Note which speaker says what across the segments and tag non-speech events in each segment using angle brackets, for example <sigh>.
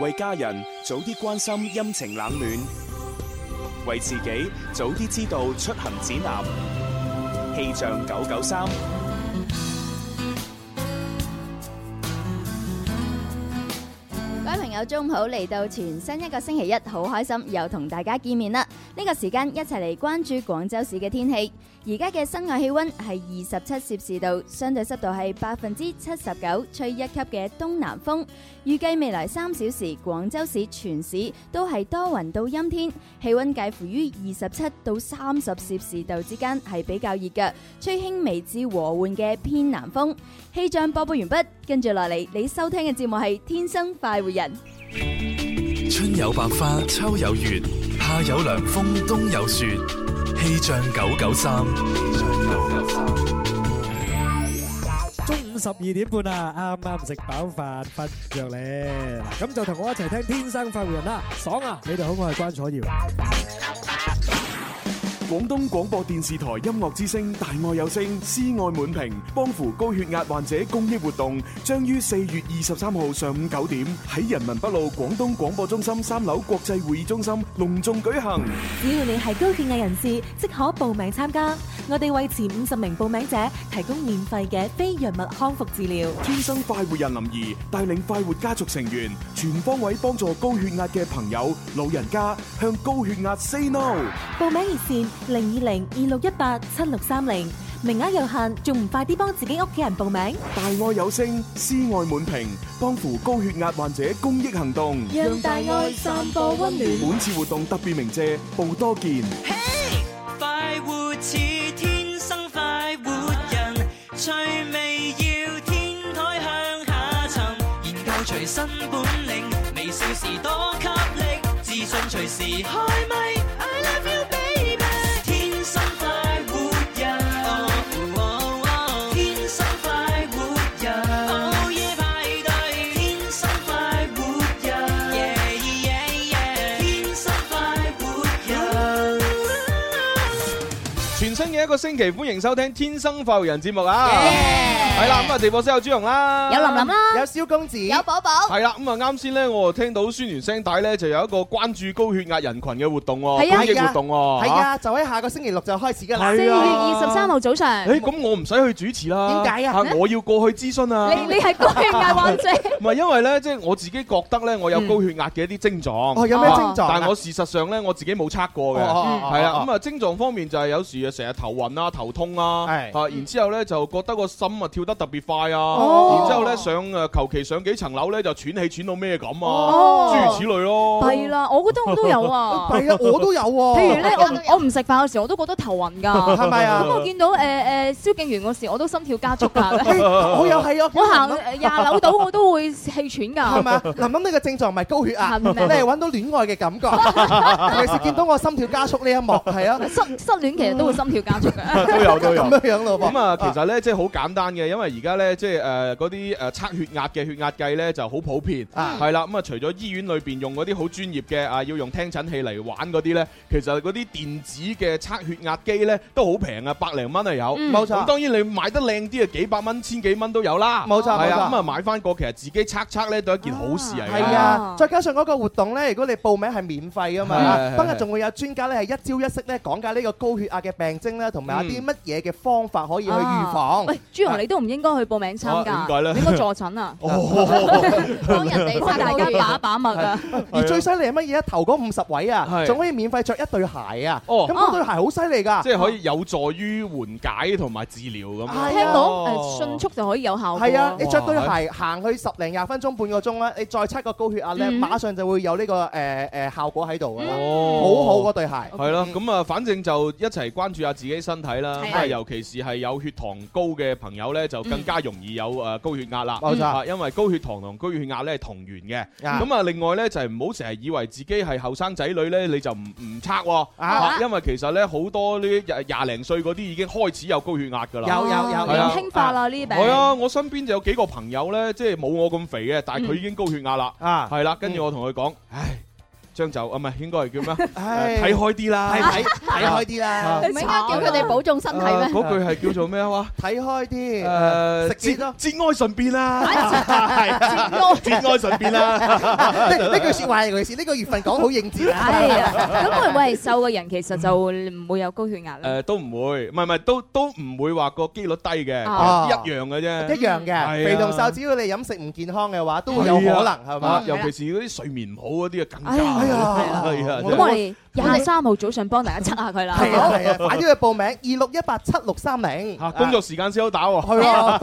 Speaker 1: 為家人早啲關心陰晴冷暖，為自己早啲知道出行指南。氣象九九三，
Speaker 2: 各位朋友，中午好！嚟到全新一個星期一，好開心又同大家見面啦！呢、個時間一齊嚟關注廣州市嘅天氣。而家嘅室外氣温係二十七攝氏度，相對濕度係百分之七十九，吹一級嘅東南風。預計未來三小時，廣州市全市都係多雲到陰天，氣温介乎於二十七到三十攝氏度之間，係比較熱嘅，吹輕微至和緩嘅偏南風。氣象播報完畢，跟住落嚟你收聽嘅節目係《天生快活人》。
Speaker 3: 春有百花，秋有月，夏有涼風，冬有雪。氣象九九三，
Speaker 4: 中午十二點半啊，啱啱食飽飯，瞓着咧。嗱，咁就同我一齊聽《天生快活人》啦，爽啊！你哋好，我係關楚耀。
Speaker 5: 廣東廣播電視台音樂之聲《大愛有聲》施愛滿屏幫扶高血壓患者公益活動將於四月二十三號上午九點喺人民北路廣東廣播中心三樓國際會議中心隆重舉行。
Speaker 6: 只要你係高血壓人士，即可報名參加。我哋為前五十名報名者提供免費嘅非藥物康復治療。
Speaker 5: 天生快活人林兒帶領快活家族成員全方位幫助高血壓嘅朋友、老人家向高血壓 say no。
Speaker 6: 報名熱線零二零二六一八七六三零，名額有限，仲唔快啲幫自己屋企人報名？
Speaker 5: 大愛有聲，施愛滿屏，幫扶高血壓患者公益行動。
Speaker 6: 讓大愛散播溫暖
Speaker 5: 本次活動特別鳴謝報多健。
Speaker 7: 快活似天生快活人，趣味要天台向下沉，研究隨身本領，微笑時多給力，自信隨時開咪。I love you baby，天生快活人，哦哦天生快活人，哦耶派對，天生快活人，耶耶耶，天生快活人。
Speaker 8: 全新嘅一個星期，歡迎收聽《天生快活人》節目啊！係啦，咁啊，直播室有朱容啦，
Speaker 2: 有林林啦，
Speaker 9: 有蕭公子，
Speaker 2: 有寶寶，
Speaker 8: 係啦，咁啊，啱先咧，我聽到宣傳聲帶咧，就有一個關注高血壓人群嘅活動喎，
Speaker 9: 係啊
Speaker 8: 公益活動喎，
Speaker 9: 係
Speaker 8: 嚇
Speaker 9: 啊，就喺 à. 下個星期六就開始㗎啦。
Speaker 8: 係啊
Speaker 2: 四月二十三號早上，
Speaker 8: 誒，咁我唔使去主持啦，
Speaker 9: 點解啊
Speaker 8: 我要過去諮詢啊，
Speaker 2: 你你係高血壓患者，
Speaker 8: 唔係因為咧，即係我自己覺得咧，我有高血壓嘅一啲症狀。
Speaker 9: 哦，有咩症狀啊？
Speaker 8: 但係我事實上咧，我自己冇測過嘅，
Speaker 9: 哦哦哦
Speaker 8: 係啊，咁啊症狀方面就係有時啊成日頭暈啊、頭痛啊，
Speaker 9: 係
Speaker 8: 啊，然之後咧就覺得個心啊跳得特別快啊，
Speaker 9: 哦
Speaker 8: 然之後咧上誒求其上幾層樓咧就喘氣喘到咩咁啊，
Speaker 10: 哦
Speaker 8: 諸如此類咯。
Speaker 10: 係啦，我覺得我都有啊。
Speaker 9: <laughs> 係啊，我都有喎。
Speaker 10: 譬如咧，我唔我唔食飯嘅時候，我都覺得頭暈㗎。
Speaker 9: 係咪啊
Speaker 10: 咁我見到誒誒蕭敬元嗰時，我都心跳加速
Speaker 9: <laughs>
Speaker 10: 㗎。
Speaker 9: 嘿我又係啊，
Speaker 10: <laughs> 我行誒廿樓到，我都會氣
Speaker 9: <laughs>
Speaker 10: 喘
Speaker 9: 係
Speaker 10: 㗎。
Speaker 9: 咪啊？林林，你個症狀唔係高血
Speaker 2: <laughs>
Speaker 9: 壓，
Speaker 10: <laughs> 係
Speaker 9: 你
Speaker 10: 咪
Speaker 9: 係揾到戀愛嘅感覺，尤其是見到我心跳加速呢一幕，係
Speaker 2: <laughs>
Speaker 9: 啊，
Speaker 10: <laughs> 失失戀其實都會心跳加速
Speaker 9: <laughs>
Speaker 10: 嘅。
Speaker 8: 都有都有
Speaker 9: 咁。樣樣咯噃。
Speaker 8: 咁啊，其實咧即係好簡單嘅，因為而家咧即係誒嗰啲誒測血壓嘅血壓計咧就好普遍，
Speaker 9: 啊
Speaker 8: 係啦。咁啊，除咗醫院裏邊用嗰啲好專業嘅啊，要用聽診器嚟玩嗰啲咧，其實嗰啲電子嘅測血壓機咧都好平啊，百零蚊係有。
Speaker 10: 嗯
Speaker 9: 冇
Speaker 8: 咁
Speaker 9: 錯，
Speaker 8: 當然你買得靚啲啊，幾百蚊、千幾蚊都有啦。
Speaker 9: 冇錯
Speaker 8: 係
Speaker 9: 冇
Speaker 8: 啊，
Speaker 9: 錯
Speaker 8: 咁啊買翻個其實自己測測咧都係一件好事嚟
Speaker 9: 係
Speaker 8: 嘅。
Speaker 9: 啊
Speaker 10: 啊，
Speaker 9: 再加上嗰個活動咧，如果你報名係免費噶
Speaker 8: 係
Speaker 9: 嘛
Speaker 8: 係，
Speaker 9: 當日仲會有專家咧係一招一式咧講解呢個高血壓嘅病徵咧，同埋有啲乜嘢嘅方法可以去預防。
Speaker 10: 喂，朱紅，你都唔應該去報名參
Speaker 8: 啊點
Speaker 10: 加，
Speaker 8: 解咧
Speaker 10: 你應該助
Speaker 9: <laughs>
Speaker 10: 診啊，
Speaker 2: 幫人哋
Speaker 10: 幫
Speaker 2: 測
Speaker 10: 大
Speaker 2: 高血
Speaker 10: 家把
Speaker 2: 壓。
Speaker 10: 把脈啊。
Speaker 9: 而最犀利係乜嘢咧？頭嗰五十位啊，
Speaker 8: 係
Speaker 9: 仲可以免費着一對鞋啊！
Speaker 8: 哦
Speaker 9: 咁嗰對鞋好犀利㗎
Speaker 8: 即。係可以有助於緩解同埋治療咁樣。
Speaker 9: 係啊
Speaker 10: 聽講誒，迅速就可以有效果。
Speaker 9: 係啊，你
Speaker 8: 哇
Speaker 9: 着對鞋行去十零廿分鐘、半個鐘啦，你再測個高血壓咧，
Speaker 10: 嗯
Speaker 9: 馬上就會有呢個誒誒效果喺度㗎啦，好
Speaker 8: 哦
Speaker 9: 好嗰對鞋。
Speaker 8: 係咯，咁啊，反正就一齊關注下自己身體啦。
Speaker 2: 係
Speaker 8: 咁啊，尤其是係有血糖高嘅朋友咧，就更加容易有誒高血壓啦。
Speaker 9: 冇錯
Speaker 8: 啊因為高血糖同高血壓咧係同源嘅。
Speaker 9: 啊
Speaker 8: 咁啊，另外咧就係唔好成日以為自己係後生仔女咧，你就唔唔測喎。
Speaker 9: 啊
Speaker 8: 啊因為其實咧好多呢廿廿零歲嗰啲已經開始有高血壓㗎啦。
Speaker 9: 有有有
Speaker 8: 係啊
Speaker 10: 年輕化啦呢啲病。
Speaker 8: 係啊，我身邊就有幾個朋友咧，即係冇我咁肥嘅，但係佢已經高血壓啦。
Speaker 9: 啊，
Speaker 8: 係啦，跟住我同佢講，唉，將就啊，唔係應該係叫咩？
Speaker 9: 唉
Speaker 8: 睇開啲啦，
Speaker 9: 係睇睇開
Speaker 8: <laughs>
Speaker 9: 啲 <laughs> 啦
Speaker 2: 你唔係應該叫佢哋保重身體咩
Speaker 8: 啊嗰句係叫做咩話？
Speaker 9: <laughs> 睇開啲，
Speaker 8: 誒，
Speaker 9: 食幾多
Speaker 8: 節節哀順變啦，
Speaker 9: <laughs>
Speaker 8: 節哀順變啦。
Speaker 9: 呢呢句説話，尤其是呢個月份講好應節啊！
Speaker 10: 係啊，咁會唔會係瘦嘅人其實就唔會有高血壓咧？
Speaker 8: 誒都唔會，唔係唔係都都唔會話個機率低嘅，
Speaker 9: 哦
Speaker 8: 一樣嘅啫，
Speaker 9: 一樣
Speaker 8: 係啊
Speaker 9: 嘅，肥同瘦，只要你飲食唔健康嘅話，都會有可能係
Speaker 8: 啊
Speaker 9: 嘛？
Speaker 8: 尤其是嗰啲睡眠唔好嗰啲啊，更
Speaker 10: 哎呀
Speaker 8: 加
Speaker 10: 係
Speaker 9: 啊
Speaker 8: 係啊，
Speaker 10: 咁我哋廿三號早上幫大家測下佢啦。
Speaker 9: 係啊係啊，快啲去報名二六一八七六三零。
Speaker 8: 啊工作時間先好打喎。
Speaker 9: <laughs> 係啊，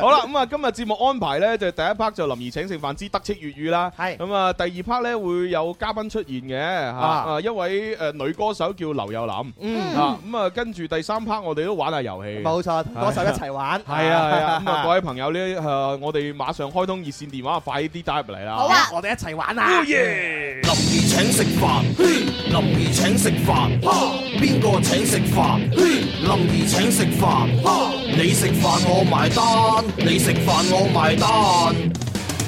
Speaker 8: <laughs> 好啦，咁啊，今日節目安排呢，就第一 part 就林兒請食飯之得戚粵語啦。
Speaker 9: 係
Speaker 8: 咁啊，第二 part 呢，會有嘉賓出現嘅嚇，
Speaker 9: 啊
Speaker 8: 啊一位誒女歌手叫劉幼琳。
Speaker 9: 嗯，
Speaker 8: 啊，咁啊，跟住第三 part 我哋都玩下遊戲。啊
Speaker 9: 冇錯，同歌嗯手一齊玩。
Speaker 8: <laughs> 係啊係啊，咁啊各位朋友呢，誒我哋馬上開通熱線電話，快啲打入嚟啦。
Speaker 9: 好啊，我哋一齊玩啊！
Speaker 8: Oh,
Speaker 3: 林兒請食飯，林兒請食飯，邊個請食飯？林兒請食飯，你食飯我埋單，你食飯我埋單。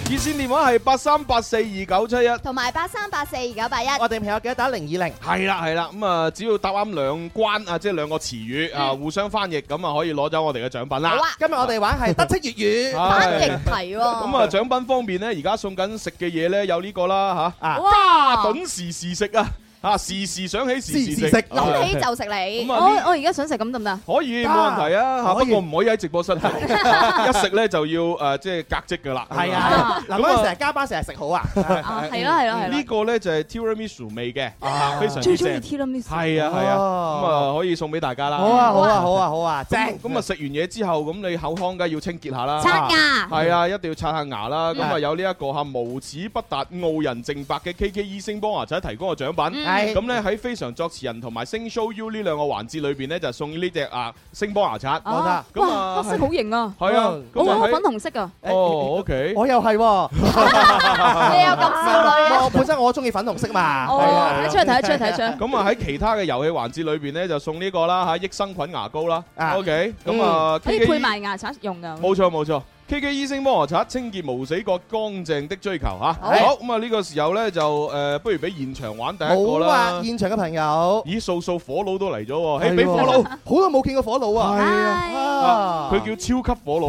Speaker 8: 熱線電話係八三八四二九七一。
Speaker 2: 同埋八三八四二九八一，
Speaker 9: 我哋朋友記得打零二零。
Speaker 8: 係啦係啦，咁啊只要答啱兩關啊，即係兩個詞語啊，互相翻譯，咁啊可以攞走我哋嘅獎品啦。
Speaker 9: 啊今日我哋玩係德式粵語。
Speaker 2: 啊翻
Speaker 8: 係
Speaker 2: 譯題喎。
Speaker 8: 咁啊，獎品方面咧，而家送緊食嘅嘢咧，有呢個啦嚇，
Speaker 9: 啊
Speaker 8: 家頓時時食啊，嚇時時想起時
Speaker 9: 時
Speaker 8: 時
Speaker 9: 時
Speaker 8: 食
Speaker 9: 食，
Speaker 2: 諗
Speaker 8: 啊
Speaker 2: 起就食你
Speaker 8: 咁，
Speaker 10: 我
Speaker 8: 啊呢
Speaker 10: 我而家想食咁得唔得？
Speaker 8: 可以冇問題啊嚇，
Speaker 9: 可
Speaker 8: 不
Speaker 9: 以
Speaker 8: 過唔可以喺直播室食，一食咧就要誒即係革職噶啦。
Speaker 9: 係啊，嗱，
Speaker 8: 咁啊
Speaker 9: 嗰陣成日加班，成日食好啊。
Speaker 10: 啊，係啦係啦係
Speaker 8: 呃嗯呢
Speaker 10: 啦，
Speaker 8: 個咧就係 tiramisu 味嘅，啊非常
Speaker 10: 最
Speaker 8: 之
Speaker 10: 中意
Speaker 8: 正。
Speaker 10: tiramisu。
Speaker 8: 係啊係啊，咁
Speaker 9: 哦
Speaker 8: 啊可以送俾大家啦。
Speaker 9: 好啊，好啊，好啊，好啊，正。
Speaker 8: 咁咁啊食完嘢之後，咁你口腔梗係要清潔下啦。
Speaker 9: 刷
Speaker 10: 牙
Speaker 8: 係啊，一定要刷下牙啦。咁啊
Speaker 9: 嗯
Speaker 8: 有呢一個嚇無恥不達傲人淨白嘅 KK 醫生幫牙仔提供嘅獎品。
Speaker 10: 嗯
Speaker 9: 係
Speaker 8: 咁咧喺非常作詞人同埋星 show you 呢兩個環節裏邊咧，就送呢只啊星幫牙刷。
Speaker 9: 冇得
Speaker 8: 咁啊
Speaker 10: 哦哇，黑色好型啊！
Speaker 8: 係啊，
Speaker 10: 我
Speaker 8: 咁啊
Speaker 10: 我粉
Speaker 8: 喺
Speaker 10: 紅色啊，
Speaker 8: 哦 OK。
Speaker 9: 我又係喎，
Speaker 2: 你有咁少女啊？
Speaker 9: 我本身我中意粉紅色嘛。係啊
Speaker 10: 哦，睇得出睇得出睇得出。
Speaker 8: 咁啊喺其他嘅遊戲環節裏邊咧，就送呢個啦嚇益生菌牙膏啦。
Speaker 9: 啊
Speaker 8: OK，咁啊
Speaker 10: 可以
Speaker 8: KK
Speaker 10: 配埋牙刷用噶，
Speaker 8: 冇錯冇錯，K K 醫生幫我刷清潔無死角，乾淨的追求吓。好
Speaker 9: 係
Speaker 8: 咁啊，呢個時候咧就誒，不如俾現場玩第一個
Speaker 9: 冇
Speaker 8: 啦
Speaker 9: 啊，。現場嘅朋友。哎
Speaker 8: 咦，素素火佬都嚟咗喎，
Speaker 9: 係
Speaker 8: 誒，俾火
Speaker 9: 喎
Speaker 8: 佬，
Speaker 9: 好耐冇見過火佬啊！
Speaker 10: 係
Speaker 9: 啊
Speaker 8: 佢叫超級火佬，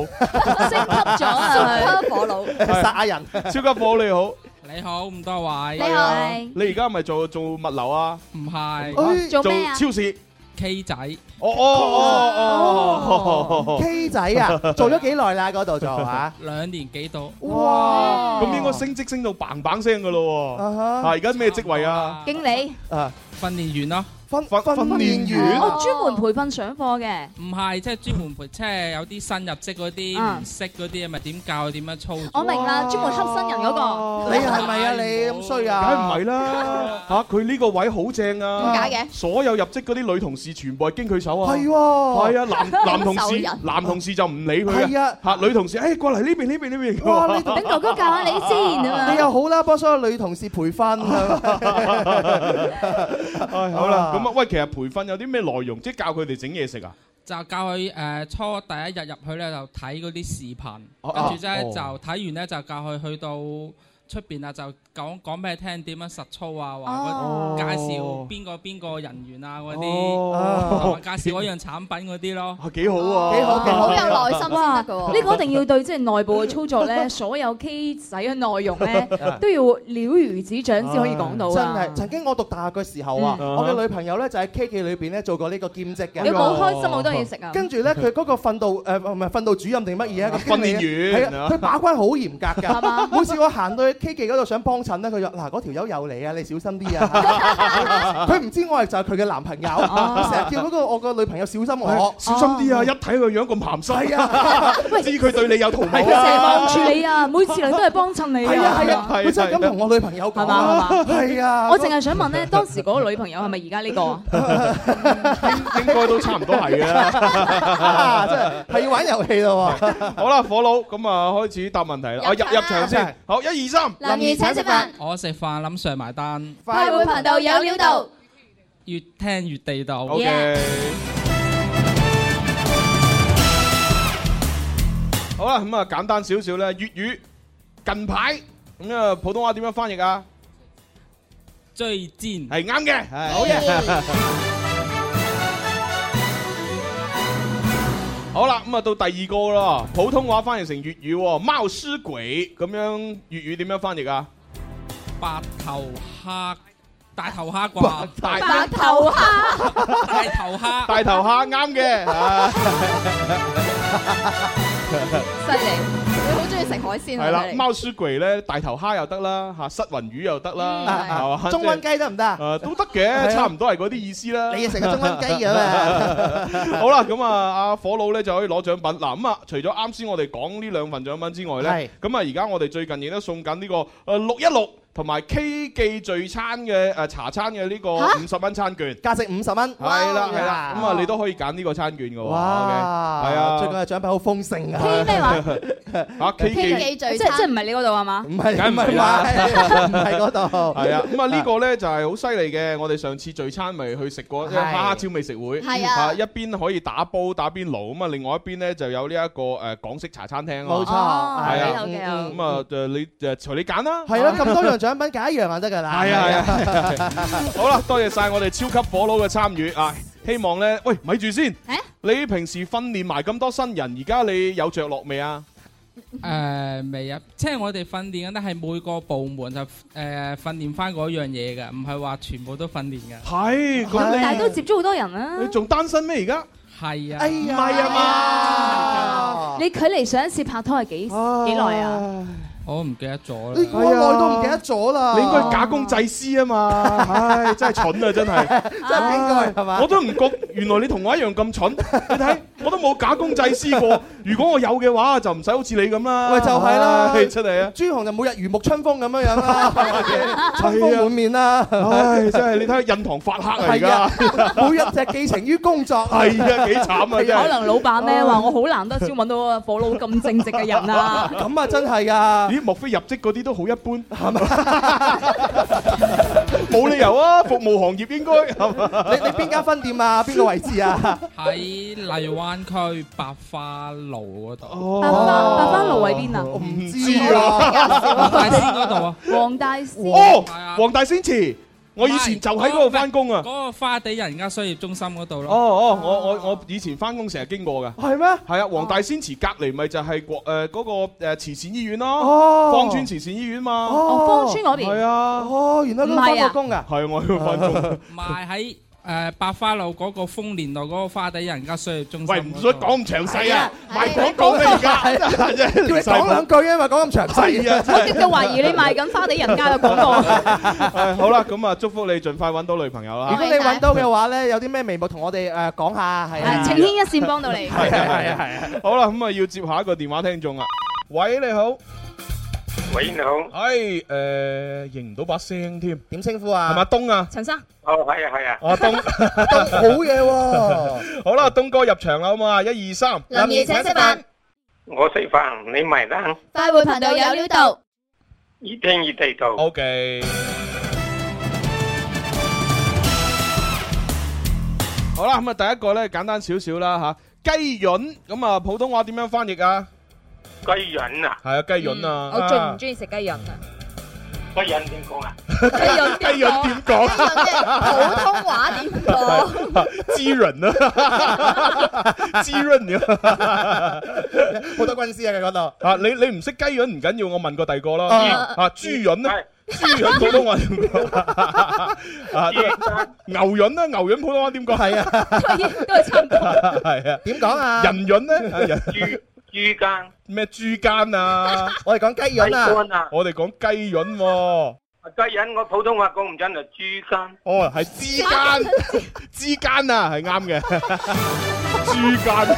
Speaker 10: 升級咗啊！
Speaker 2: 火佬，
Speaker 9: 殺人，
Speaker 8: 超級火你好，
Speaker 7: 你好，咁多位
Speaker 2: 你好，
Speaker 8: 你而家係咪做做物流啊？
Speaker 7: 唔係
Speaker 9: 哎
Speaker 10: 做
Speaker 8: 做
Speaker 10: 咩啊？
Speaker 8: 超市？
Speaker 7: K 仔，
Speaker 8: 哦哦哦哦哦哦，
Speaker 9: K 仔
Speaker 8: <laughs>
Speaker 9: 啊，做咗幾耐啦？嗰度做啊？
Speaker 7: 兩年幾度？
Speaker 9: 哇！
Speaker 8: 咁應該升職升到棒棒聲噶咯喎。啊，
Speaker 9: 啊
Speaker 8: 而家咩職位啊？
Speaker 2: 經理，
Speaker 9: 哈啊！
Speaker 7: 訓練員咯，
Speaker 9: 訓
Speaker 8: 訓訓練員
Speaker 10: 我專門培訓上課嘅，
Speaker 7: 唔係即係專門培，即係有啲新入職嗰啲
Speaker 10: 嗯
Speaker 7: 唔識嗰啲，咪點教點樣操作？
Speaker 10: 我明啦，專門黑新人嗰個。
Speaker 9: 你係咪啊？你咁衰
Speaker 8: 梗係唔
Speaker 9: 啊？
Speaker 8: 係啦，嚇佢呢個位好正啊！
Speaker 2: 點解嘅
Speaker 8: 所有入職嗰啲女同事全部係經佢手啊！
Speaker 9: 係喎，
Speaker 8: 係啊，男男同
Speaker 2: 手
Speaker 8: 事
Speaker 2: 人
Speaker 8: 男同事就唔理佢嘅，
Speaker 9: 係啊！
Speaker 8: 嚇女同事誒過嚟呢邊呢邊呢邊。
Speaker 9: 哇！你
Speaker 10: 等哥哥教下你先啊
Speaker 9: 你
Speaker 10: 嘛。
Speaker 9: 又好啦，幫所有女同事培訓。
Speaker 8: <laughs> 唉好啦，咁啊喂，其實培訓有啲咩內容？即係教佢哋整嘢食啊？
Speaker 7: 就教佢誒、呃初第一日入去咧，就睇嗰啲視頻，
Speaker 8: 哦
Speaker 7: 跟住之
Speaker 8: 哦
Speaker 7: 後就睇完咧，就教佢去到出邊啊，就講講俾你聽點樣實操啊，
Speaker 10: 哦
Speaker 7: 話嗰介紹邊個邊個人員啊嗰啲，同
Speaker 8: 哦
Speaker 7: 埋，介紹嗰樣產品嗰啲
Speaker 8: <laughs>
Speaker 7: 咯。
Speaker 8: 啊幾好啊！
Speaker 9: 幾
Speaker 7: <laughs>
Speaker 9: 好幾
Speaker 2: 好
Speaker 9: 好
Speaker 2: 有耐心先
Speaker 10: 哇！
Speaker 2: 得
Speaker 10: 啊呢
Speaker 2: 㗎喎。
Speaker 10: 個一定要對即係內部嘅操作
Speaker 2: <laughs>
Speaker 10: 咧，所有 K 仔嘅內容咧都要了如指掌先可以講到
Speaker 9: 真
Speaker 10: 啊！
Speaker 9: 係，曾經我讀大學嘅時候啊，
Speaker 8: 嗯
Speaker 9: 我嘅女朋友咧就喺 K 記裏邊咧做過呢個兼職嘅。
Speaker 10: 你冇開心好多嘢食啊！
Speaker 9: 跟住咧，佢嗰個訓導誒唔係訓導主任定乜嘢啊？個
Speaker 8: 訓練
Speaker 9: 經理
Speaker 8: 員
Speaker 9: 係啊，佢把關好嚴格
Speaker 10: 係嘛
Speaker 9: 㗎。每次我行到去 K 記嗰度想幫襯咧，佢就嗱嗰條友又嚟啊，你小心
Speaker 8: <laughs>
Speaker 9: 啲啊！佢唔知我係就係佢嘅男朋
Speaker 10: <laughs>
Speaker 9: 友，佢成日叫嗰個我個女朋友小心我。
Speaker 8: 小心啲啊！一睇佢樣咁鹹濕， <laughs>
Speaker 9: 啊，
Speaker 8: 知佢對你有圖
Speaker 10: 佢
Speaker 8: 謀
Speaker 10: 成日
Speaker 8: 啊
Speaker 10: 望！住你啊，每次嚟都係幫襯你
Speaker 9: 係啊係
Speaker 10: <laughs> 啊
Speaker 9: 啊！，佢真係咁同我女朋友講。
Speaker 10: 係嘛係嘛
Speaker 9: 係啊，
Speaker 10: 我淨係想問咧，當時嗰個女朋友係咪而家呢個
Speaker 9: <laughs>
Speaker 10: 啊？
Speaker 8: <laughs> 應該都差唔多係嘅。
Speaker 9: <laughs> 啊，真係係要玩遊戲咯喎。
Speaker 8: <laughs> 好啦，火佬咁啊，開始答問題啦。啊，入入場先，好一二三，
Speaker 2: 林如請食飯，
Speaker 7: 我食飯諗上埋單，
Speaker 2: 快活頻道有料到，
Speaker 7: 越聽越地道。
Speaker 8: OK。好啦，咁啊簡單少少咧，粵語近排咁啊普通話點樣翻譯啊？
Speaker 11: 追煎，
Speaker 8: 係啱嘅，
Speaker 11: 好嘢。
Speaker 8: 好啦，咁啊到第二個啦，普通話翻譯成粵語喎，貓屎鬼咁樣粵語點樣翻譯啊？
Speaker 11: 白頭蝦，大頭蝦啩？
Speaker 8: 大
Speaker 2: 白頭蝦，
Speaker 11: 大頭蝦，
Speaker 8: 大頭蝦啱 <laughs> 嘅。啊
Speaker 2: 犀利！你好中意食海鮮啊
Speaker 8: 係啦
Speaker 2: 你，
Speaker 8: 貓屎鬼咧，大頭蝦又得啦，嚇失魂魚又得啦，嗯係嘛？
Speaker 9: 中
Speaker 8: 即係
Speaker 9: 温雞得唔得啊？
Speaker 8: 誒呃都得
Speaker 9: <laughs> 係啊
Speaker 8: 嘅，差唔多係嗰啲意思啦。
Speaker 9: 你啊食個中溫雞嘅
Speaker 8: <laughs>
Speaker 9: 嘛
Speaker 8: 好啦，咁啊，阿火佬咧就可以攞獎品。嗱咁啊，除咗啱先我哋講呢兩份獎品之外咧，咁啊，而家我哋最近亦都送緊呢個誒六一六。同埋 K 記聚餐嘅誒茶餐嘅呢個五十蚊餐券，
Speaker 9: 價值五十蚊，
Speaker 8: 係啦係啦，咁
Speaker 9: 哇
Speaker 8: 啊你都可以揀呢個餐券嘅喎，
Speaker 9: 哇
Speaker 8: OK，係啊，
Speaker 9: 最近嘅獎品好豐盛啊！
Speaker 8: K <laughs>
Speaker 10: 咩話
Speaker 8: 嚇 K 記
Speaker 10: 即係即係唔係你嗰度啊係嘛？
Speaker 9: 唔係
Speaker 8: 梗唔係
Speaker 9: 啦
Speaker 8: 啦，
Speaker 9: 唔係嗰度
Speaker 8: 係啊，咁啊呢個咧就係好犀利嘅。我哋上次聚餐咪去食過
Speaker 9: 係
Speaker 8: 即係蝦超美食會，
Speaker 9: 係啊
Speaker 8: 一邊可以打煲打邊爐，咁啊另外一邊咧就有呢一個誒港式茶餐廳咯。
Speaker 9: 冇錯哦
Speaker 8: 係
Speaker 9: 幾好
Speaker 8: 啊，
Speaker 9: 幾好
Speaker 8: 咁啊誒你誒隨你揀啦。
Speaker 9: <laughs>
Speaker 8: 啊
Speaker 9: 係咯，咁多樣獎品揀一樣就得㗎啦。
Speaker 8: 係啊係啊， <laughs> 好啦，多謝晒我哋超級火佬嘅參與啊！希望咧，喂，咪住先，你平時訓練埋咁多新人，而家你有着落未啊？
Speaker 11: 誒未啊，即係我哋訓練緊咧，係每個部門就誒訓練翻嗰樣嘢嘅，唔係話全部都訓練嘅。
Speaker 8: 係，咁你
Speaker 10: 但係都接觸好多人啊。
Speaker 8: 你仲單身咩？而家
Speaker 11: 係啊，
Speaker 10: 哎
Speaker 8: 唔
Speaker 10: 呀
Speaker 8: 係啊嘛，
Speaker 10: 你距離上一次拍拖係幾幾耐啊？
Speaker 11: 我唔記得咗
Speaker 9: 你
Speaker 11: 啦。
Speaker 9: 哎我耐都唔記得咗啦。
Speaker 8: 你應該假公濟私啊
Speaker 9: <laughs>
Speaker 8: 嘛，唉，真係蠢啊，真 <laughs> 係。
Speaker 9: 真係應該係嘛？
Speaker 8: 我都唔覺，原來你同我一樣咁蠢。你睇，我都冇假公濟
Speaker 9: <laughs>
Speaker 8: 私過。如果我有嘅話，就唔使好似你咁啦。
Speaker 9: <laughs> 喂就係啦
Speaker 8: 唉真係啊！
Speaker 9: <laughs> 朱紅就每日如沐春風咁樣樣
Speaker 8: <laughs>
Speaker 9: 啦，春風滿面啦。
Speaker 8: 唉，真係你睇下印堂發黑啊而
Speaker 9: 係
Speaker 8: 家
Speaker 9: 啊。，每日就寄情於工作。
Speaker 8: <laughs> 係啊幾慘啊真係
Speaker 10: 可能老闆咧
Speaker 9: 哦
Speaker 10: 話我好難得先揾到個火佬咁正直嘅人
Speaker 9: <laughs>
Speaker 10: 啊！
Speaker 9: 咁啊，真係㗎！
Speaker 8: 咦，莫非入職嗰啲都好一般，係嘛？ <laughs> 冇理由啊，服務行業應該係嘛？
Speaker 9: 你你邊間分店啊？邊個位置啊？
Speaker 11: 喺荔灣區百花路嗰度。
Speaker 10: 白花白花路喺哦邊啊？
Speaker 9: 哦我唔知
Speaker 11: 黃大仙嗰度啊。
Speaker 10: 黃大仙
Speaker 8: 哦，黃大仙祠，我以前就喺嗰度翻工啊。
Speaker 11: <laughs> 嗰個花地人家商業中心嗰度
Speaker 8: 哦
Speaker 11: 咯。
Speaker 8: 哦，我我我以前翻工成日經過㗎。
Speaker 9: 係咩？
Speaker 8: 係啊，黃大仙祠隔離咪就係國誒嗰個誒呃慈善醫院
Speaker 9: 哦
Speaker 8: 咯，芳村慈善醫院嘛。
Speaker 9: 哦
Speaker 10: 芳村嗰邊
Speaker 8: 係啊。
Speaker 9: 哦，原來佢翻過工㗎。
Speaker 8: 係我要
Speaker 9: <laughs>
Speaker 8: 翻工。
Speaker 11: 賣喺誒百花路嗰個豐年路嗰個花地人家商業中心。
Speaker 8: 喂，唔使講咁詳細啊，
Speaker 11: 係啊
Speaker 8: 賣廣告咩而家？ <laughs> 真係
Speaker 9: 叫你講兩句啊嘛，講咁詳細啊！
Speaker 10: 我極度懷疑你賣緊花地人家嘅廣告。
Speaker 8: 唉 <laughs> 好啦，咁啊，祝福你盡快揾到女朋友
Speaker 9: 如
Speaker 8: 啦
Speaker 9: 果。你揾到嘅話咧，有啲咩微博同我哋誒講下係啊？
Speaker 10: 情牽一線幫到
Speaker 8: <laughs>
Speaker 10: 你。
Speaker 8: 係啊係啊係啊！好啦，咁啊要接下一個電話聽眾啊。喂，你好。
Speaker 12: 喂，你好。
Speaker 8: 哎，誒，認唔到把聲添。
Speaker 9: 點稱呼啊？
Speaker 8: 係咪阿東啊？
Speaker 10: 陳生。
Speaker 12: 哦，係啊，係啊。
Speaker 8: <laughs> 阿東，
Speaker 9: 東好嘢喎。
Speaker 8: <laughs> 好啦，東哥入場啦，好嘛？一二三，
Speaker 12: 林怡請食飯。 <laughs> 我食飯，你埋單，
Speaker 2: 快活頻道有料到，
Speaker 12: 越聽越地道。
Speaker 8: O K。好啦，咁啊，第一個咧簡單少少啦吓，雞潤咁啊，普通話點樣翻譯啊？
Speaker 12: 雞潤啊，
Speaker 8: 係啊，雞潤啊。
Speaker 10: 嗯我最唔中意食雞潤啊！
Speaker 12: 雞潤點講啊？
Speaker 10: 雞
Speaker 8: 雞潤點講？
Speaker 2: 普通話點講？
Speaker 8: <laughs> 滋潤啊， <laughs> 滋潤啊！
Speaker 9: 好多軍師啊，佢嗰度。
Speaker 8: 啊，你你唔識雞潤唔緊要，我問過第二個啦。
Speaker 9: 啊
Speaker 8: 啊，豬潤咧，豬潤普通話點講
Speaker 12: <laughs>
Speaker 8: 啊？牛潤咧，牛潤普通話點講？
Speaker 9: 係啊，
Speaker 10: 都係差唔多。
Speaker 8: <laughs> 係啊。
Speaker 9: 點講啊？
Speaker 8: 人潤咧，啊人
Speaker 12: 豬豬肝、
Speaker 8: 咩豬肝啊？
Speaker 9: <laughs> 我哋講雞
Speaker 12: 雞
Speaker 9: 潤啊。
Speaker 12: 肝啊。
Speaker 8: 我哋講雞潤喎。
Speaker 12: 雞潤我普通話講唔準就豬肝。
Speaker 8: 哦，係之間之間啊，係啱嘅。之間，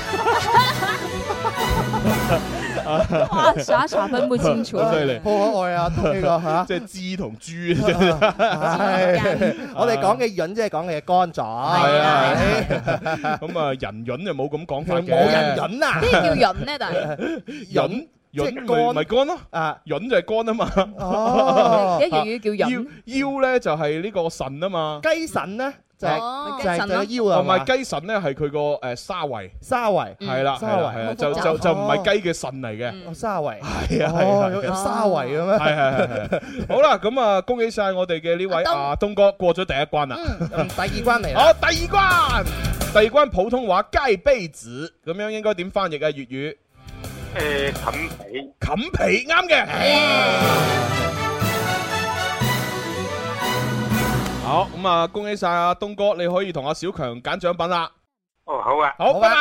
Speaker 10: 哇！耍茶分不清楚。
Speaker 8: <laughs> 好犀利。
Speaker 9: 好可愛啊，東呢個
Speaker 8: <laughs>
Speaker 9: 嚇。啊
Speaker 8: 即係知同豬，係
Speaker 9: <laughs> 我哋講嘅潤即係講嘅乾咗。係
Speaker 8: 啊，咁啊人潤就冇咁講法嘅。 <laughs>
Speaker 9: 冇人潤啊。
Speaker 10: 咩叫潤咧？但係
Speaker 8: 潤潤
Speaker 9: 即係
Speaker 8: 咪
Speaker 9: 乾
Speaker 8: 咪乾咯，
Speaker 9: 啊，
Speaker 8: 潤就係乾啊嘛。
Speaker 9: 哦
Speaker 10: <laughs> 一粵語叫
Speaker 8: 腰
Speaker 10: 潤
Speaker 8: 腰咧就係呢個腎啊嘛。
Speaker 9: 雞腎咧就係
Speaker 10: 哦
Speaker 9: 就係
Speaker 10: 雞腎
Speaker 9: 就
Speaker 10: 咯
Speaker 9: 係腰啊，
Speaker 8: 唔
Speaker 9: <laughs>
Speaker 8: 係雞腎咧係佢個誒沙圍。
Speaker 9: 沙圍
Speaker 8: 係啦，
Speaker 9: 沙
Speaker 8: 係啦，係
Speaker 9: 圍好
Speaker 8: 啦，
Speaker 9: 複
Speaker 8: 就
Speaker 9: 雜
Speaker 8: 就就唔
Speaker 9: 哦
Speaker 8: 係雞嘅腎嚟嘅。
Speaker 9: 哦沙
Speaker 8: <laughs>
Speaker 9: 圍
Speaker 8: 係啊，係啊
Speaker 9: 哦有有沙圍嘅咩？
Speaker 8: 係係係係。好啦，咁啊，恭喜晒我哋嘅呢位阿東哥過咗第一關啦。
Speaker 9: 嗯第二關嚟啦。
Speaker 8: 好，第二關，第二關普通話雞卑子咁樣應該點翻譯啊？粵語
Speaker 12: 诶，冚被
Speaker 8: 冚被啱嘅。好，咁啊，恭喜晒阿東哥，你可以同阿小強揀獎品啦。
Speaker 12: 哦，好啊，
Speaker 8: 好，拜拜。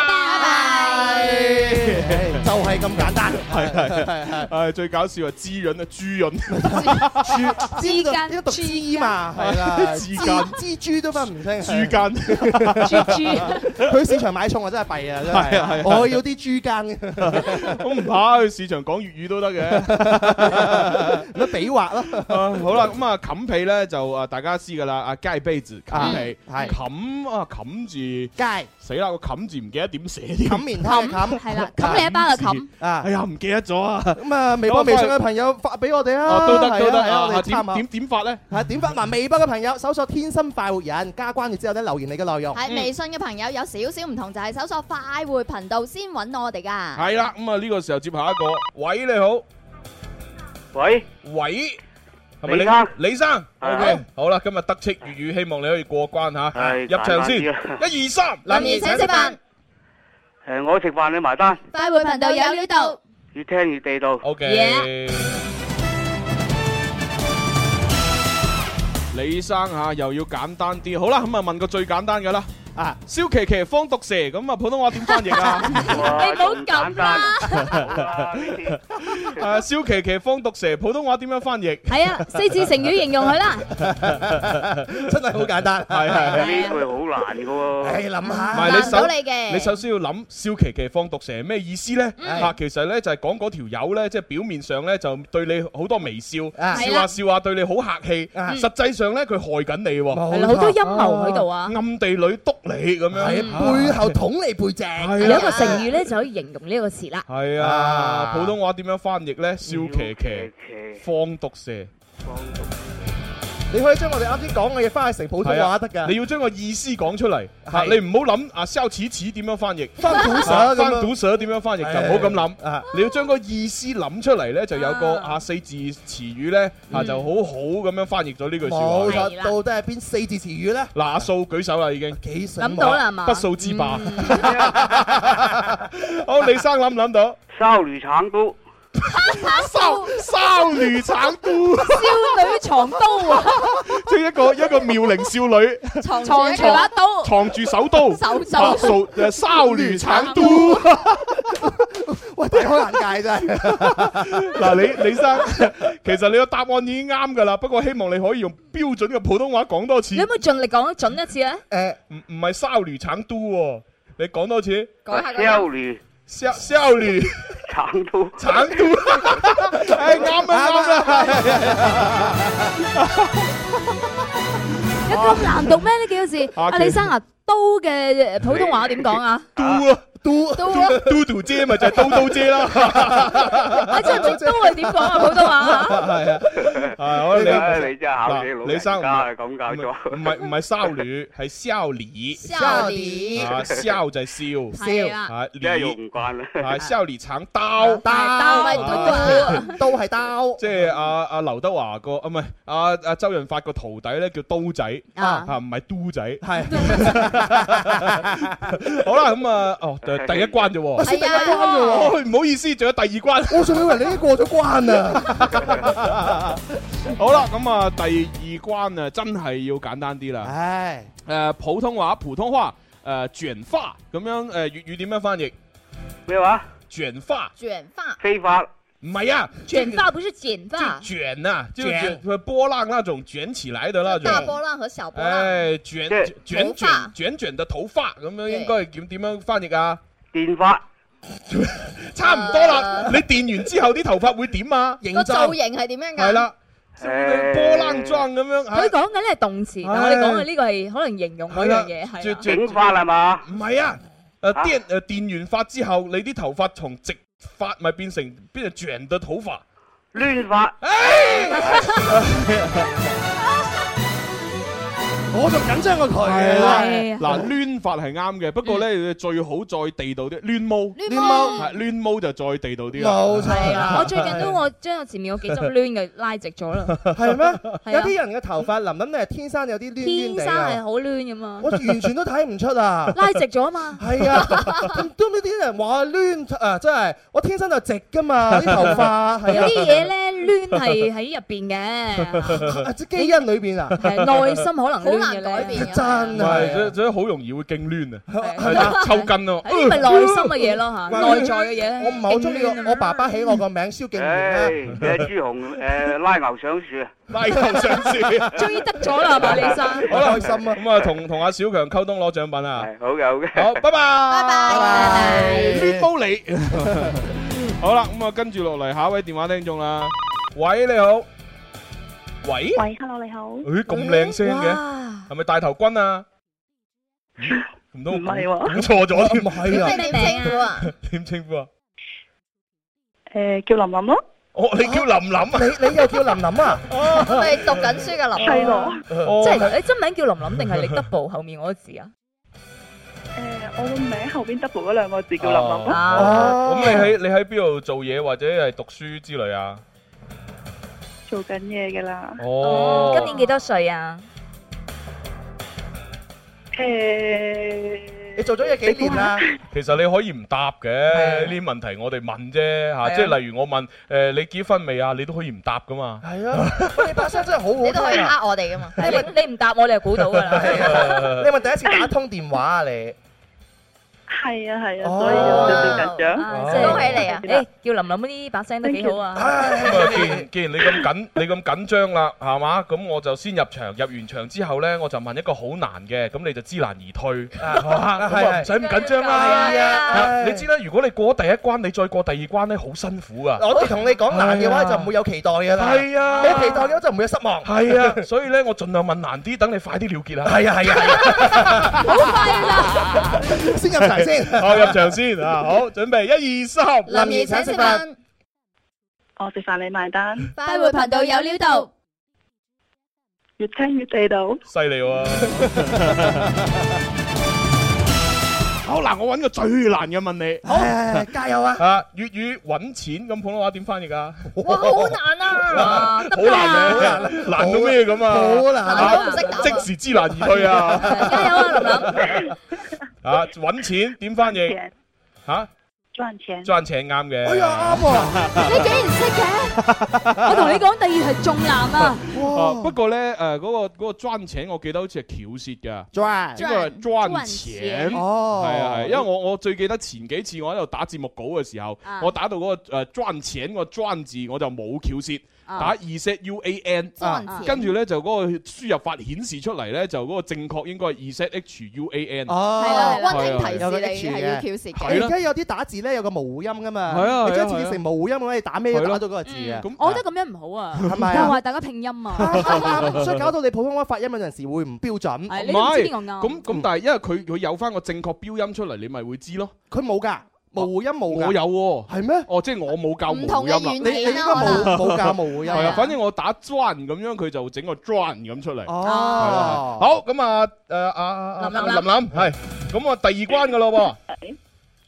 Speaker 9: 就係咁簡單，
Speaker 8: 系系系，最搞笑啊！滋潤啊，豬潤。
Speaker 9: 豬
Speaker 10: 之間
Speaker 9: 呢個讀豬嘛，係啦，
Speaker 8: 之
Speaker 9: 蜘
Speaker 8: 間
Speaker 9: 蜘蛛都分唔清，
Speaker 8: 豬間
Speaker 9: 豬豬， <laughs> 佢市場買餸啊真係弊啊，真
Speaker 8: 係啊係啊
Speaker 9: 係，我要啲豬間，
Speaker 8: <laughs> 我唔怕，去市場講粵語都得嘅。
Speaker 9: 乜比劃咯，
Speaker 8: 啊好啦，咁啊冚被咧就啊大家知噶啦，啊街被字冚被
Speaker 9: 嗯係
Speaker 8: 冚啊冚住
Speaker 9: 街
Speaker 8: 死啦個冚字唔記得點寫添，
Speaker 9: <laughs> 冚棉胎冚，
Speaker 2: 係啦，冚你一巴就冚。
Speaker 9: 啊
Speaker 8: 哎。呀唔記得咗啊！
Speaker 9: 咁啊，微博、微信嘅朋友發俾我哋啊，
Speaker 8: 啊都
Speaker 9: 係
Speaker 8: 得
Speaker 9: 啊
Speaker 8: 都得
Speaker 9: 係啊，
Speaker 8: 啊！
Speaker 9: 我哋
Speaker 8: 點
Speaker 9: 參考
Speaker 8: 點。點發咧？
Speaker 9: 係點發嗱？微博嘅朋友搜索「天生快活人」，加關注之後咧留言你嘅內容。
Speaker 8: 嗯
Speaker 2: 喺微信嘅朋友有少少唔同，就係搜索快活頻道先揾我哋噶。
Speaker 8: 係啦，咁啊呢個時候接下一個，喂你好，
Speaker 12: 喂
Speaker 8: 喂。係咪
Speaker 12: 李生
Speaker 8: 李生
Speaker 12: 係
Speaker 8: ，OK，好啦，今日得戚粵語，希望你可以過關吓，
Speaker 12: 係
Speaker 8: 入場先，
Speaker 12: 大把
Speaker 8: 一二三，
Speaker 2: 林兒請食飯，
Speaker 12: 诶，我食飯你埋單，
Speaker 2: 快活頻道有料到。
Speaker 12: 越聽越地道。
Speaker 8: OK。李生吓又要簡單啲，好啦，咁啊問個最簡單嘅啦。
Speaker 9: 啊，
Speaker 8: 蕭琪琪方毒蛇，咁啊普通話點翻譯啊？
Speaker 4: 哎
Speaker 12: 哇
Speaker 10: 你唔
Speaker 8: <laughs>
Speaker 10: 好咁啦，
Speaker 8: 啊，蕭琪琪方毒蛇，普通話點樣翻譯？
Speaker 10: 係啊，四字成語形容佢啦，
Speaker 9: <laughs> 真係好簡單。
Speaker 8: 係係係，
Speaker 12: 呢句好難噶喎。
Speaker 9: 你諗下，
Speaker 8: 唔係你
Speaker 2: 難唔到
Speaker 8: 首
Speaker 2: 你嘅
Speaker 8: 你首先要諗蕭琪琪放毒蛇係咩意思咧？嚇，其實咧就係講嗰條友咧，即係表面上咧就對你好多微笑，
Speaker 9: 啊
Speaker 8: 笑
Speaker 10: 係
Speaker 8: 下
Speaker 10: 啦
Speaker 8: 笑下對你好客氣，
Speaker 9: 嗯
Speaker 8: 實際上咧佢害緊你喎，
Speaker 10: 係啦，好多陰謀喺度啊。
Speaker 8: 暗地裏督你咁樣。
Speaker 9: 係背後捅你背脊。
Speaker 10: 啊有一個成語咧就可以形容呢個詞啦。
Speaker 8: 係啊，
Speaker 9: 啊
Speaker 8: 普通話點樣翻譯咧？笑騎騎
Speaker 12: 騎
Speaker 8: 放毒蛇，
Speaker 12: 放毒
Speaker 9: 你可以將我哋啱先講嘅嘢翻去成普通
Speaker 8: 係啊
Speaker 9: 話得
Speaker 8: 你
Speaker 9: 㗎。
Speaker 8: 要將個意思講出嚟，
Speaker 9: 係
Speaker 8: 嚇你唔好諗啊，肖似似點樣翻譯，
Speaker 9: 翻古手
Speaker 8: 啊
Speaker 9: 咁
Speaker 8: 翻
Speaker 9: 樣
Speaker 8: 古蛇點樣翻譯
Speaker 9: 係
Speaker 8: 就唔好咁諗。
Speaker 9: 啊，
Speaker 8: 你要將個意思諗出嚟咧，就有個
Speaker 10: 啊
Speaker 8: 啊四字詞語咧啊就好好咁樣翻譯咗呢句説
Speaker 9: 嗯
Speaker 8: 話。
Speaker 9: 冇
Speaker 10: 錯
Speaker 9: 錯，到底係邊四字詞語咧？
Speaker 8: 嗱，阿數舉手啦已經，
Speaker 9: 幾醒目
Speaker 10: 諗到啦係嘛？
Speaker 8: 不數之霸。 <laughs> 好，李生諗唔諗到？
Speaker 12: 少女長刀，
Speaker 8: 少少女產都，
Speaker 10: 少女藏刀啊，
Speaker 8: <laughs> 即係一個一個妙齡少女。
Speaker 2: 藏住
Speaker 10: 藏住把刀，
Speaker 8: 藏住首都，
Speaker 2: 手刀
Speaker 8: 啊手誒少女產都。
Speaker 9: <laughs> 喂，大開眼界真係。
Speaker 8: <laughs> 嗱，李李生，其實你個答案已經啱㗎啦，不過希望你可以用標準嘅普通話講多次
Speaker 10: 你，有冇盡力講準一次啊咧？
Speaker 9: 誒，
Speaker 8: 呃唔唔係少女產都喎，你講多次，
Speaker 2: 講下嗰
Speaker 12: 少女
Speaker 8: 少少女
Speaker 12: 長
Speaker 8: <laughs>
Speaker 12: 刀。
Speaker 8: 產都，誒啱啊啱啊，
Speaker 10: 有咁難讀咩？呢幾個字，
Speaker 8: 啊
Speaker 10: 阿
Speaker 8: 其實
Speaker 10: 李生啊，刀嘅普通話點講啊？
Speaker 8: 都啊。
Speaker 9: 嘟
Speaker 10: 刀啊，
Speaker 8: 嘟嘟姐咪就係刀刀姐啦，
Speaker 4: 哎
Speaker 10: 啊真係唔知刀係點講啊？普通話啊
Speaker 8: 係啊，係好啦
Speaker 12: 唉，你真係考你
Speaker 8: 嗱
Speaker 12: 老
Speaker 8: 李
Speaker 12: 人
Speaker 8: 生
Speaker 12: 家
Speaker 8: 唔
Speaker 12: 啊，咁搞
Speaker 8: 你唔
Speaker 12: 咗。
Speaker 8: 係唔係少女，係少女，
Speaker 2: 少
Speaker 9: 女
Speaker 8: 啊少就係笑，
Speaker 10: 係啦，
Speaker 8: 啊
Speaker 12: 真係
Speaker 8: 女
Speaker 12: 用唔慣啦。 <laughs>
Speaker 8: 啊，笑里藏刀，
Speaker 9: 刀
Speaker 2: 咪刀
Speaker 8: <laughs>
Speaker 9: 刀係刀，
Speaker 8: 即係阿阿劉德華個啊，唔係阿阿周潤發個徒弟咧，叫刀仔
Speaker 2: 啊
Speaker 8: 啊，唔係嘟仔。
Speaker 9: <laughs> 係。
Speaker 8: 好啦，咁啊，哦，第第一關啫
Speaker 9: 我
Speaker 8: 喎。
Speaker 9: 先第一關啫喎。
Speaker 8: 哦，唔好意思，仲有第二關。
Speaker 9: 我仲以為你已經過咗關啊！
Speaker 8: 好啦，咁啊，第二關啊，真係要簡單啲啦。
Speaker 9: 唉，
Speaker 8: 誒，普通話普通話誒卷花咁樣誒粵語點樣翻譯？
Speaker 12: 咩話？
Speaker 8: 卷花
Speaker 2: 卷髮，
Speaker 12: 非法
Speaker 8: 唔係啊，
Speaker 10: 卷髮不是剪髮，
Speaker 8: 就卷啊，就
Speaker 9: 卷
Speaker 8: 卷波浪那種卷起來的那種。
Speaker 2: 大波浪和小波浪，
Speaker 8: 哎，卷
Speaker 12: 對
Speaker 8: 卷
Speaker 2: 頭
Speaker 8: 卷
Speaker 2: 髮
Speaker 8: 卷卷的頭髮咁樣
Speaker 2: 對
Speaker 8: 應該係點點樣翻譯啊？
Speaker 12: 電法
Speaker 8: 差唔多啦，你電完之後啲頭髮會點啊？
Speaker 9: 認
Speaker 2: 個
Speaker 9: 真
Speaker 2: 造型係點啊樣㗎？
Speaker 10: à?
Speaker 8: 係，啦，
Speaker 12: 誒
Speaker 8: 波浪狀咁樣
Speaker 10: 佢
Speaker 8: 嚇，
Speaker 10: 講緊咧係動詞，但我哋講嘅呢個係可能形容嗰樣嘢係啊
Speaker 8: 最
Speaker 10: 啦。
Speaker 8: 最
Speaker 12: 整法係嘛？
Speaker 8: 唔係啊！誒
Speaker 12: 啊
Speaker 8: 電誒電完髮之後，你啲頭髮從直髮咪變成變成卷的頭髮。
Speaker 12: 亂髮。
Speaker 9: 我就緊張過佢
Speaker 8: 係啦
Speaker 10: 啊
Speaker 9: 係，
Speaker 8: 嗱，攣髮係啱嘅，不過咧你最好再地道啲，攣毛，攣
Speaker 10: 毛
Speaker 8: 係攣毛就再地道啲啦。
Speaker 9: 冇錯
Speaker 10: 係
Speaker 8: <laughs> À.
Speaker 10: 啊！我最近都我將我前面有幾執攣嘅拉直咗啦，
Speaker 9: 係
Speaker 10: 啊
Speaker 9: 咩？有啲人嘅頭髮林林咧，天生有啲攣
Speaker 10: 天
Speaker 9: 攣
Speaker 10: 生
Speaker 9: 地
Speaker 10: 係
Speaker 9: 啊！
Speaker 10: 好攣噶嘛。
Speaker 9: 我完全都睇唔出啊！
Speaker 10: <laughs> 拉直咗啊嘛。
Speaker 9: 係啊，咁都呢啲人話攣啊，真係我天生就直噶嘛啲頭髮，係啊
Speaker 10: <laughs> 有啲嘢咧攣係喺入邊嘅，
Speaker 9: 啊即係基因裏邊啊，
Speaker 10: 係內心可能攣嘅咧。
Speaker 9: 真
Speaker 8: 唔
Speaker 9: 啊！
Speaker 8: 係，所以所以好容易會勁攣啊，係啦，抽筋啊。
Speaker 10: 呢啲咪內心嘅嘢咯嚇，內在嘅嘢
Speaker 9: 我唔係好中意個我爸爸起我個名蕭敬
Speaker 12: 唉，
Speaker 9: 元
Speaker 12: 你係朱紅誒拉牛上樹啊！
Speaker 8: 拉牛上樹，
Speaker 10: 終於得咗啦，
Speaker 8: <laughs>
Speaker 10: 馬李生。
Speaker 8: 好啦，開心啊！咁啊，同同阿小強溝通攞獎品啊。
Speaker 12: 好嘅，好嘅。
Speaker 8: 好，拜拜。
Speaker 12: 拜
Speaker 8: 攣毛你。 <laughs> 好啦，咁啊，跟住落嚟下一位電話聽眾啦。喂，你好。喂。
Speaker 13: 喂，hello，你好。
Speaker 8: 咦，咁靚聲嘅，係咪大頭軍啊？唔通
Speaker 13: 唔係喎
Speaker 8: 估錯咗添？唔
Speaker 9: 係
Speaker 13: 啊你咩名啊？
Speaker 8: <laughs> 點稱呼啊？
Speaker 13: 诶，叫琳琳咯。
Speaker 8: 哦，你叫琳琳啊？
Speaker 9: 你你又叫琳琳啊？
Speaker 13: 咪讀緊書嘅琳琳。
Speaker 10: 係咯
Speaker 8: 哦
Speaker 10: 即係你真名叫琳琳定係你 double 後面嗰個字啊？
Speaker 13: 诶，我個名後邊 double 嗰兩個字叫琳琳咯。
Speaker 8: 哦，咁你喺你喺邊度做嘢或者係讀書之類啊？
Speaker 13: 做緊嘢㗎啦。
Speaker 8: 哦，
Speaker 10: 今年幾多歲啊？
Speaker 13: 诶，
Speaker 9: 你做咗嘢幾年啦？
Speaker 8: 其實你可以唔答嘅呢啲問題，我哋問啫嚇，即係例如我問誒你結婚未啊，你都可以唔答噶嘛。
Speaker 9: 係啊，喂你把聲真係好好聽啊，
Speaker 13: 你都可以呃我哋㗎嘛。
Speaker 10: 你你唔答我，你就估到㗎啦。
Speaker 9: 係啊你係咪第一次打通電話啊？你
Speaker 13: 係啊係
Speaker 9: 哦
Speaker 13: 啊，所以有少少緊張。
Speaker 10: 啊
Speaker 13: 即係恭喜你啊
Speaker 10: 誒，叫琳琳呢把聲都幾好啊！
Speaker 8: 咁啊，既然既然你咁緊你咁緊張啦，係嘛？咁我就先入場，入完場之後呢，我就問一個好難嘅，咁你就知難而退，係嘛 <laughs> 咁啊
Speaker 9: 係
Speaker 8: 唔使咁緊張啦。
Speaker 9: 係啊
Speaker 8: 啊
Speaker 9: 係
Speaker 8: 你知啦，如果你過咗第一關，你再過第二關呢，好辛苦啊噶。
Speaker 9: 我哋同你講難嘅話，就唔會有期待㗎啦。
Speaker 8: 係啊
Speaker 9: 冇期待嘅話就唔會有失望。 <laughs>
Speaker 8: 係啊，所以呢，我盡量問難啲，等你快啲了結啊。
Speaker 9: 係啊係啊
Speaker 13: <laughs>
Speaker 9: 係先入場先。
Speaker 8: <laughs> 好入場先啊！好，準備一二三，
Speaker 13: 林怡請食飯。我食飯你埋單，
Speaker 2: 快活頻道有料到，
Speaker 13: 越聽越地道。
Speaker 8: 犀利
Speaker 9: <laughs>
Speaker 8: 喎！好嗱，我揾個最難嘅問你，
Speaker 9: 好，加油啊！
Speaker 8: 啊，粵語揾錢咁普通話點翻譯啊？
Speaker 13: 哇，好難啊！
Speaker 8: <laughs> 好難嘅，難到咩咁啊？
Speaker 9: 好難
Speaker 8: 啊
Speaker 13: 我都唔識答啊
Speaker 8: 即時知難而退啊！
Speaker 13: <laughs> 加油啊，林林！
Speaker 8: <laughs> 啊，揾錢點翻譯？
Speaker 13: 錢
Speaker 8: 嚇，
Speaker 13: 賺錢，
Speaker 8: 賺錢啱嘅。
Speaker 9: 哎呀啱喎，
Speaker 10: 你竟然識嘅？我同你講，第二題仲難啊！
Speaker 8: 啊不過咧，誒嗰個嗰個賺錢，我記得好似係翹舌㗎，
Speaker 9: 賺
Speaker 8: 應該係賺錢。
Speaker 9: 哦
Speaker 8: 係啊係，因為我我最記得前幾次我喺度打節目稿嘅時候
Speaker 9: 啊，
Speaker 8: 我打到嗰個誒賺錢個賺字，我就冇翹舌。
Speaker 9: 啊
Speaker 8: 打二 set U A N，
Speaker 9: 賺
Speaker 8: 啊
Speaker 9: 錢
Speaker 8: 跟住咧就嗰個輸入法顯示出嚟咧，就嗰個正確應該係二 set H U A N。
Speaker 9: 哦係啦係啦溫馨提示
Speaker 8: 係啊
Speaker 9: 你係要翹
Speaker 2: 舌
Speaker 8: 係
Speaker 9: 而
Speaker 8: 啦
Speaker 9: 家有啲打字咧有個模糊音㗎嘛，
Speaker 8: 係啊
Speaker 9: 你
Speaker 8: 係啊
Speaker 9: 將自己成模糊音，可以打咩都打到嗰個字啊。
Speaker 10: 我覺得咁樣唔好啊，
Speaker 9: 係咪啊
Speaker 10: 又話大家拼音啊，
Speaker 9: <laughs> 所 <laughs> 以搞到你普通話發音有陣時會哎唔標準。
Speaker 10: 係
Speaker 8: 唔係咁
Speaker 9: 嗯
Speaker 8: 咁，但係因為佢佢有翻個正確標音出嚟，你咪會知咯。
Speaker 9: 佢冇㗎，模糊音冇㗎。
Speaker 8: 我有喎，
Speaker 9: 係咩？
Speaker 8: 哦，即係我冇教模
Speaker 9: 唔同
Speaker 8: 糊
Speaker 9: 嘅啊
Speaker 8: 音啦。
Speaker 9: 軟件你你應該冇啦冇教模糊音
Speaker 8: 係
Speaker 9: 係
Speaker 8: 啊
Speaker 9: 啊，
Speaker 8: 反正我打 drawn 咁樣，佢就整個 drawn 咁出嚟。
Speaker 9: 哦
Speaker 8: 係啦，係好咁啊，誒啊啊，
Speaker 9: 林林
Speaker 8: 林林係咁啊，第二關噶咯喎。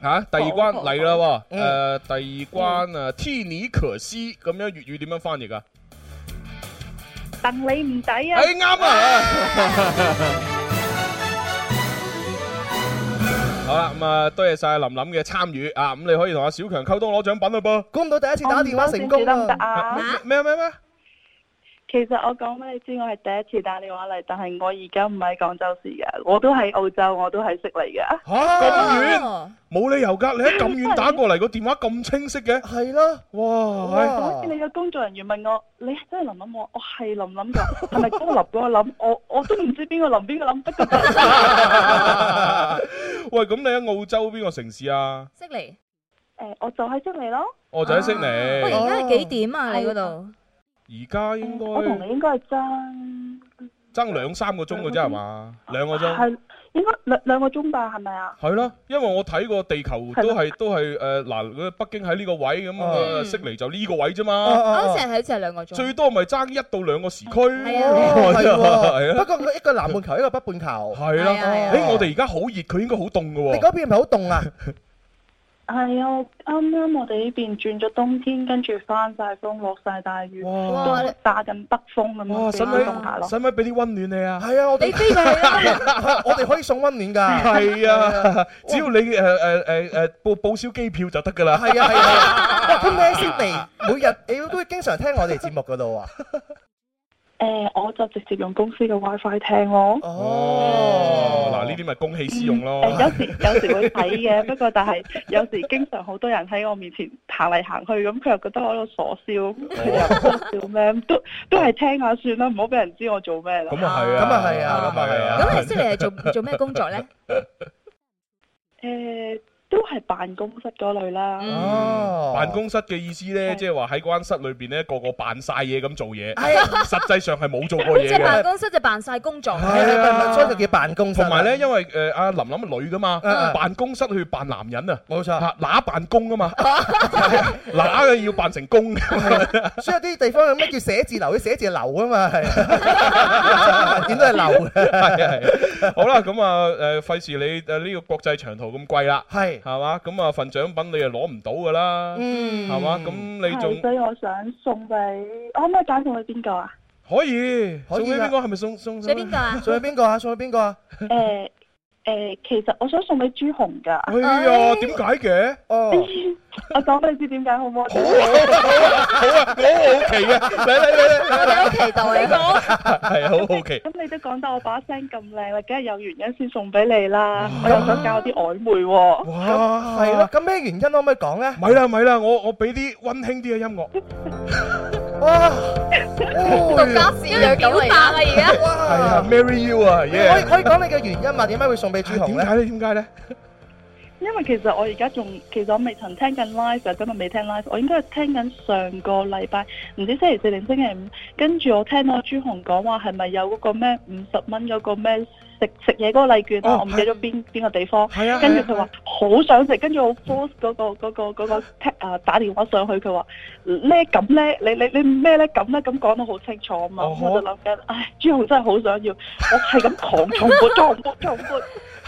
Speaker 8: 嚇，第二關
Speaker 9: 好
Speaker 8: 嚟啦
Speaker 9: 嗯
Speaker 8: 喎！誒，第二關啊，天你可惜咁樣粵語點樣翻譯啊？
Speaker 13: 鄧你唔抵啊！
Speaker 8: 哎，啱啊！好啦，咁啊，多謝晒林林嘅參與啊！咁你可以同阿小強溝通攞獎品嘞噃。
Speaker 9: 估唔到第一次打電話成功
Speaker 13: 得唔得
Speaker 9: 啊！
Speaker 13: 啊？
Speaker 8: 咩咩咩？
Speaker 13: <laughs> 其實我講俾你知，我係第一次打電話嚟，但係我而家唔喺廣州市嘅，我都喺澳洲，我都係悉尼嘅。
Speaker 8: 嚇咁遠，冇理由㗎！你喺咁遠打過嚟，個電話咁清晰嘅。
Speaker 9: 係啦，
Speaker 8: 哇！
Speaker 13: 好似你嘅工作人員問我，你係真係林林我，我係林林㗎，
Speaker 8: <laughs>
Speaker 13: 係咪嗰個林嗰個林？我我都唔知邊個林邊個林，不過就
Speaker 8: 喂，咁你喺澳洲邊個城市啊？
Speaker 13: 悉尼。誒，我就喺悉尼咯。哦
Speaker 8: 我就喺悉尼。
Speaker 10: 喂，而家係幾點啊？你嗰度？
Speaker 8: 而家應該
Speaker 13: 我同你應該係爭
Speaker 8: 爭兩三個鐘嘅啫係嘛？兩個鐘。
Speaker 13: 係應該兩兩個鐘吧，係咪啊？
Speaker 8: 係咯，因為我睇過地球都係都係誒嗱，北京喺呢個位咁啊，悉尼就呢個位啫
Speaker 10: 哦
Speaker 8: 嘛。
Speaker 14: 我成日睇就係兩個鐘。
Speaker 8: 最多咪爭一到兩個時區。係
Speaker 9: 哦係
Speaker 8: <laughs>
Speaker 9: 喎
Speaker 8: 啊
Speaker 9: 不。過佢一個南半球，一個北半球。
Speaker 8: 係啦，誒我哋而家好熱，佢應該好凍嘅喎。
Speaker 9: 你嗰邊係咪
Speaker 8: <laughs>
Speaker 9: 好凍啊？
Speaker 13: 係啊，啱啱我哋呢邊轉咗冬天，跟住翻晒風，落晒大雨，
Speaker 8: 哇
Speaker 13: 都打緊北風咁
Speaker 8: 哇，
Speaker 13: 樣，
Speaker 8: 使唔
Speaker 13: 俾我凍下
Speaker 8: 使
Speaker 13: 咯
Speaker 8: 使。唔使俾啲温暖你啊？
Speaker 9: 係啊，我哋飛過
Speaker 13: <laughs>
Speaker 9: 去啦，我哋可以送温暖㗎。
Speaker 8: 係啊，只要你誒誒誒誒報報銷機票就得㗎啦。
Speaker 9: 係啊
Speaker 8: <laughs>
Speaker 9: 係啊，哇！咁你喺悉尼每日你都會經常聽我哋節目㗎
Speaker 8: <laughs>
Speaker 9: 咯喎。
Speaker 13: 誒，我就直接用公司嘅 WiFi 聽咯。
Speaker 8: 哦，嗱呢啲咪公器私用咯。
Speaker 13: 有時有時會睇嘅，不過但係有時經常好多人喺我面前行嚟行去，咁佢又覺得我喺度傻笑，佢又唔知我笑咩，都都係聽下算啦，唔好俾人知我做咩啦。
Speaker 8: 咁啊係啊，
Speaker 9: 咁啊係啊
Speaker 8: 咁啊係啊。
Speaker 14: 咁你悉尼係做做咩工作咧？
Speaker 13: 誒、都係辦公室嗰類啦。
Speaker 8: 辦公室嘅意思咧，即係話喺嗰間室裏邊咧，個個扮晒嘢咁做嘢，
Speaker 14: 係
Speaker 8: 實際上係冇做過嘢
Speaker 14: 即係辦
Speaker 8: 嘅。
Speaker 14: 公室就扮晒工作。
Speaker 8: 係啊
Speaker 9: 所以就叫辦公室啊。
Speaker 8: 同埋咧，因為誒阿林琳係女噶嘛，
Speaker 9: 嗯
Speaker 8: 辦公室去扮男人啊，
Speaker 9: 冇錯，
Speaker 8: 乸辦公啊嘛， <laughs> 乸嘅要扮成公。
Speaker 9: 所以有啲地方有咩叫寫字樓？啲寫字樓啊嘛，
Speaker 8: <laughs>
Speaker 9: 係點都係樓。
Speaker 8: 啊係啊好啦，咁啊誒，費事你誒呢個國際長途咁貴啦，
Speaker 9: 係
Speaker 8: 係嘛？咁啊份獎品你又攞唔到噶啦，
Speaker 9: 嗯
Speaker 8: 係嘛？咁你
Speaker 13: 係，
Speaker 8: 仲
Speaker 13: 所以我想送俾，我可唔可以揀送俾邊個啊？
Speaker 8: 可以送俾
Speaker 9: 㗎
Speaker 8: 邊個？係咪送送
Speaker 13: 送俾邊個啊
Speaker 9: 送俾邊個啊？送俾邊個啊？
Speaker 13: 誒誒、ờ, 其實我想送俾朱紅㗎。
Speaker 8: 哎呀，點解嘅？
Speaker 9: 哦，
Speaker 13: 我講俾你知點解好唔好？好
Speaker 8: 好啊，我好好奇啊，嚟嚟嚟嚟，
Speaker 13: 哋好期待啊！
Speaker 8: 係好好奇。
Speaker 13: 咁你都講到我把聲咁靚啦，梗係有原因先送俾你啦。我又想教啲曖昧喎。
Speaker 9: 哇，係咯，咁咩原因可唔可以講咧？
Speaker 8: 咪啦咪啦，我我俾啲温馨啲嘅
Speaker 9: <laughs>
Speaker 8: 音樂。
Speaker 9: 哇，
Speaker 14: 獨家市場表白啊！而家
Speaker 8: 係啊，Marry You 啊
Speaker 9: 可以
Speaker 8: à, ，yeah。
Speaker 9: 可以講你嘅原因嘛？點解會送俾朱紅咧？點解
Speaker 8: 咧？點解咧？
Speaker 13: 因為其實我而家仲，其實我未曾聽緊 live 啊，今日未聽 live，我應該係聽緊上個禮拜，唔知星期四定星期五，跟住我聽到朱紅講話係咪有嗰個咩五十蚊嗰個咩食食嘢嗰個禮券啊？
Speaker 15: 哦
Speaker 13: 我唔記得咗邊邊個地方，
Speaker 15: 係啊
Speaker 13: 跟
Speaker 15: 係
Speaker 13: 住
Speaker 15: 啊
Speaker 13: 佢話好想食，跟住我 force 嗰、個嗰、個嗰、個 text 啊打電話上去，佢話咧咁咧，你你你咩咧咁咧咁講得好清楚啊嘛，
Speaker 15: 哦
Speaker 13: 咁我就諗緊，唉，朱紅真係好想要，我係咁狂重撥重撥重撥。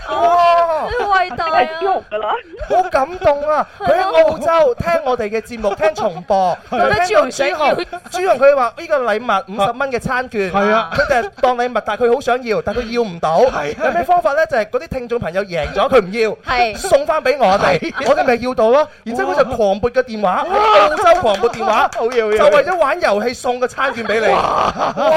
Speaker 9: 哦，
Speaker 13: 好偉大啊！朱紅噶啦〜
Speaker 9: 好感動啊！佢喺澳洲聽我哋嘅節目，聽重播，
Speaker 13: 覺得
Speaker 9: 佢聽到
Speaker 13: 朱紅想要
Speaker 9: 朱紅佢話呢個禮物五十蚊嘅餐券，
Speaker 8: 係啊
Speaker 9: 佢就係當禮物，但係佢好想要，但係佢要唔到。
Speaker 8: 啊
Speaker 9: 有咩方法咧？就係嗰啲聽眾朋友贏咗，佢唔
Speaker 14: 係
Speaker 9: 要，送翻俾我哋，我哋咪要到咯。然之後佢就狂撥個電話，澳洲狂撥電話，就
Speaker 8: 嘢 <laughs> 好嘢
Speaker 9: 為咗玩遊戲送個餐券俾你。
Speaker 8: 哇，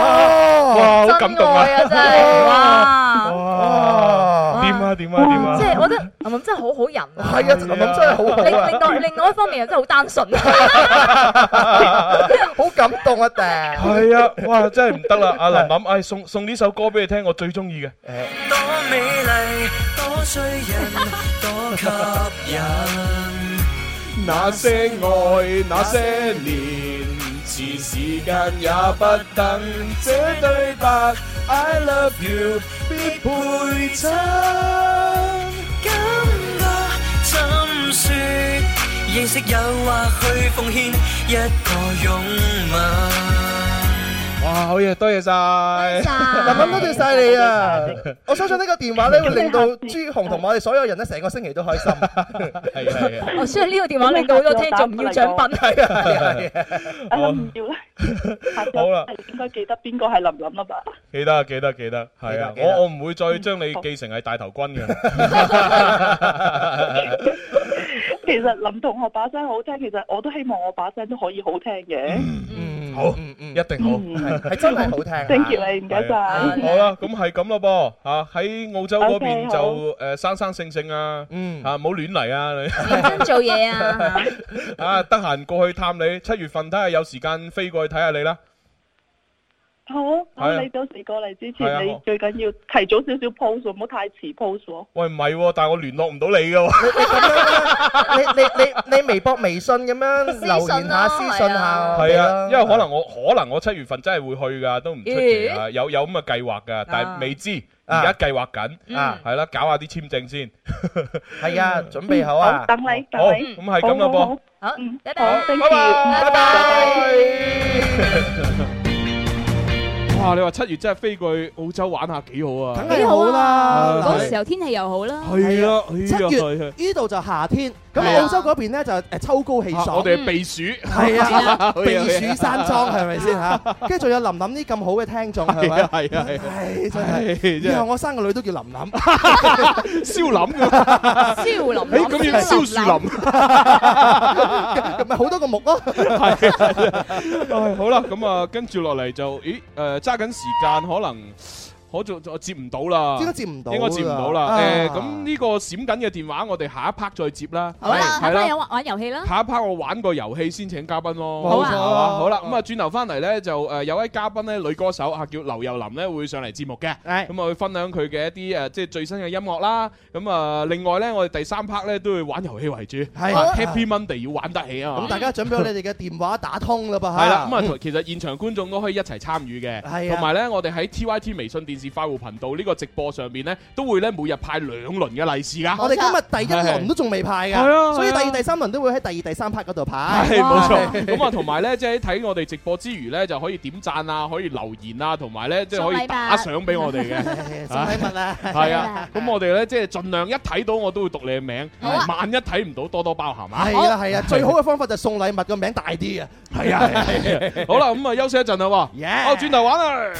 Speaker 8: 好感動啊！
Speaker 14: 真係哇！
Speaker 8: 哇，點啊點啊點啊！
Speaker 14: 即係我覺得林林真係好好人啊。
Speaker 9: 係啊，林林真係好好
Speaker 14: 另
Speaker 9: 啊
Speaker 14: 另外另外一方面又真係好單純。
Speaker 9: <laughs> 好感動啊！頂。
Speaker 8: 係啊，哇，真係唔得啦！阿林琳，唉，送送呢首歌俾你聽，我最中意嘅。
Speaker 7: 多美麗，多醉人，多吸引。
Speaker 16: 那些愛，那些年，是時間也不等。這對白，I love you，必配襯。
Speaker 7: 感覺怎説？認識有或去奉獻一個擁吻。
Speaker 8: 哇，好嘢，多謝晒，
Speaker 9: 林琳多謝晒你
Speaker 8: à.
Speaker 9: 啊！我相信呢個電話咧會令到朱紅同埋我哋所有人咧成個星期都開心。
Speaker 8: 係啊係啊。
Speaker 14: 哦，所以呢個電話令到好多聽眾唔要獎品。
Speaker 9: 係啊係啊
Speaker 13: <laughs> 哎呀唔要啦，下次
Speaker 8: 好啦
Speaker 13: 係應該記得邊個係林林啦吧？
Speaker 8: 記得啊記得啊記得，係啊，
Speaker 9: 記得
Speaker 8: 我我唔會再將你記成係大頭軍嘅。
Speaker 13: <laughs> 其實林同學把聲好聽，其實我都希望我把聲都可以好聽嘅。
Speaker 9: 嗯
Speaker 8: 好，一定好，
Speaker 13: 嗯
Speaker 8: 係
Speaker 9: 真係好聽啊
Speaker 13: Thank you 你唔該晒
Speaker 8: 係啊好啦，咁係咁咯噃，嚇喺澳洲嗰邊
Speaker 13: OK，
Speaker 8: 就誒生生性性啊，
Speaker 9: 嗯
Speaker 8: 嚇唔好亂嚟啊
Speaker 9: <laughs>
Speaker 8: 你。
Speaker 14: 認真做嘢啊！
Speaker 8: 啊，得閒過去探你，七月份睇下有時間飛過去睇下你啦。
Speaker 13: <laughs> 好，
Speaker 8: 係啊
Speaker 13: 咁你到時過嚟之
Speaker 8: 係啊
Speaker 13: 前，
Speaker 8: 好
Speaker 13: 你最緊要提早少少 post，喎唔好太遲 post 喎。
Speaker 8: 喂，唔係喎，但係我聯絡唔到你嘅喎。
Speaker 9: 你你你你微博、微信咁樣留言下、私信下我
Speaker 8: 係
Speaker 9: 哋
Speaker 8: 啊，
Speaker 9: 啦。
Speaker 8: 因為可能我可能我七月份真係會去㗎，都唔出奇啊，
Speaker 9: 咦
Speaker 8: 有有咁嘅計劃㗎，但
Speaker 9: 啊
Speaker 8: 係未知
Speaker 7: 而家計劃緊，
Speaker 9: 啊
Speaker 7: 係啦，搞下啲簽證先。嗯
Speaker 9: 係啊，
Speaker 8: 嗯
Speaker 9: 準備好啊！
Speaker 17: 等你，
Speaker 7: 好，咁係咁啦噃。
Speaker 17: 好，
Speaker 13: 拜
Speaker 17: 拜，拜
Speaker 7: 拜，拜拜。
Speaker 8: 哇！你話七月真係飛過去澳洲玩下幾好啊！
Speaker 9: 梗係好啦
Speaker 10: 嗰個時候天氣又好啦。
Speaker 8: 係啊，哎呀
Speaker 9: 七月
Speaker 8: 係係
Speaker 9: 呢度就夏天，
Speaker 8: 係
Speaker 9: 咁
Speaker 8: 啊
Speaker 9: 澳洲嗰邊咧就誒秋高氣爽。
Speaker 8: 啊我哋係避暑
Speaker 9: 係啊，
Speaker 8: <laughs>
Speaker 9: 避
Speaker 8: 係啊係啊
Speaker 9: 暑山莊係咪
Speaker 8: <laughs>
Speaker 9: 先嚇？跟住仲有林林啲咁好嘅聽眾係咪？
Speaker 8: 係啊係啊係啊
Speaker 9: 唉
Speaker 8: 唉
Speaker 9: 真
Speaker 8: 真
Speaker 9: 係，
Speaker 8: 係
Speaker 9: 以後我生個女都叫林林，
Speaker 8: 燒林
Speaker 9: <laughs>
Speaker 8: 㗎，
Speaker 9: 燒
Speaker 10: 林
Speaker 8: 林咁要燒樹林。
Speaker 9: 咁咪好多個木咯。
Speaker 8: 唉好啦，咁啊，跟住落嚟就，咦，誒，揸緊時間，可能可就就接唔到啦，
Speaker 9: 應該接唔到啦
Speaker 8: 應該接唔到啦。
Speaker 9: 啊
Speaker 8: 誒，咁呢個閃緊嘅電話，我哋下一 part 再接啦。
Speaker 10: 好啦，下
Speaker 8: 係
Speaker 10: 翻有玩玩遊戲啦。
Speaker 8: 下一 part 我玩個遊戲先請嘉賓咯，
Speaker 10: 好啊
Speaker 8: 係嘛好啦，咁啊轉頭翻嚟咧就誒有位嘉賓咧女歌手啊叫劉幼琳咧會上嚟節目嘅，咁啊會分享佢嘅一啲誒即係最新嘅音樂啦，咁啊另外咧我哋第三 part 咧都會玩遊戲為主
Speaker 9: 係
Speaker 8: 啊，Happy Monday 要玩得起啊嘛，
Speaker 9: 咁大家準備好你哋嘅電話打通啦噃嚇。
Speaker 8: 係啦，咁啊，其實現場觀眾都可以一齊參與嘅，
Speaker 9: 係啊
Speaker 8: 同埋咧，我哋喺 TYT 微信電視快活頻道呢個直播上面咧，都會咧每日派兩輪嘅利是噶。
Speaker 9: 我哋今日第一輪都仲未派
Speaker 8: 係啊係啊
Speaker 9: 㗎，所以第二、第三輪都會喺第二、第三 part 嗰度派。
Speaker 8: 係冇錯，咁啊，同埋咧，即係喺睇我哋直播之餘咧，就可以點讚啊，可以留言啊，同埋咧，即係可
Speaker 9: 送禮
Speaker 8: 以
Speaker 9: 物。
Speaker 8: 打賞俾我哋嘅
Speaker 9: <laughs>
Speaker 8: 啊
Speaker 9: 送禮物 <laughs> 啊
Speaker 8: 係啊，咁我哋咧即係盡量一睇到我都會讀你嘅名，
Speaker 9: 啊
Speaker 8: 萬一睇唔到多多包涵啊。
Speaker 9: 係啊係啊，最好嘅方法就送禮物個名大啲啊。
Speaker 8: 係啊，係啊好啦，咁啊休息一陣啦喎，我轉頭玩啊啦。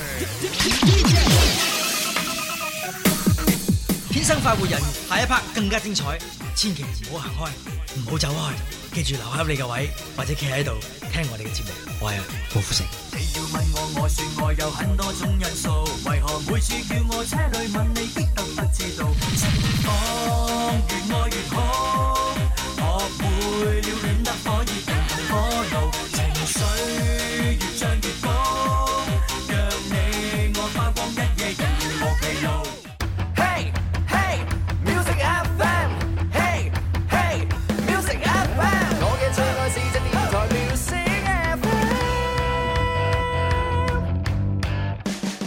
Speaker 3: 天生快活人，下一 part 更加精彩，千祈唔好行開，唔好走開，記住留喺你嘅位，或者企喺度聽我哋嘅節目。我係郭富城。
Speaker 18: 你要問我，我說我有很多種因素，為何每次叫我車裏問你，必得不知道？情況越愛越好，學會了戀得可以平衡火怒，情緒越漲越高，讓你我花光一夜，人無疲勞。Hey hey music FM hey hey music FM，我嘅最愛是隻電台 music FM。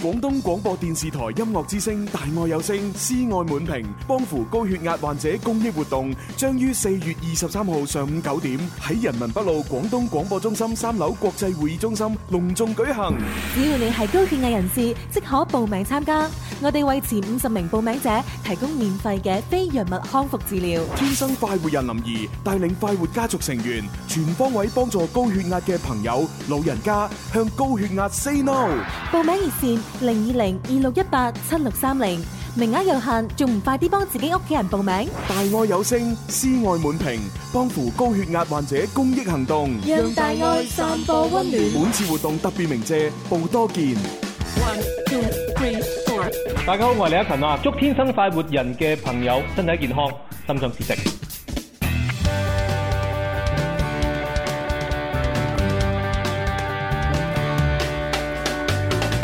Speaker 19: 廣東廣播電視台音樂之聲大愛有聲，施愛滿屏，幫扶高血壓患者公益活動將於四月二十三號上午九點喺人民北路廣東廣播中心三樓國際會議中心隆重舉行。
Speaker 6: 只要你係高血壓人士，即可報名參加。我哋為前五十名報名者提供免費嘅非藥物康復治療。
Speaker 19: 天生快活人林怡帶領快活家族成員，全方位幫助高血壓嘅朋友、老人家向高血壓 say no。
Speaker 6: 報名熱線零二零二六一八七六三零，名額有限，仲唔快啲幫自己屋企人報名？
Speaker 19: 大愛有聲，施愛滿屏，幫扶高血壓患者公益行動。
Speaker 6: 讓大愛散播溫暖
Speaker 19: 本次活動特別鳴謝報多健。
Speaker 20: 大家好，我係李克勤啊！祝天生快活人嘅朋友身體健康，心想事成。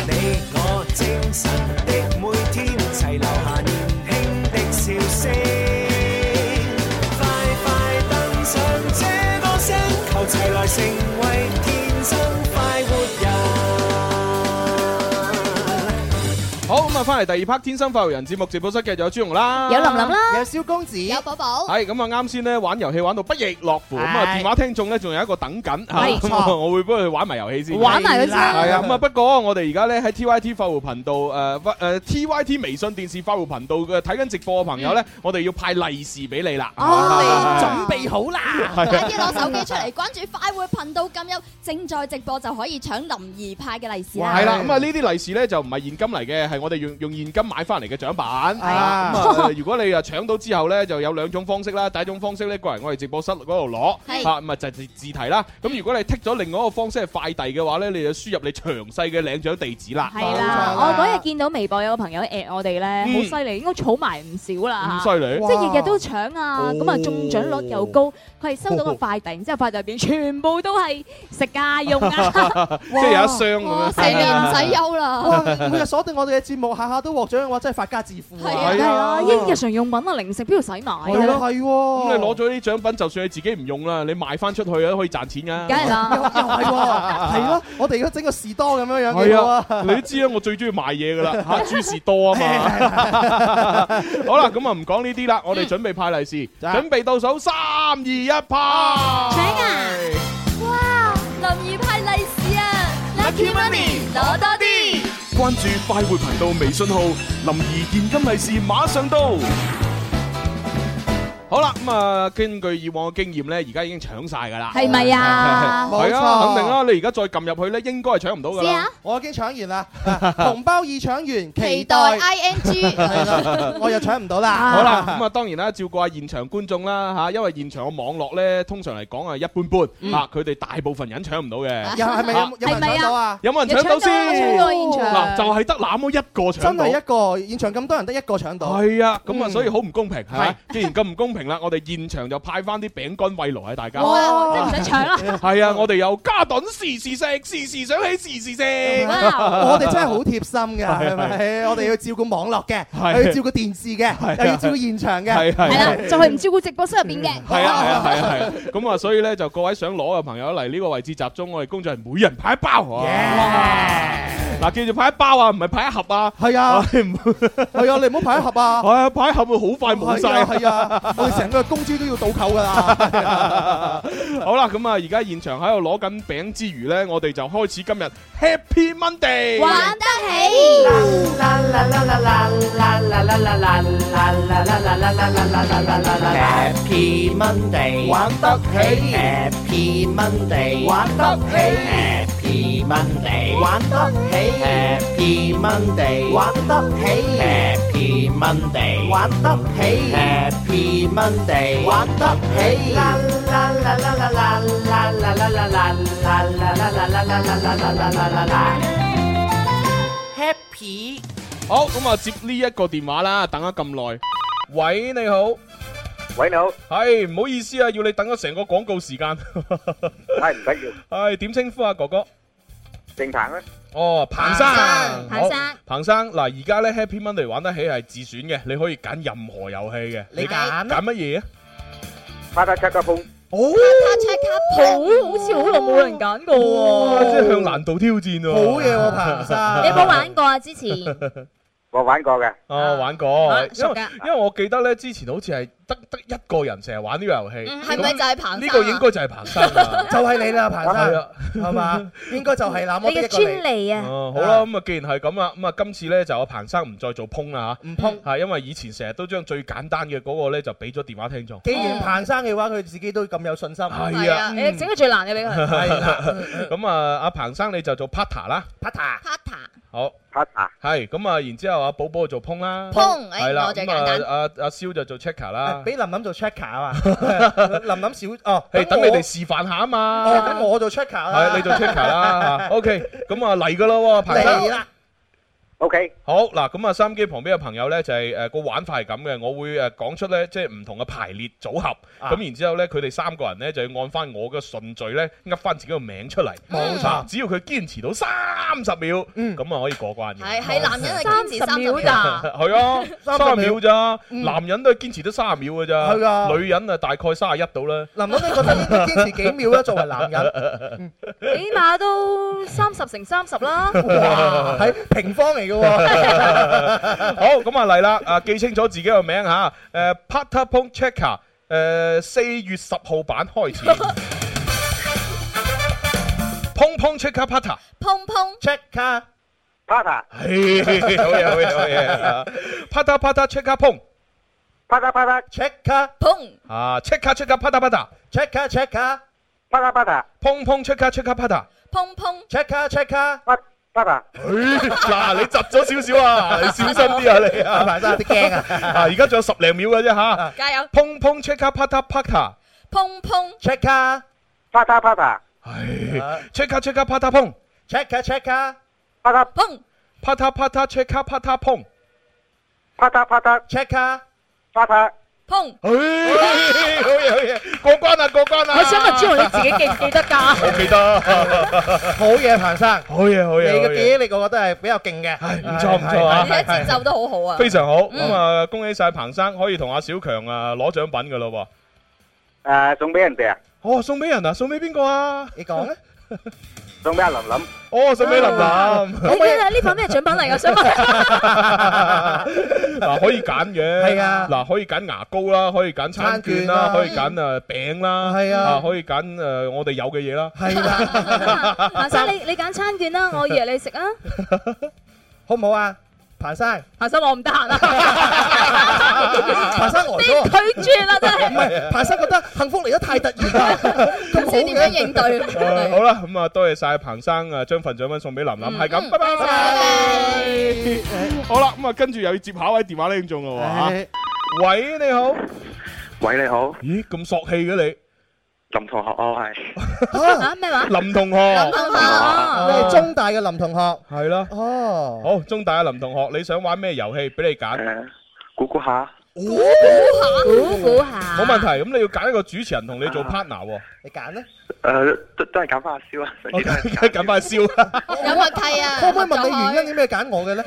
Speaker 18: 你我精神的每天，齊留下年輕的笑聲。快快登上這歌聲，求齊來成為天生快活人。
Speaker 8: 好，咁啊，翻嚟第二 part《天生快活人》節目直播室嘅就有朱容啦，
Speaker 9: 有林林啦，有蕭公子，有
Speaker 2: 寶寶
Speaker 8: 係咁啊！啱先咧玩遊戲玩到不亦樂乎，咁啊
Speaker 9: 係
Speaker 8: 電話聽眾咧仲有一個等緊嚇，
Speaker 9: 係
Speaker 8: 咁啊
Speaker 9: 錯
Speaker 8: 我會幫佢玩埋遊戲先。
Speaker 9: 玩埋佢先
Speaker 8: 係啊，咁啊不過我哋而家咧喺 TYT 快活頻道呃誒誒 TYT 微信電視快活頻道嘅睇緊直播嘅朋友咧，我哋要派利是俾你啦。
Speaker 9: 我嗯哦哋準備好啦。
Speaker 8: 係啊
Speaker 2: 快啲攞手機出嚟，關注快活頻道，咁有正在直播就可以搶林怡派嘅利是啦。
Speaker 8: 係啦，咁啊呢啲利是咧就唔係現金嚟嘅，係我哋用用現金買翻嚟嘅獎品。咁
Speaker 9: 啊
Speaker 8: 啊， <laughs> 如果你啊搶到之後咧，就有兩種方式啦。第一種方式咧，過嚟我哋直播室嗰度攞，
Speaker 9: 係
Speaker 8: 嚇咁啊就自自提啦。咁如果你剔咗另外一個方式係快遞嘅話咧，你就輸入你詳細嘅領獎地址啦。
Speaker 10: 係啦，我嗰日見到微博有個朋友 at 我哋咧，
Speaker 9: 嗯
Speaker 10: 好犀利，應該儲埋唔少啦
Speaker 8: 咁犀利
Speaker 10: 即係日日都搶
Speaker 9: 哦
Speaker 10: 啊，咁啊中獎率又高，佢係收到個快遞，然之後快遞入邊全部都係食啊用啊，
Speaker 9: <laughs>
Speaker 8: <laughs> 即係有一箱咁樣。
Speaker 10: 哇成日唔使憂啦
Speaker 9: 哇！每日鎖定我哋嘅節目我下下都獲獎嘅話，真係發家致富
Speaker 10: 係啊，係啊，依日常用品啊、零食邊度使買啊？
Speaker 8: 係咯
Speaker 9: 係喎
Speaker 8: 咁你攞咗啲獎品，就算你自己唔用啦，你賣翻出去都可以賺錢噶。
Speaker 10: 梗係啦
Speaker 9: 又又係
Speaker 8: <laughs>
Speaker 9: 喎，係咯，我哋而家整個士多咁樣樣幾
Speaker 8: 係
Speaker 9: 好
Speaker 8: 啊
Speaker 9: 啊，！
Speaker 8: 你都知啦，我最中意賣嘢噶
Speaker 9: <laughs>
Speaker 8: 啦，嚇諸事多啊嘛。好啦，咁啊唔講呢啲啦，我哋準備派利是，準備倒數三二一派。
Speaker 14: 哇！林怡派利是啊，Lucky Money 攞多啲。
Speaker 5: 關注快活頻道微信號，林兒現金利是馬上到。
Speaker 8: 好啦，咁啊，根據以往嘅經驗咧，而家已經搶晒㗎啦。
Speaker 9: 係咪
Speaker 8: <laughs>
Speaker 9: 啊
Speaker 8: 係係係
Speaker 9: 冇錯
Speaker 8: 啊，肯定啦。你而家再撳入去咧，應該係搶唔到㗎啦。
Speaker 9: 我已經搶完啦， <laughs> 紅包已搶完，期
Speaker 2: 待
Speaker 9: 待
Speaker 2: ING
Speaker 9: 係啦 <laughs> 我又搶唔到啦。
Speaker 8: <laughs> 好
Speaker 9: <laughs>
Speaker 8: 啦，咁啊當然啦，照顧下現場觀眾啦嚇，因為現場嘅網絡咧，通常嚟講啊係一般般嚇，佢哋大部分人搶唔到嘅。
Speaker 9: 嗯又係咪有
Speaker 8: 嚇
Speaker 9: 有人搶到啊？
Speaker 8: 有冇人搶到先？嗱，就係得那麼一個搶到。
Speaker 9: 真係一個現場咁多人得一個搶到。
Speaker 8: 係啊，咁啊，
Speaker 9: 嗯
Speaker 8: 所以好唔公平，係咪？既然咁唔公平啦，我哋現場就派翻啲餅乾慰勞喺大家。
Speaker 10: 哇真係唔使搶啦
Speaker 8: 係啊，我哋有加頓時時食，時時想起，時時食。
Speaker 9: 我哋真係好貼心㗎，
Speaker 8: 係
Speaker 9: 係咪？
Speaker 8: 係
Speaker 9: 我哋要照顧網絡嘅，
Speaker 8: 係
Speaker 9: 又要照顧電視嘅，
Speaker 8: 係
Speaker 9: 又要照顧現場
Speaker 8: 係
Speaker 9: 嘅，
Speaker 8: 係係啦
Speaker 10: 就係唔照顧直播室入
Speaker 9: <laughs>
Speaker 10: 邊嘅。
Speaker 8: 係啊係啊係啊係啊！咁啊，所以咧就各位想攞嘅朋友嚟呢個位置集中，我哋工作人員每人派一包。哇嗱，記住派一包啊，唔係派一盒啊。
Speaker 9: 係啊
Speaker 8: 我哋唔
Speaker 9: 係啊，你唔好排一盒啊！
Speaker 8: 係啊，派一盒會好快
Speaker 9: à,
Speaker 8: 冇晒。
Speaker 9: 係啊，係啊我哋成個 <laughs> 公司都要倒扣㗎啦。
Speaker 8: <laughs> 好啦，咁啊，而家現場喺度攞緊餅之餘咧，我哋就開始今日 Happy Monday。
Speaker 21: 玩得起。啦啦啦啦啦啦啦啦啦啦啦啦啦啦啦啦啦啦啦 Happy Monday，玩得起。Happy Monday，玩得起。Happy Monday，玩得起。Happy Monday，玩得起。Happy Monday，玩得起。Happy Monday，玩得起。啦啦啦啦啦啦啦啦啦啦啦啦啦啦啦啦啦啦。Happy。
Speaker 8: 好，咁啊接呢一個電話啦，等咗咁耐。喂，你好。喂，你好。係，唔好意思啊，要你等咗成個廣告時間。係唔緊要。係點稱呼啊，哥哥？姓彭啊。哦，彭生，
Speaker 21: 彭
Speaker 8: 好
Speaker 21: 生
Speaker 8: 彭生，嗱，而家咧 Happy Monday 玩得起係自選嘅，你可以揀任何遊戲嘅，
Speaker 21: 你揀啊
Speaker 8: 揀乜嘢啊？
Speaker 12: 花打七卡風，
Speaker 8: 哦，
Speaker 10: 好好似好耐冇人揀過
Speaker 8: 哇即係
Speaker 10: 喎。
Speaker 8: 向難度挑戰喎。
Speaker 9: 好嘢喎彭
Speaker 8: <laughs>
Speaker 9: 生，
Speaker 14: 你有冇玩過啊？之前
Speaker 8: 我玩過嘅，哦，玩
Speaker 14: 啊
Speaker 8: 過，因
Speaker 14: 熟
Speaker 8: 為
Speaker 14: 㗎
Speaker 8: 因為我記得咧，之前好似係得得一個人成日玩呢個遊戲，
Speaker 14: 係咪
Speaker 8: 咁
Speaker 14: 就係彭生啊
Speaker 8: 呢個應該就係彭生啦
Speaker 9: <laughs> 就係你啦，彭
Speaker 8: 係
Speaker 9: 生
Speaker 8: 啊，
Speaker 9: 係嘛？應該就係那麼
Speaker 14: 你
Speaker 9: 的一
Speaker 14: 嘅
Speaker 9: 個你
Speaker 14: 專利啊！
Speaker 8: 哦，好啦，咁啊，既然係咁啦，咁啊，今次咧就阿彭生唔再做烹啦嚇，
Speaker 9: 唔烹
Speaker 8: 係因為以前成日都將最簡單嘅嗰個咧就俾咗電話聽眾，
Speaker 9: 嗯既然彭生嘅話，佢自己都咁有信心，
Speaker 8: 係啊嗯
Speaker 10: 你整個最難嘅俾佢。
Speaker 8: <laughs> 係啦，咁啊，阿彭生你就做 pata 啦，pata。好，pata 係咁啊，然之後阿寶寶就做烹啦，
Speaker 9: 烹哎
Speaker 8: 係啦，
Speaker 9: 我最
Speaker 8: 咁
Speaker 9: 簡單
Speaker 8: 啊，阿阿蕭就做 checker 啦，
Speaker 9: 俾林林做 checker 啊嘛，
Speaker 8: <laughs>
Speaker 9: 林林小哦，
Speaker 8: 係等
Speaker 9: 咁
Speaker 8: 你
Speaker 9: 我
Speaker 8: 哋示範下啊嘛，
Speaker 9: 哦，咁我做 checker 啦，
Speaker 8: 係你做 checker
Speaker 9: <laughs>
Speaker 8: 啦，OK，咁啊嚟噶啦喎，彭生
Speaker 9: 嚟啦。
Speaker 8: OK，好嗱，咁啊，收音機旁邊嘅朋友呢，就係呃誒個玩法係咁嘅，我會誒呃講出呢，即係唔同嘅排列組合，
Speaker 9: 啊
Speaker 8: 咁然之後呢，佢哋三個人呢，就要按翻我嘅順序呢，噏翻自己個名出嚟，
Speaker 14: 冇錯
Speaker 8: 啊只要佢堅持到三十秒，
Speaker 9: 嗯
Speaker 8: 咁啊可以過關嘅。
Speaker 14: 係係男人係堅持三十秒
Speaker 9: <laughs>
Speaker 14: 咋？
Speaker 8: 係啊，三十秒
Speaker 9: 30秒
Speaker 8: 咋？
Speaker 9: 嗯
Speaker 8: 男人都係堅持得三十秒嘅咋，
Speaker 9: 係啊
Speaker 8: 女人啊大概三十一度啦。
Speaker 9: 林林，你覺得應該堅持幾秒咧？作為男人，嗯
Speaker 8: <laughs>
Speaker 10: 起碼都三十乘
Speaker 9: <laughs>
Speaker 10: 三十啦。
Speaker 9: 哇，啊係平方嚟嘅喎，
Speaker 8: 好，咁啊嚟啦，啊記清楚自己個名吓，誒 Peter Pong Checker，誒四月十號版開始，Pong Pong Checker Peter，
Speaker 14: 碰碰
Speaker 9: check 卡
Speaker 12: Pata，
Speaker 8: 係好嘢好嘢好嘢啊，Peter Peter Checker Pong，
Speaker 12: Pata Pata
Speaker 9: check 卡
Speaker 14: 碰
Speaker 8: 啊 Checker Checker Peter Peter
Speaker 9: check 卡 check 卡
Speaker 12: Pata Pata
Speaker 8: Pong Pong Checker Checker Peter，
Speaker 14: 碰碰
Speaker 9: check 卡 check 卡
Speaker 12: Pata，
Speaker 8: 嗱你窒咗少少啊，你小心啲啊你啊，
Speaker 9: 彭生有啲驚啊
Speaker 8: 而家仲有十零秒嘅啫吓
Speaker 14: 加油！
Speaker 8: ，Pong Pong Checker Peter Peter
Speaker 14: 碰碰
Speaker 9: check 卡
Speaker 12: Pata Pata
Speaker 21: Ờ.
Speaker 8: Checker Checker Peter Pong。
Speaker 9: check 卡 check 卡
Speaker 12: Pata
Speaker 14: 碰
Speaker 8: Pata Pata Checker Pata Pong。
Speaker 12: Pata Pata
Speaker 9: check 卡
Speaker 12: Pata
Speaker 14: 碰。
Speaker 8: 好嘢，好嘢，過關啦，過關啦。
Speaker 22: 我想問朱紅，你自己記唔記得㗎？
Speaker 8: 我記得。 <laughs>
Speaker 9: <laughs>
Speaker 12: <laughs>
Speaker 8: 好嘢，好嘢，
Speaker 22: 你嘅
Speaker 8: 好嘢。
Speaker 22: 唔錯，唔錯啊。
Speaker 8: 係，係，係，係。
Speaker 14: 而且節奏都好好啊。
Speaker 8: 非常好，
Speaker 14: 嗯。
Speaker 8: 咁啊，恭喜晒彭生，可以同阿小強啊攞獎品㗎喇喎。哦，送俾人啊，送俾邊個啊？ <laughs> 哦，送俾林林。
Speaker 9: <laughs>
Speaker 22: 你呢個呢份咩獎品嚟㗎？想問。
Speaker 8: 嗱，可以揀嘅，
Speaker 22: 係啊
Speaker 8: 嗱，可以揀牙膏啦，可以揀餐券啦，
Speaker 22: 餐
Speaker 8: 可以
Speaker 22: 券啦啊
Speaker 8: 揀誒餅啦，
Speaker 22: 係啊啊
Speaker 8: 可以揀誒我哋有嘅嘢啦， <laughs> 係
Speaker 22: 彭
Speaker 8: 啦
Speaker 22: 生，
Speaker 8: 你
Speaker 22: 你揀餐券啦，我約你食啊，好唔好啊？彭生，彭生我唔得閒啊，
Speaker 9: <laughs> 彭生呆咗，
Speaker 22: 拒絕啦真係
Speaker 9: 唔係彭生覺得幸福嚟得太突然
Speaker 22: <laughs>
Speaker 9: 啦，咁
Speaker 22: 知點樣應對 <laughs>
Speaker 8: 誒好啦，咁啊，多謝晒彭生啊，將份獎品送俾琳琳，
Speaker 22: 嗯
Speaker 8: 係咁，拜拜。好啦，咁啊，跟住又要接下一位電話聽眾咯喎
Speaker 12: 唉
Speaker 8: 嚇啊喂，你好，
Speaker 12: 喂，你好，
Speaker 8: 咦，咁索氣嘅你？
Speaker 12: 林同學，我係
Speaker 22: 嚇咩話？
Speaker 8: 林同學，
Speaker 22: 林同學
Speaker 9: 你係中大嘅林同學，
Speaker 8: 係啦，
Speaker 9: 哦，
Speaker 8: 好，中大嘅啊林同學，你想玩咩遊戲？俾你揀，
Speaker 12: 呃估估下，
Speaker 22: 估估下，
Speaker 8: 冇問題。咁你要揀一個主持人同你做 partner 喎。
Speaker 9: 你揀啦，
Speaker 12: 誒，都都係揀翻阿蕭啊，
Speaker 8: 我 <laughs> 緊快笑，
Speaker 22: 有默契啊
Speaker 9: 可唔可以問你原因點解揀我嘅咧？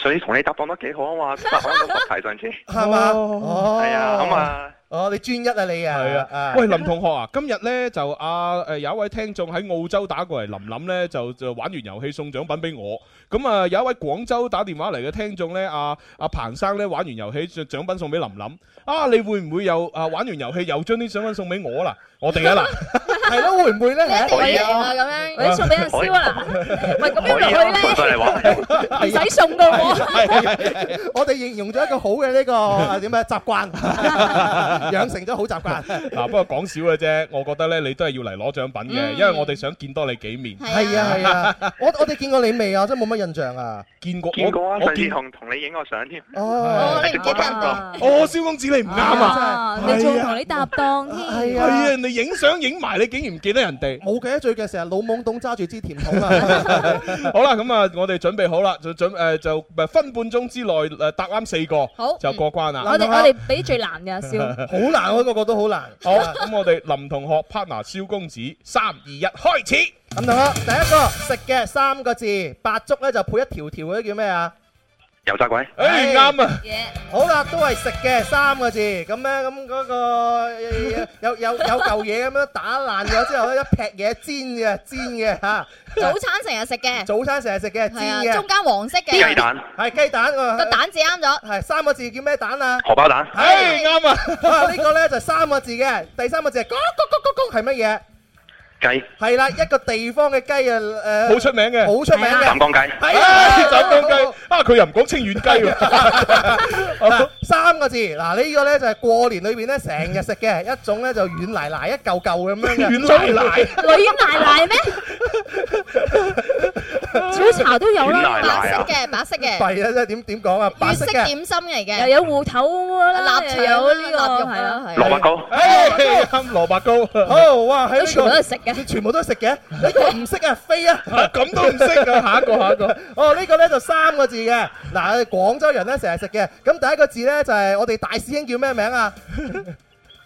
Speaker 12: 上次同你搭檔都幾好啊嘛，答案都問題上次，
Speaker 9: 係嘛？哦，
Speaker 12: 係啊，咁啊。
Speaker 9: 哦，你專一啊你啊，
Speaker 8: 係啊，喂林同學啊，今日咧就啊誒有一位聽眾喺澳洲打過嚟，林林咧就就玩完遊戲送獎品俾我。咁啊有一位廣州打電話嚟嘅聽眾咧，阿阿彭生咧玩完遊戲獎獎品送俾林林。啊，你會唔會又啊玩完遊戲又將啲獎品送俾我啦？我哋啊啦，
Speaker 9: <laughs> 係咯，會唔
Speaker 22: <laughs>
Speaker 9: 會咧？
Speaker 22: 可以啊，咁樣，或者送俾阿蕭啊嗱，喂，咁樣落去咧。
Speaker 8: 嚟玩。
Speaker 22: 唔使送噶我，
Speaker 9: 我哋形容咗一個好嘅呢個啊點啊習慣，
Speaker 8: à?
Speaker 9: 養成咗好習慣。
Speaker 8: 嗱，不過講少嘅啫，我覺得咧你都係要嚟攞獎品嘅，
Speaker 9: 嗯
Speaker 8: 因為我哋想見多你幾面。
Speaker 9: 係啊係啊，我我哋見過你未啊？真冇乜印象啊。
Speaker 8: 見過
Speaker 12: 見過啊，
Speaker 8: 我
Speaker 12: 上次
Speaker 8: 見
Speaker 12: 同同你影過相添。 <laughs>
Speaker 9: 哦
Speaker 12: 直播間個
Speaker 8: 哦，蕭公子你唔啱啊！
Speaker 9: 真係你仲
Speaker 8: 係啊
Speaker 9: 同
Speaker 22: 你搭檔
Speaker 9: 添
Speaker 8: 係啊，人哋影相影埋，你竟然唔記得人哋。
Speaker 9: <laughs> 冇嘅，最近成日老懵懂揸住支甜 <laughs> 筒啊！
Speaker 8: 好啦，咁啊，我哋準備好啦，就準誒就咪分半鐘之內誒答啱四個，
Speaker 22: 好
Speaker 8: 就過關啦。
Speaker 22: 我哋我哋俾最難嘅阿蕭，
Speaker 9: 好難啊，個個都好難。
Speaker 8: 好，咁我哋林同學 partner 蕭公子，三二一，開始。
Speaker 9: 咁同學，第一個食嘅三個字，白粥咧就配一條條嗰啲叫咩啊？
Speaker 12: 油炸鬼，
Speaker 8: 誒啱啊！
Speaker 9: 好啦，都係食嘅三個字，咁咧咁嗰個有有有嚿嘢咁樣打爛咗之後咧，一劈嘢煎嘅煎嘅嚇。
Speaker 2: 早餐成日食嘅，
Speaker 9: 早餐成日食嘅煎
Speaker 2: 係啊，
Speaker 9: 嘅，
Speaker 2: 中間黃色嘅
Speaker 12: 雞蛋、
Speaker 9: 係雞蛋啊
Speaker 2: 個蛋字啱咗，
Speaker 9: 係三個字叫咩蛋啊？
Speaker 12: 荷包蛋，
Speaker 8: 係啱
Speaker 9: 啊！呢個咧就三個字嘅，第三個字係咕咕咕咕咕係乜嘢？
Speaker 12: 雞，
Speaker 9: 係啦，一個地方嘅雞啊，誒，
Speaker 8: 好出名嘅，
Speaker 9: 好出名嘅
Speaker 12: 湛江雞，
Speaker 9: 係啊，
Speaker 8: 湛江雞啊！佢又唔講清遠雞喎。
Speaker 9: 三個字，嗱呢個咧就係過年裏邊咧成日食嘅一種咧就軟奶奶一嚿嚿咁樣嘅。
Speaker 8: 軟奶奶
Speaker 22: 女奶奶咩？早茶都有啦，
Speaker 9: 軟奶奶啊
Speaker 2: 白色嘅，白色嘅，
Speaker 9: 弊啊！真係點點講啊？白
Speaker 2: 粵
Speaker 9: 色
Speaker 2: 式
Speaker 9: 嘅
Speaker 2: 點心嚟嘅，
Speaker 22: 又有芋頭啦，又
Speaker 2: 臘腸
Speaker 22: 有呢
Speaker 2: 啦
Speaker 22: 個
Speaker 2: 臘肉啊
Speaker 22: 係啊啦，
Speaker 2: 啦
Speaker 12: 蘿蔔糕，
Speaker 8: 誒啱蘿蔔糕。
Speaker 9: 好哇，喺呢個
Speaker 22: 全部都係食嘅，
Speaker 9: 全部都係食嘅。呢個唔識啊，飛啊！
Speaker 8: 咁都唔識啊！下一個，下一個。
Speaker 9: 哦，呢個咧就三個字嘅，嗱，廣州人咧成日食嘅。咁第一個字咧就係我哋大師兄叫咩名啊？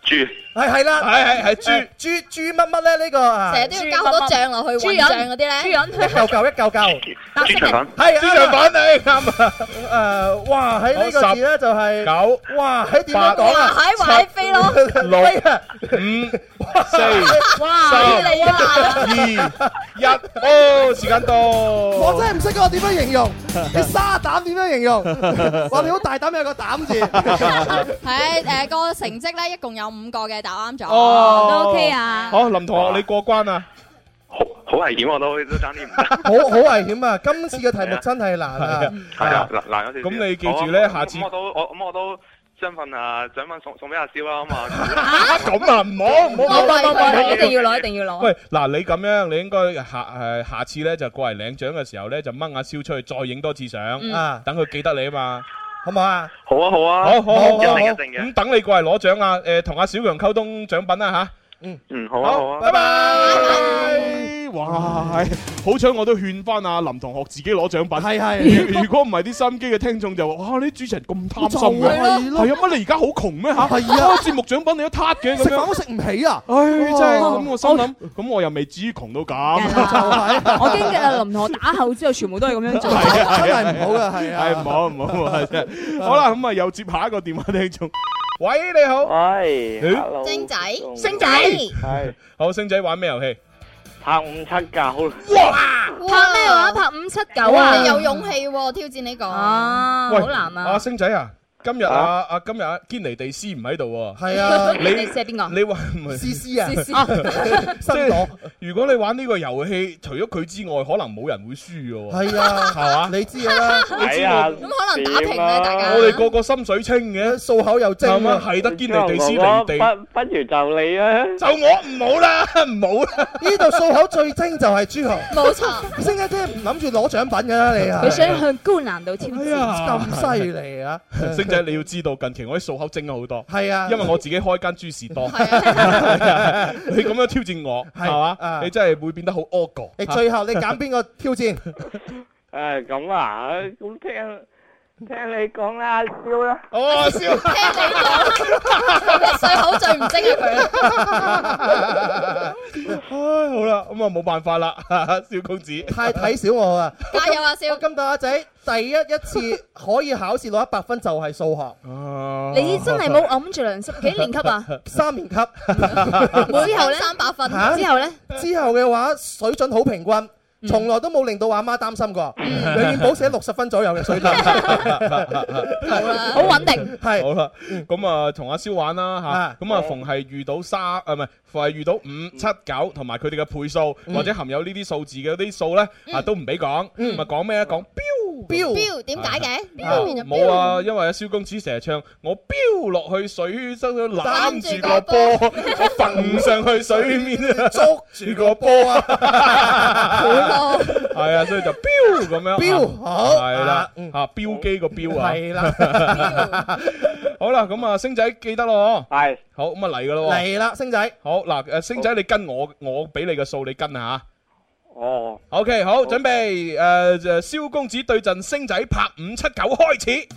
Speaker 12: 豬，
Speaker 4: 哎
Speaker 9: 係 <laughs> 係啦，
Speaker 8: 係係係豬
Speaker 9: 豬豬乜乜咧呢個啊？
Speaker 2: 成日都要加好多醬落去
Speaker 22: 豬
Speaker 2: 混
Speaker 22: 潤
Speaker 2: 醬嗰啲咧，
Speaker 22: 豬潤
Speaker 9: 一嚿嚿一嚿嚿。
Speaker 12: 豬腸粉，
Speaker 9: 係
Speaker 8: 豬腸粉你啱啊！
Speaker 9: 誒，哇！喺呢個字咧就係
Speaker 8: 九，
Speaker 9: 哇！喺點樣講啊？
Speaker 2: 喺喺飛咯，
Speaker 9: <laughs>
Speaker 8: 六
Speaker 9: 飛啊！
Speaker 8: 五
Speaker 22: <laughs>
Speaker 9: 四
Speaker 2: 哇，
Speaker 8: 三
Speaker 2: 犀利啊！
Speaker 8: 二一，哦，時間到。
Speaker 9: 我真係唔識我點樣形容，你沙膽點樣形容？哇！你好大膽有個膽 <laughs> 字，
Speaker 2: 係誒個成績咧，一共有五個嘅答啱咗，
Speaker 8: 哦
Speaker 2: 都 OK 啊。
Speaker 8: 好，林同學你過關啊！
Speaker 12: 好危險我都都爭啲唔得。
Speaker 9: 好好危險啊！今次嘅題目真係難
Speaker 8: Dạ.
Speaker 9: 啊！
Speaker 12: 係啊，嗱嗱有少少
Speaker 8: 咁你記住呢
Speaker 12: 好啊
Speaker 8: 下次
Speaker 12: 咁我都我咁我都將份啊獎品送送俾阿蕭啦，咁啊。
Speaker 8: <laughs> 啊咁啊，唔好唔好
Speaker 22: 我
Speaker 8: 唔
Speaker 22: 為
Speaker 8: 好唔好
Speaker 22: 為一定要攞，一定要攞。
Speaker 8: 喂，嗱，你咁樣，你應該下誒下次咧就過嚟領獎嘅時候咧，就掹阿蕭出去再影多次相
Speaker 9: 嗯啊，
Speaker 8: 等佢記得你啊嘛。
Speaker 9: 好唔好啊？
Speaker 12: 好啊好啊，
Speaker 8: 好好好，
Speaker 12: 一定
Speaker 8: 好
Speaker 12: 一定嘅。
Speaker 8: 咁等你過嚟攞獎啊！誒，同阿小強溝通獎品啦吓。
Speaker 12: 啊嗯，好啊好啊，
Speaker 8: 哎拜拜。哇，係好彩我都勸翻阿林同學自己攞獎品。
Speaker 9: 係係
Speaker 8: 如如果唔係啲心機嘅聽眾就話：哇！你啲主持人咁貪
Speaker 9: 就
Speaker 8: 心
Speaker 9: 係
Speaker 8: 嘅，
Speaker 9: 咯
Speaker 8: 係啊！乜你而家好窮咩嚇？
Speaker 9: 係啊
Speaker 8: 節目獎品你都撻嘅咁樣，
Speaker 9: 食飯都食唔起啊！
Speaker 8: 唉，真係咁，我心諗，咁我又未至於窮到咁。
Speaker 10: 我經歷啊林同學打後之後，全部都係咁樣做。
Speaker 8: 真
Speaker 9: 係唔好㗎
Speaker 8: <laughs>
Speaker 9: 係啊
Speaker 8: 係唔好唔好啊！真係好啦，咁啊又接下一個電話聽眾。喂，你好。
Speaker 23: 喂
Speaker 8: 咦
Speaker 23: hello 星仔
Speaker 22: 星仔
Speaker 8: 係好，星仔玩咩遊戲？
Speaker 23: 拍五七九。
Speaker 14: 拍咩話？拍五七九
Speaker 8: 哇
Speaker 14: 啊！你有勇氣喎，挑戰呢個啊
Speaker 8: 喂阿！星仔啊，今日啊啊今日啊堅尼地斯唔喺度喎。
Speaker 9: 係啊
Speaker 8: 你
Speaker 9: 堅
Speaker 14: 尼地斯係邊個
Speaker 8: 你玩唔係
Speaker 9: 思思啊，
Speaker 14: 思思
Speaker 9: 啊
Speaker 8: <laughs> 即
Speaker 9: 新
Speaker 8: 係
Speaker 9: 黨
Speaker 8: 如果你玩呢個遊戲，除咗佢之外，可能冇人會輸嘅喎。
Speaker 9: 係啊
Speaker 8: 係嘛？
Speaker 9: 你知㗎啦
Speaker 8: 你知
Speaker 9: 係啊
Speaker 8: 我
Speaker 9: 咁可能打平咧大家
Speaker 8: 我哋個個心水清嘅，
Speaker 9: 啊數口又精啊
Speaker 8: 係嘛？係得堅尼地斯
Speaker 9: 啊
Speaker 8: 離地。
Speaker 23: 不不如就你啊！
Speaker 8: 就我唔好啦， <laughs> 唔好啦。
Speaker 9: 呢度數口最精就係朱豪，
Speaker 22: 冇錯
Speaker 9: 星姐姐唔諗住攞獎品㗎啦，你啊，
Speaker 22: 佢想向高難度挑
Speaker 8: 哎
Speaker 22: 戰，
Speaker 9: 咁犀利啊！
Speaker 8: <laughs> 星仔，你要知道近期我啲數口精咗好多，
Speaker 9: 係啊
Speaker 8: 因為我自己開間豬士
Speaker 9: <laughs>
Speaker 8: 多， <laughs> 你咁樣挑戰我，係嘛？
Speaker 9: 啊
Speaker 8: 你真係會變得好惡個。
Speaker 9: 你最後你揀
Speaker 23: <laughs>
Speaker 9: 邊個挑戰？
Speaker 23: 诶，咁啊，咁聽聽你講啦，阿蕭啦。
Speaker 8: 哦，蕭，聽你
Speaker 14: 講，
Speaker 23: 水口最唔精啊
Speaker 8: <laughs> 唉，好啦，咁啊冇辦法啦， <laughs> 蕭公子。
Speaker 9: 太睇小我
Speaker 8: <laughs>
Speaker 9: 啊！
Speaker 14: 加油啊，
Speaker 9: 少！咁大阿仔第一一次可以考試攞一百分就係數學，
Speaker 8: 哦
Speaker 22: 你真係冇揞住良心，幾年級啊？
Speaker 9: <laughs> 三年級。
Speaker 22: 之後咧
Speaker 14: 三百分
Speaker 9: 嚇
Speaker 22: 之後嗯咧，
Speaker 9: 之後嘅話水準好平均，從來都冇令到阿媽擔心過，
Speaker 22: 嗯
Speaker 9: 永遠保持喺六十分左右嘅水平。
Speaker 22: <laughs>
Speaker 8: 好
Speaker 22: 啊穩定。
Speaker 9: 係
Speaker 8: 好啦，咁啊同阿蕭玩啦
Speaker 9: 啊
Speaker 8: 吓，咁啊逢係遇到三啊唔係，逢係遇到五七九同埋佢哋嘅倍數
Speaker 9: 嗯
Speaker 8: 或者含有呢啲數字嘅嗰啲數咧啊都唔俾講，
Speaker 9: 嗯
Speaker 8: 咁啊講咩啊講
Speaker 9: 標
Speaker 14: 標點解嘅？
Speaker 8: 啊
Speaker 14: 標變咗標
Speaker 8: 冇啊，，因為阿蕭公子成日唱我飆落去水身度攬住個波， <laughs> 我揈上去水面
Speaker 9: 捉
Speaker 8: 住個波啊，
Speaker 9: 好
Speaker 8: 係啊，所以就飆咁樣，
Speaker 9: 飆好
Speaker 8: 係啦，啊標機個標啊，
Speaker 9: 係啦，
Speaker 8: <laughs> 好啦，咁啊，星仔記得咯，係，好咁啊嚟噶咯，
Speaker 9: 嚟啦，星仔，
Speaker 8: 好嗱，誒星仔你跟我，我俾你嘅數你跟下。
Speaker 23: 哦，
Speaker 8: OK，好，準備誒誒，蕭公子對陣星仔拍五七九開始，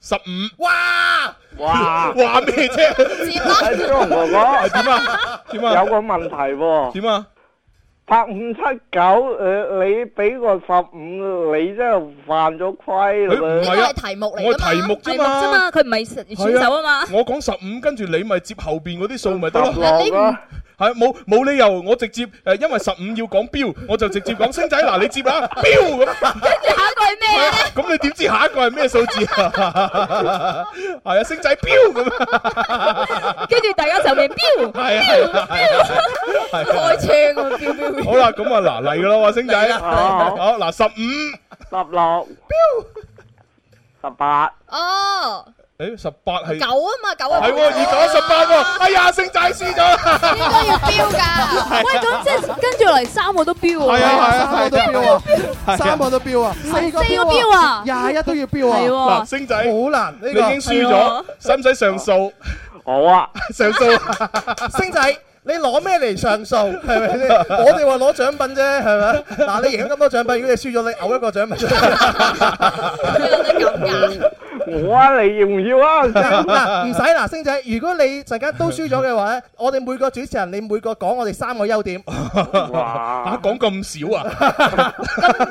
Speaker 8: 十五，
Speaker 9: 哇！
Speaker 23: 哇！
Speaker 8: <laughs> 話咩啫？
Speaker 23: 阿張哥哥，
Speaker 8: 點啊？點啊？
Speaker 23: 有個問題喎。
Speaker 8: 點啊？
Speaker 23: 拍五七九，呃誒，你俾個十五，你真係犯咗規啦
Speaker 8: 誒唔係啊呢個係
Speaker 14: 題目
Speaker 8: 嚟㗎嘛我係題目啫嘛
Speaker 22: 題目啫嘛，佢唔係選手啊嘛。
Speaker 8: 我講十五，跟住你咪接後邊嗰啲數咪得咯。
Speaker 22: 嗱你唔
Speaker 8: 係冇冇理由，我直接誒，因為十五要講標，我就直接講星仔嗱，你
Speaker 22: <laughs>
Speaker 8: 接啦，標咁。咁你點知下一個係咩數字 <laughs> 啊？係啊，星仔標咁啊。
Speaker 22: 跟住大家就面標，
Speaker 8: 係啊，係啊
Speaker 22: 開車咁標標
Speaker 8: 好啦，咁啊嗱嚟噶啦喎，星
Speaker 23: 嚟
Speaker 8: 仔，
Speaker 23: 啦好
Speaker 8: 好嗱十五
Speaker 23: 十六，十八，
Speaker 14: 哦，
Speaker 8: 誒十八係
Speaker 14: 九啊嘛，九啊，
Speaker 8: 係喎，二九十八喎，哎呀，星仔輸咗，
Speaker 14: 應該要標㗎。
Speaker 10: 喂，咁即係跟住嚟三個都標喎。
Speaker 8: 係啊係啊
Speaker 9: 三個都標啊， <laughs> 三個都標啊，四個
Speaker 10: 四個標啊
Speaker 9: 廿一都要標啊，
Speaker 10: 係喎
Speaker 8: 嗱星仔
Speaker 9: 好難呢個，
Speaker 8: 你已經輸咗，使唔使上訴？
Speaker 23: 好啊，
Speaker 8: 上訴。
Speaker 9: <laughs> 星仔。你攞咩嚟上訴？係咪
Speaker 8: <laughs>
Speaker 9: 先？我哋話攞獎品啫，係咪？嗱，你贏咗咁多獎品，如果你輸咗，你嘔一個獎品出嚟。
Speaker 23: 我啊，你要唔要啊？
Speaker 8: <laughs>
Speaker 9: 嗱，唔使嗱，星仔，如果你陣間都輸咗嘅話咧，我哋每個主持人，你每個講我哋三個優點。
Speaker 8: 哇！講咁少 <laughs> 啊？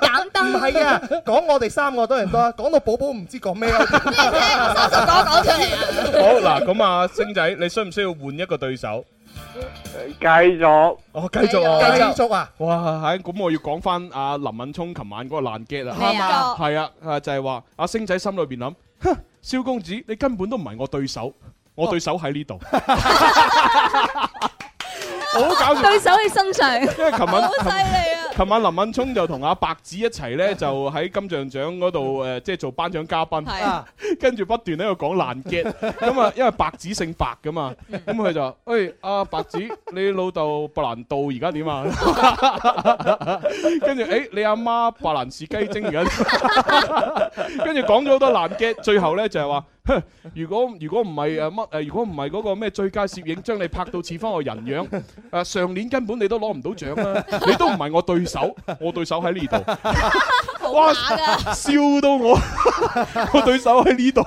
Speaker 9: 簡單係啊，講我哋三個當然多啦，講到寶寶唔知講咩優點。
Speaker 14: 三十講講出嚟啊！
Speaker 8: 好嗱，咁啊，星仔，你需唔需要換一個對手？
Speaker 23: 繼續，
Speaker 8: 我繼續啊，
Speaker 9: 繼續啊！
Speaker 8: 哇，係咁，我要講翻阿林敏聰琴晚嗰個爛 get 啦，
Speaker 9: 咩啊
Speaker 8: 係啊，啊就係話阿星仔心裏邊諗，哼，蕭公子你根本都唔係我對手，我對手喺呢度，好搞笑。
Speaker 10: 對手喺身上，因
Speaker 8: 為琴晚
Speaker 10: 好犀利啊！
Speaker 8: 琴晚林敏聰就同阿白子一齊咧，就喺金像獎嗰度誒，即係做頒獎嘉
Speaker 10: 嗯係啊
Speaker 8: 賓， <laughs> 跟住不斷喺度講爛
Speaker 10: <laughs>
Speaker 8: get，咁啊，因為白子姓白噶嘛，
Speaker 10: 嗯
Speaker 8: 咁佢就話：，誒，阿白子，你老豆白蘭道而家點啊？
Speaker 10: <laughs>
Speaker 8: 跟住誒，你阿啊媽白蘭氏雞精而家點，跟住講咗好多爛 get，最後咧就係話。 <laughs> 如果如果唔係誒乜誒，呃如果唔係嗰個咩最佳攝影將你拍到似翻我人樣， <laughs> 誒、上年根本你都攞唔到獎啦， <laughs> 你都唔係我對手，我對手喺呢度。 <laughs>
Speaker 9: 哇！
Speaker 8: 笑到我，我對手喺呢度。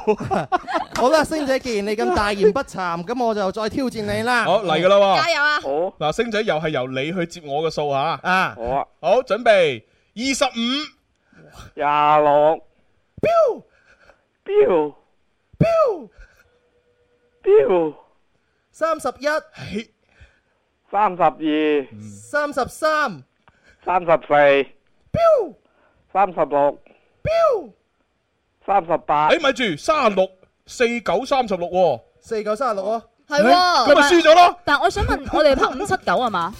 Speaker 9: 好啦，星仔，既然你咁大言不慚，咁我就再挑戰你啦。
Speaker 8: 好嚟㗎啦喎加
Speaker 22: 油啊！
Speaker 23: 好
Speaker 8: 嗱，星仔又係由你去接我嘅數嚇。
Speaker 9: 啊，
Speaker 23: 好啊，
Speaker 8: 好，準備二十五、
Speaker 23: 廿六，
Speaker 8: 彪
Speaker 23: 彪
Speaker 9: 彪
Speaker 23: 彪，
Speaker 9: 三十一，
Speaker 23: 三十二，
Speaker 9: 三十三，
Speaker 23: 三十四，
Speaker 9: 彪
Speaker 23: 三十六，
Speaker 9: 彪，
Speaker 23: 三十八。
Speaker 8: 誒哎咪住，三十六四九三十六喎。
Speaker 9: 四九三十六啊，
Speaker 22: 係
Speaker 8: 喎咁咪輸咗咯。
Speaker 22: 但我想問，我哋拍五七九
Speaker 10: 啊
Speaker 22: 係嘛？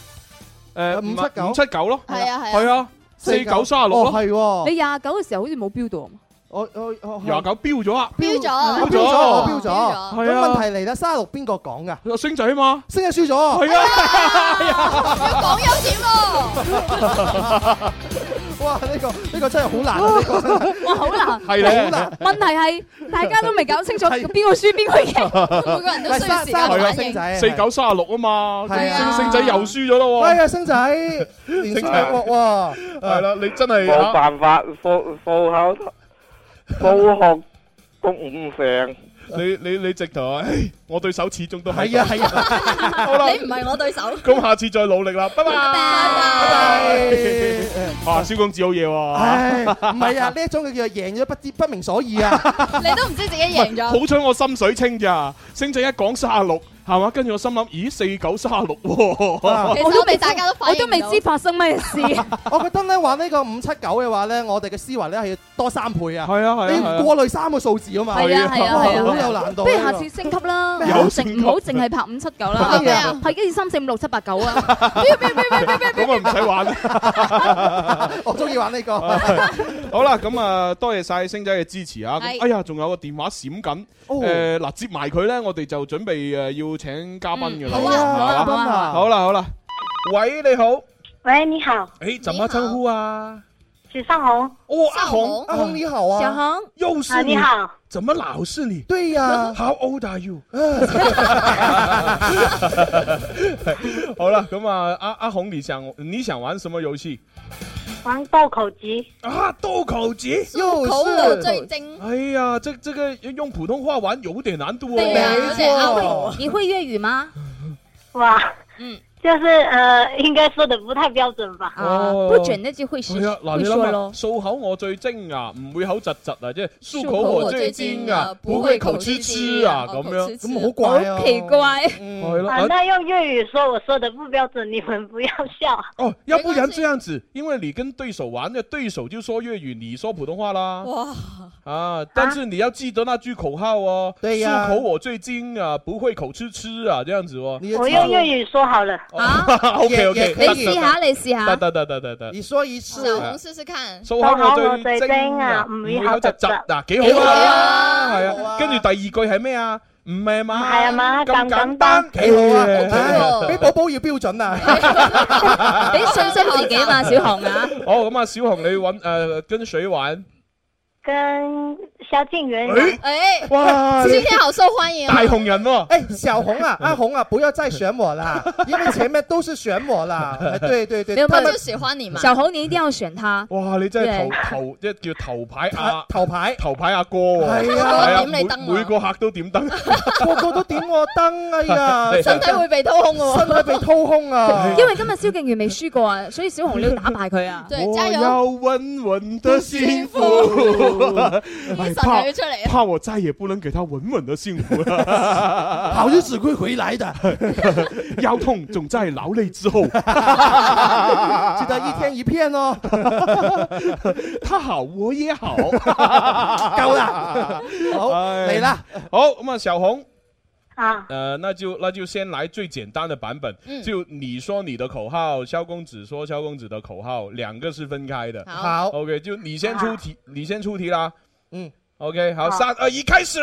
Speaker 8: 誒
Speaker 9: 五七九
Speaker 8: 五七九咯。
Speaker 22: 係啊係啊
Speaker 8: 係啊，四九三十六咯。
Speaker 9: 哦係喎
Speaker 22: 你廿九嘅時候好似冇標到啊嘛？
Speaker 9: 我我我
Speaker 8: 廿九標咗啊！
Speaker 9: 標
Speaker 22: 咗
Speaker 9: 標咗，我標咗。
Speaker 8: 係
Speaker 9: 咁
Speaker 8: 啊
Speaker 9: 問題嚟啦，三十六邊個講㗎？
Speaker 8: 星仔啊嘛，
Speaker 9: 星仔輸咗。
Speaker 8: 係
Speaker 9: 啊，
Speaker 14: 講有錢喎，
Speaker 9: <laughs> 哇！呢個呢個真係好難啊！呢個真係
Speaker 10: 哇，好難，
Speaker 9: 係咧
Speaker 10: 好難。問題係大家都未搞清楚邊個輸邊個
Speaker 8: <laughs>
Speaker 9: <laughs>
Speaker 10: 贏，每個人都需要時間
Speaker 8: 係啊
Speaker 10: 反應。
Speaker 8: 四九三十六啊嘛，
Speaker 9: 係
Speaker 8: 星
Speaker 9: 啊
Speaker 8: 星仔又輸咗 <laughs> 咯喎。
Speaker 9: 哎呀，星仔，連
Speaker 8: 星
Speaker 9: 輸
Speaker 8: 仔
Speaker 9: 兩鑊喎。
Speaker 8: 係啦，你真係
Speaker 23: 冇辦法，數數口數學都唔成。
Speaker 8: 你你你直頭啊，唉我對手始終都係
Speaker 23: 係啊係
Speaker 8: 啊。
Speaker 14: <laughs> 你唔係我對手。
Speaker 8: <laughs> 咁啊下次再努力啦，拜拜。哇，蕭公子好嘢
Speaker 9: 唉，
Speaker 8: 喎。
Speaker 9: 唔係啊，呢一種嘅叫做贏咗不知不明所
Speaker 8: à?
Speaker 9: 以啊。
Speaker 14: 你都唔知自己贏咗。
Speaker 8: 好彩我心水清咋，星仔一講三十六，係嘛？跟住我心諗，咦，四九三 <laughs> 十六
Speaker 14: 其
Speaker 8: 喎。
Speaker 14: 實我哋大家都反應唔到
Speaker 10: 我都未知發生咩事。
Speaker 9: 啊 <laughs> 我覺得咧玩呢個五七九嘅話咧，我哋嘅思維咧係要多三倍啊！
Speaker 8: 係啊係啊
Speaker 9: 你
Speaker 8: 係啊
Speaker 9: 要過濾三個數字啊嘛！
Speaker 10: 係啊係啊
Speaker 9: 哇
Speaker 10: 係啊，
Speaker 9: 好有難度啊。
Speaker 10: 不如下次升級啦，唔
Speaker 9: 咩啊
Speaker 10: 好淨唔好淨係拍五七九啦，
Speaker 9: 咩啊
Speaker 10: 係一二三四五六七八九啊。
Speaker 8: 咁啊唔使 <laughs> 玩啦。
Speaker 9: 我中意玩呢個。
Speaker 8: 好啦，咁啊，多謝晒星仔嘅支持啊！
Speaker 9: 係
Speaker 8: 咁哎呀，仲有個電話閃緊，
Speaker 9: 哦
Speaker 8: 誒嗱，接埋佢咧，我哋就準備誒要請嘉賓嘅啦，
Speaker 9: 嗯好啊
Speaker 8: 係嘛
Speaker 9: 好啊好啊
Speaker 8: 好啦好啦，喂你好，
Speaker 18: 喂，你好，
Speaker 8: 誒怎麼稱呼啊？
Speaker 18: 许尚红。
Speaker 8: 哦，阿紅，
Speaker 9: 阿紅你好啊小
Speaker 18: 红，
Speaker 8: 又
Speaker 18: 啊
Speaker 8: 是
Speaker 18: 你好，
Speaker 8: 怎麼老是你？
Speaker 9: 對呀
Speaker 8: ，How old 啊 are you？好啦，咁啊，阿阿紅，你想你想玩什麼遊戲？
Speaker 18: 玩斗口级。
Speaker 8: 啊，斗口级，
Speaker 9: 又
Speaker 18: 口是最
Speaker 14: 精。
Speaker 8: 哎呀，这这个用普通话玩有点难度哦。
Speaker 18: 对呀有点难度
Speaker 8: 哦
Speaker 22: 你會粵語嗎？
Speaker 18: 哇，嗯，就是呃，应该说的不太標準吧？
Speaker 22: 啊，不準呢就會
Speaker 8: 係啊，嗱，
Speaker 22: 會
Speaker 8: 你
Speaker 22: 說
Speaker 8: 諗
Speaker 22: 咯
Speaker 8: 下，。數口我最精啊，唔會口窒窒啊，即係
Speaker 22: 數
Speaker 8: 數口
Speaker 22: 口
Speaker 8: 我
Speaker 22: 我
Speaker 8: 最
Speaker 22: 最
Speaker 8: 精
Speaker 22: 精
Speaker 8: 啊
Speaker 22: 啊，
Speaker 8: 不
Speaker 22: 不
Speaker 8: 會
Speaker 22: 會
Speaker 8: 口
Speaker 22: 口
Speaker 8: 吃
Speaker 22: 吃
Speaker 8: 吃
Speaker 22: 吃啊
Speaker 8: 啊，咁
Speaker 22: 口
Speaker 8: 樣
Speaker 22: 吃吃咁好怪啊好奇怪
Speaker 8: 係咯
Speaker 18: 啊，
Speaker 8: 啊
Speaker 18: 那用粵語說我說的不標準，你們不要笑。
Speaker 8: 哦，要不然這樣子，因為你跟對手玩，那對手就說粵語，你說普通話啦。
Speaker 18: 哇，
Speaker 8: 啊！但是你要記得那句口號哦，
Speaker 9: 對呀
Speaker 8: 漱口我最精啊，不會口吃吃啊，這樣子哦。
Speaker 18: 我用粵
Speaker 8: <laughs>
Speaker 18: 語說好了。啊
Speaker 8: OK OK，
Speaker 18: 也可以你試下你試下
Speaker 8: 得得得得得，
Speaker 9: 你說一次
Speaker 18: 小
Speaker 8: 啊
Speaker 18: 紅試試看
Speaker 8: 數口我
Speaker 18: 數口我
Speaker 8: 最
Speaker 18: 最
Speaker 8: 精
Speaker 18: 精
Speaker 8: 啊
Speaker 18: 啊，
Speaker 8: 唔
Speaker 18: 唔
Speaker 8: 會
Speaker 18: 會
Speaker 8: 口
Speaker 18: 口
Speaker 8: 窒
Speaker 18: 窒
Speaker 8: 窒
Speaker 18: 窒
Speaker 8: 嗱，幾好
Speaker 18: 幾好
Speaker 8: 啊，
Speaker 18: 啊
Speaker 8: 係啊。跟住第二句係咩啊？唔係嘛？
Speaker 18: 唔係啊嘛
Speaker 8: 咁
Speaker 18: 咁
Speaker 8: 簡
Speaker 18: 簡
Speaker 8: 單
Speaker 18: 單，
Speaker 9: 幾好啊
Speaker 8: 哎
Speaker 9: 唉比寶寶要標準啊！
Speaker 22: 俾信心自己嘛，小紅啊。
Speaker 8: <laughs> 好咁啊，小紅你揾誒跟誰玩？
Speaker 18: 跟蕭敬元
Speaker 8: 哎
Speaker 14: 哎，
Speaker 18: <laughs>
Speaker 8: 哇
Speaker 14: 今天好受歡迎
Speaker 8: 大
Speaker 14: 啊！
Speaker 8: 紅人喎。
Speaker 9: 哎，小
Speaker 8: <laughs>
Speaker 9: 紅啊，阿紅啊，不要再選我啦，因為前面都是選
Speaker 8: <laughs>
Speaker 9: 我啦。哎對對對，
Speaker 22: 你有
Speaker 9: 他
Speaker 22: 冇
Speaker 9: 們
Speaker 22: 就
Speaker 14: 喜歡你嘛
Speaker 22: 小紅，你一定要選他。
Speaker 8: 哇！
Speaker 10: <laughs>
Speaker 8: 你真係
Speaker 22: 對
Speaker 8: 頭頭即係叫頭牌阿
Speaker 9: 頭牌
Speaker 8: 頭牌阿哥喎，
Speaker 9: 係啊
Speaker 8: 係
Speaker 9: 我點你燈
Speaker 8: 每
Speaker 9: 啊
Speaker 8: 每個客都點燈。
Speaker 9: 個個都點我燈，哎呀，
Speaker 8: 身體會
Speaker 14: 被掏空喎
Speaker 9: 身體被掏空啊！
Speaker 22: 因為今日蕭敬元未輸過啊，所以小紅你要打敗佢啊！
Speaker 14: 對
Speaker 8: 我
Speaker 14: 加油
Speaker 8: 要穩穩的幸福
Speaker 14: 神，
Speaker 8: 哎
Speaker 14: 又
Speaker 8: 怕
Speaker 14: 要出嚟啊
Speaker 8: 怕我再也不能給他穩穩的幸福了。
Speaker 9: 好日子會回
Speaker 8: <laughs>
Speaker 9: 來的，
Speaker 8: 腰痛總在勞累之 <laughs> 後。
Speaker 9: <laughs> 記得一天一片哦。
Speaker 8: <laughs> 他好，我也好，
Speaker 9: 夠啦，好
Speaker 8: 哎
Speaker 9: 嚟啦，
Speaker 8: 好咁啊，小紅。
Speaker 18: 啊，
Speaker 8: 呃，那就那就先来最简单的版本，
Speaker 18: 嗯
Speaker 8: 就你说你的口号，萧公子说萧公子的口号，两个是分开的。
Speaker 9: 好好
Speaker 8: ，OK，就你先出题，你先出题啦。
Speaker 9: 嗯
Speaker 8: ，OK，好，
Speaker 18: 好
Speaker 8: 三二一，开始。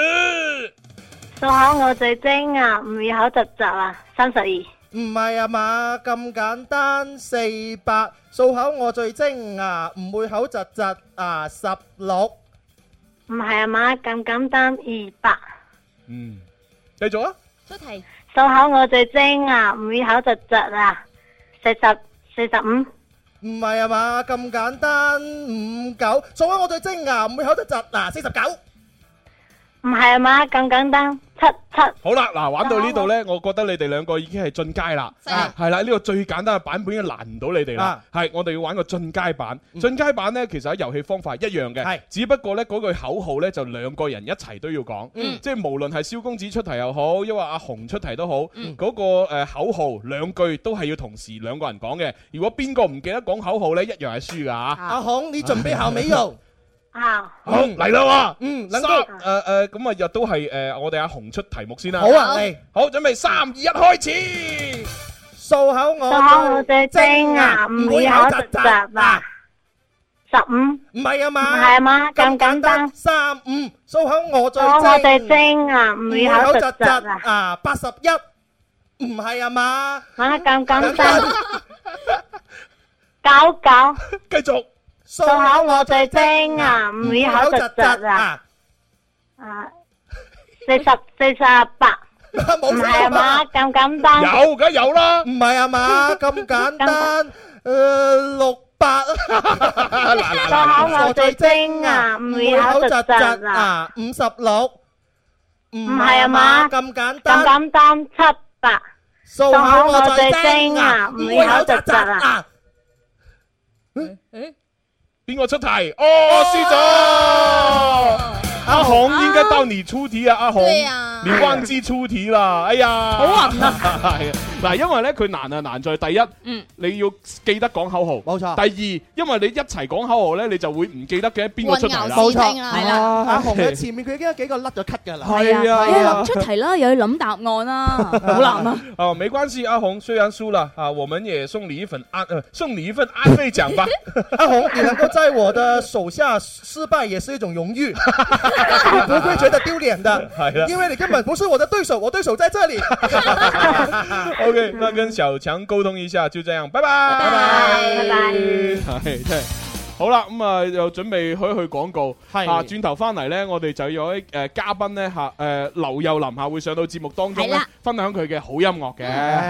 Speaker 18: 數口我最精啊，唔會口窒窒啊，三十二。
Speaker 9: 唔係啊嘛，咁簡單四百，數口我最精啊，唔會口窒窒啊，十六
Speaker 18: 唔系啊嘛，咁简单二百。
Speaker 16: 嗯，继续啊，
Speaker 18: 出题。数口我最精啊，唔會口就窒啊，四十四十五。
Speaker 9: 唔係啊嘛，咁簡單五九，數下我對精牙，唔會口得窒嗱，四十九。
Speaker 18: 唔係啊嘛，咁簡單七七。
Speaker 8: 好啦，嗱，玩到呢度呢，我覺得你哋兩個已經係進階啦，啊係啦，呢個最簡單嘅版本已經難唔到你哋啦，係，我哋要玩個進階版。進階版呢，其實喺遊戲方法一樣嘅，只不過呢嗰句口號呢，就兩個人一齊都要講，
Speaker 16: 嗯
Speaker 8: 即係無論係蕭公子出題又好，抑或阿紅出題都好，
Speaker 16: 嗯
Speaker 8: 嗰個誒口號兩句都係要同時兩個人講嘅。如果邊個唔記得講口號呢，一樣係輸㗎啊嚇。阿
Speaker 9: 阿紅，你準備好未有？
Speaker 18: 啊，
Speaker 8: 好嚟啦喎，
Speaker 9: 嗯，
Speaker 8: 三誒誒，咁啊又都係誒，我哋阿紅出題目先啦。
Speaker 9: 好啊嚟，
Speaker 8: 好準備三二一開始，
Speaker 9: 數口我
Speaker 18: 數口我最精啊，唔會口就窒啊，十五。
Speaker 9: 唔係啊嘛，
Speaker 18: 唔係啊嘛，咁簡單。
Speaker 9: 三五，數口我最
Speaker 18: 數口我最
Speaker 9: 精，
Speaker 18: 精啊，唔會口就窒啊，
Speaker 9: 啊，八十一，唔係啊嘛，
Speaker 18: 玩得咁簡單。九九。
Speaker 8: 繼續。
Speaker 18: 數口我最精啊，唔會口就窒啊。啊，四十四十八。
Speaker 9: 唔
Speaker 18: 係啊嘛，咁簡單。
Speaker 8: 梗有啦，
Speaker 9: 唔係啊嘛，咁簡單，誒六
Speaker 18: <laughs>
Speaker 9: 百啊，
Speaker 18: 數口我最精啊，唔會口就窒啊。
Speaker 9: 啊，五十六，唔
Speaker 18: 唔係啊嘛，
Speaker 9: 咁簡
Speaker 18: 咁
Speaker 9: 單，
Speaker 18: 簡單七百。
Speaker 9: 數口我最精啊，
Speaker 18: 唔會口就窒啊。
Speaker 8: 邊個出題？哦，輸咗。阿紅應該到你出題啊，阿紅
Speaker 16: 對啊，
Speaker 8: 你忘記出題啦，哎呀，
Speaker 16: 好暈
Speaker 8: 啊！ <laughs> 係啊嗱，因為咧佢難啊難在第一，
Speaker 16: 嗯
Speaker 8: 你要記得講口號，冇
Speaker 9: 錯。
Speaker 8: 第二，因為你一齊講口號咧，你就會唔記得嘅邊個出題啦，
Speaker 9: 冇錯，啊阿紅嘅
Speaker 8: 嘅
Speaker 9: 前面佢已經有幾個甩咗咳㗎啦，
Speaker 8: 係啊係啊
Speaker 10: 又要諗出題啦，又要諗答案啦，
Speaker 8: <laughs>
Speaker 10: 好難啊！
Speaker 8: 哦，没关系，阿紅雖然輸了啊，我們也送你一份安，呃送你一份安慰獎吧。
Speaker 9: 阿紅，你能夠在我的手下失敗也是一種榮譽，你不會覺得丟臉的。
Speaker 8: 係啦
Speaker 9: 因為你根本不是我的對手，我對手在這裡。
Speaker 8: <laughs> OK，那跟小強溝通一下，就這樣，拜拜，拜
Speaker 18: 拜，拜拜。
Speaker 8: 係真係好啦，咁啊又準備去一去廣告，
Speaker 9: 係
Speaker 8: 啊轉頭翻嚟咧，我哋就有一誒嘉賓咧嚇誒劉幼林嚇會上到節目當中咧，分享佢嘅好音樂嘅，係啊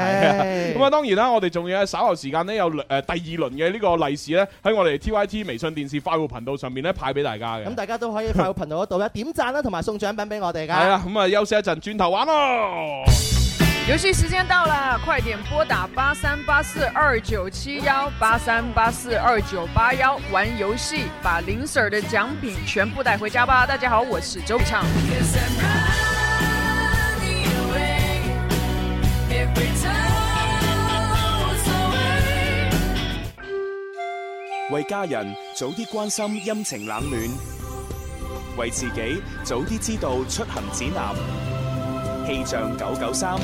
Speaker 8: <laughs> 咁啊當然啦，我哋仲要喺稍後時間咧有誒第二輪嘅呢個利是咧喺我哋 TYT 微信電視快活頻道上面咧派俾大家嘅
Speaker 9: 咁，大家都可以快活頻道嗰度咧點讚啦，同埋送獎品俾我哋㗎。
Speaker 8: 係啦，咁啊休息一陣，轉頭玩咯。
Speaker 1: 游戏时间到了，快点拨打八三八四二九七幺八三八四二九八幺玩游戏，把林 Sir 的奖品全部带回家吧！大家好，我是周笔畅。
Speaker 24: 为家人早啲关心陰晴冷暖，為自己早啲知道出行指南。氣象九九三，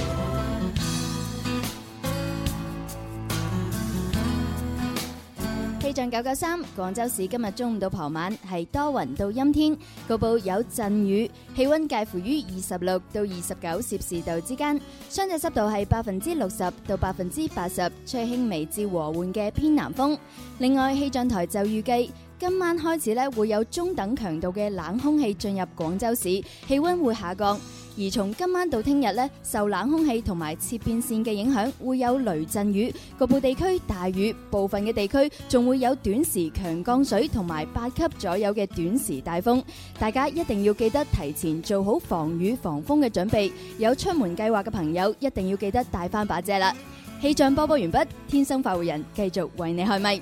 Speaker 2: 氣象九九三，廣州市今日中午到傍晚係多雲到陰天，局部有陣雨，氣温介乎於二十六到二十九攝氏度之間，相對濕度係百分之六十到百分之八十，吹輕微至和緩嘅偏南風。另外，氣象台就預計。今晚開始咧，會有中等強度嘅冷空氣進入廣州市，氣温會下降。而從今晚到聽日咧，受冷空氣同埋切變線嘅影響，會有雷陣雨，局部地區大雨，部分嘅地區仲會有短時強降水同埋八級左右嘅短時大風。大家一定要記得提前做好防雨防風嘅準備，有出門計劃嘅朋友一定要記得帶翻把遮啦。氣象播報完畢，天生快活人繼續為你開咪。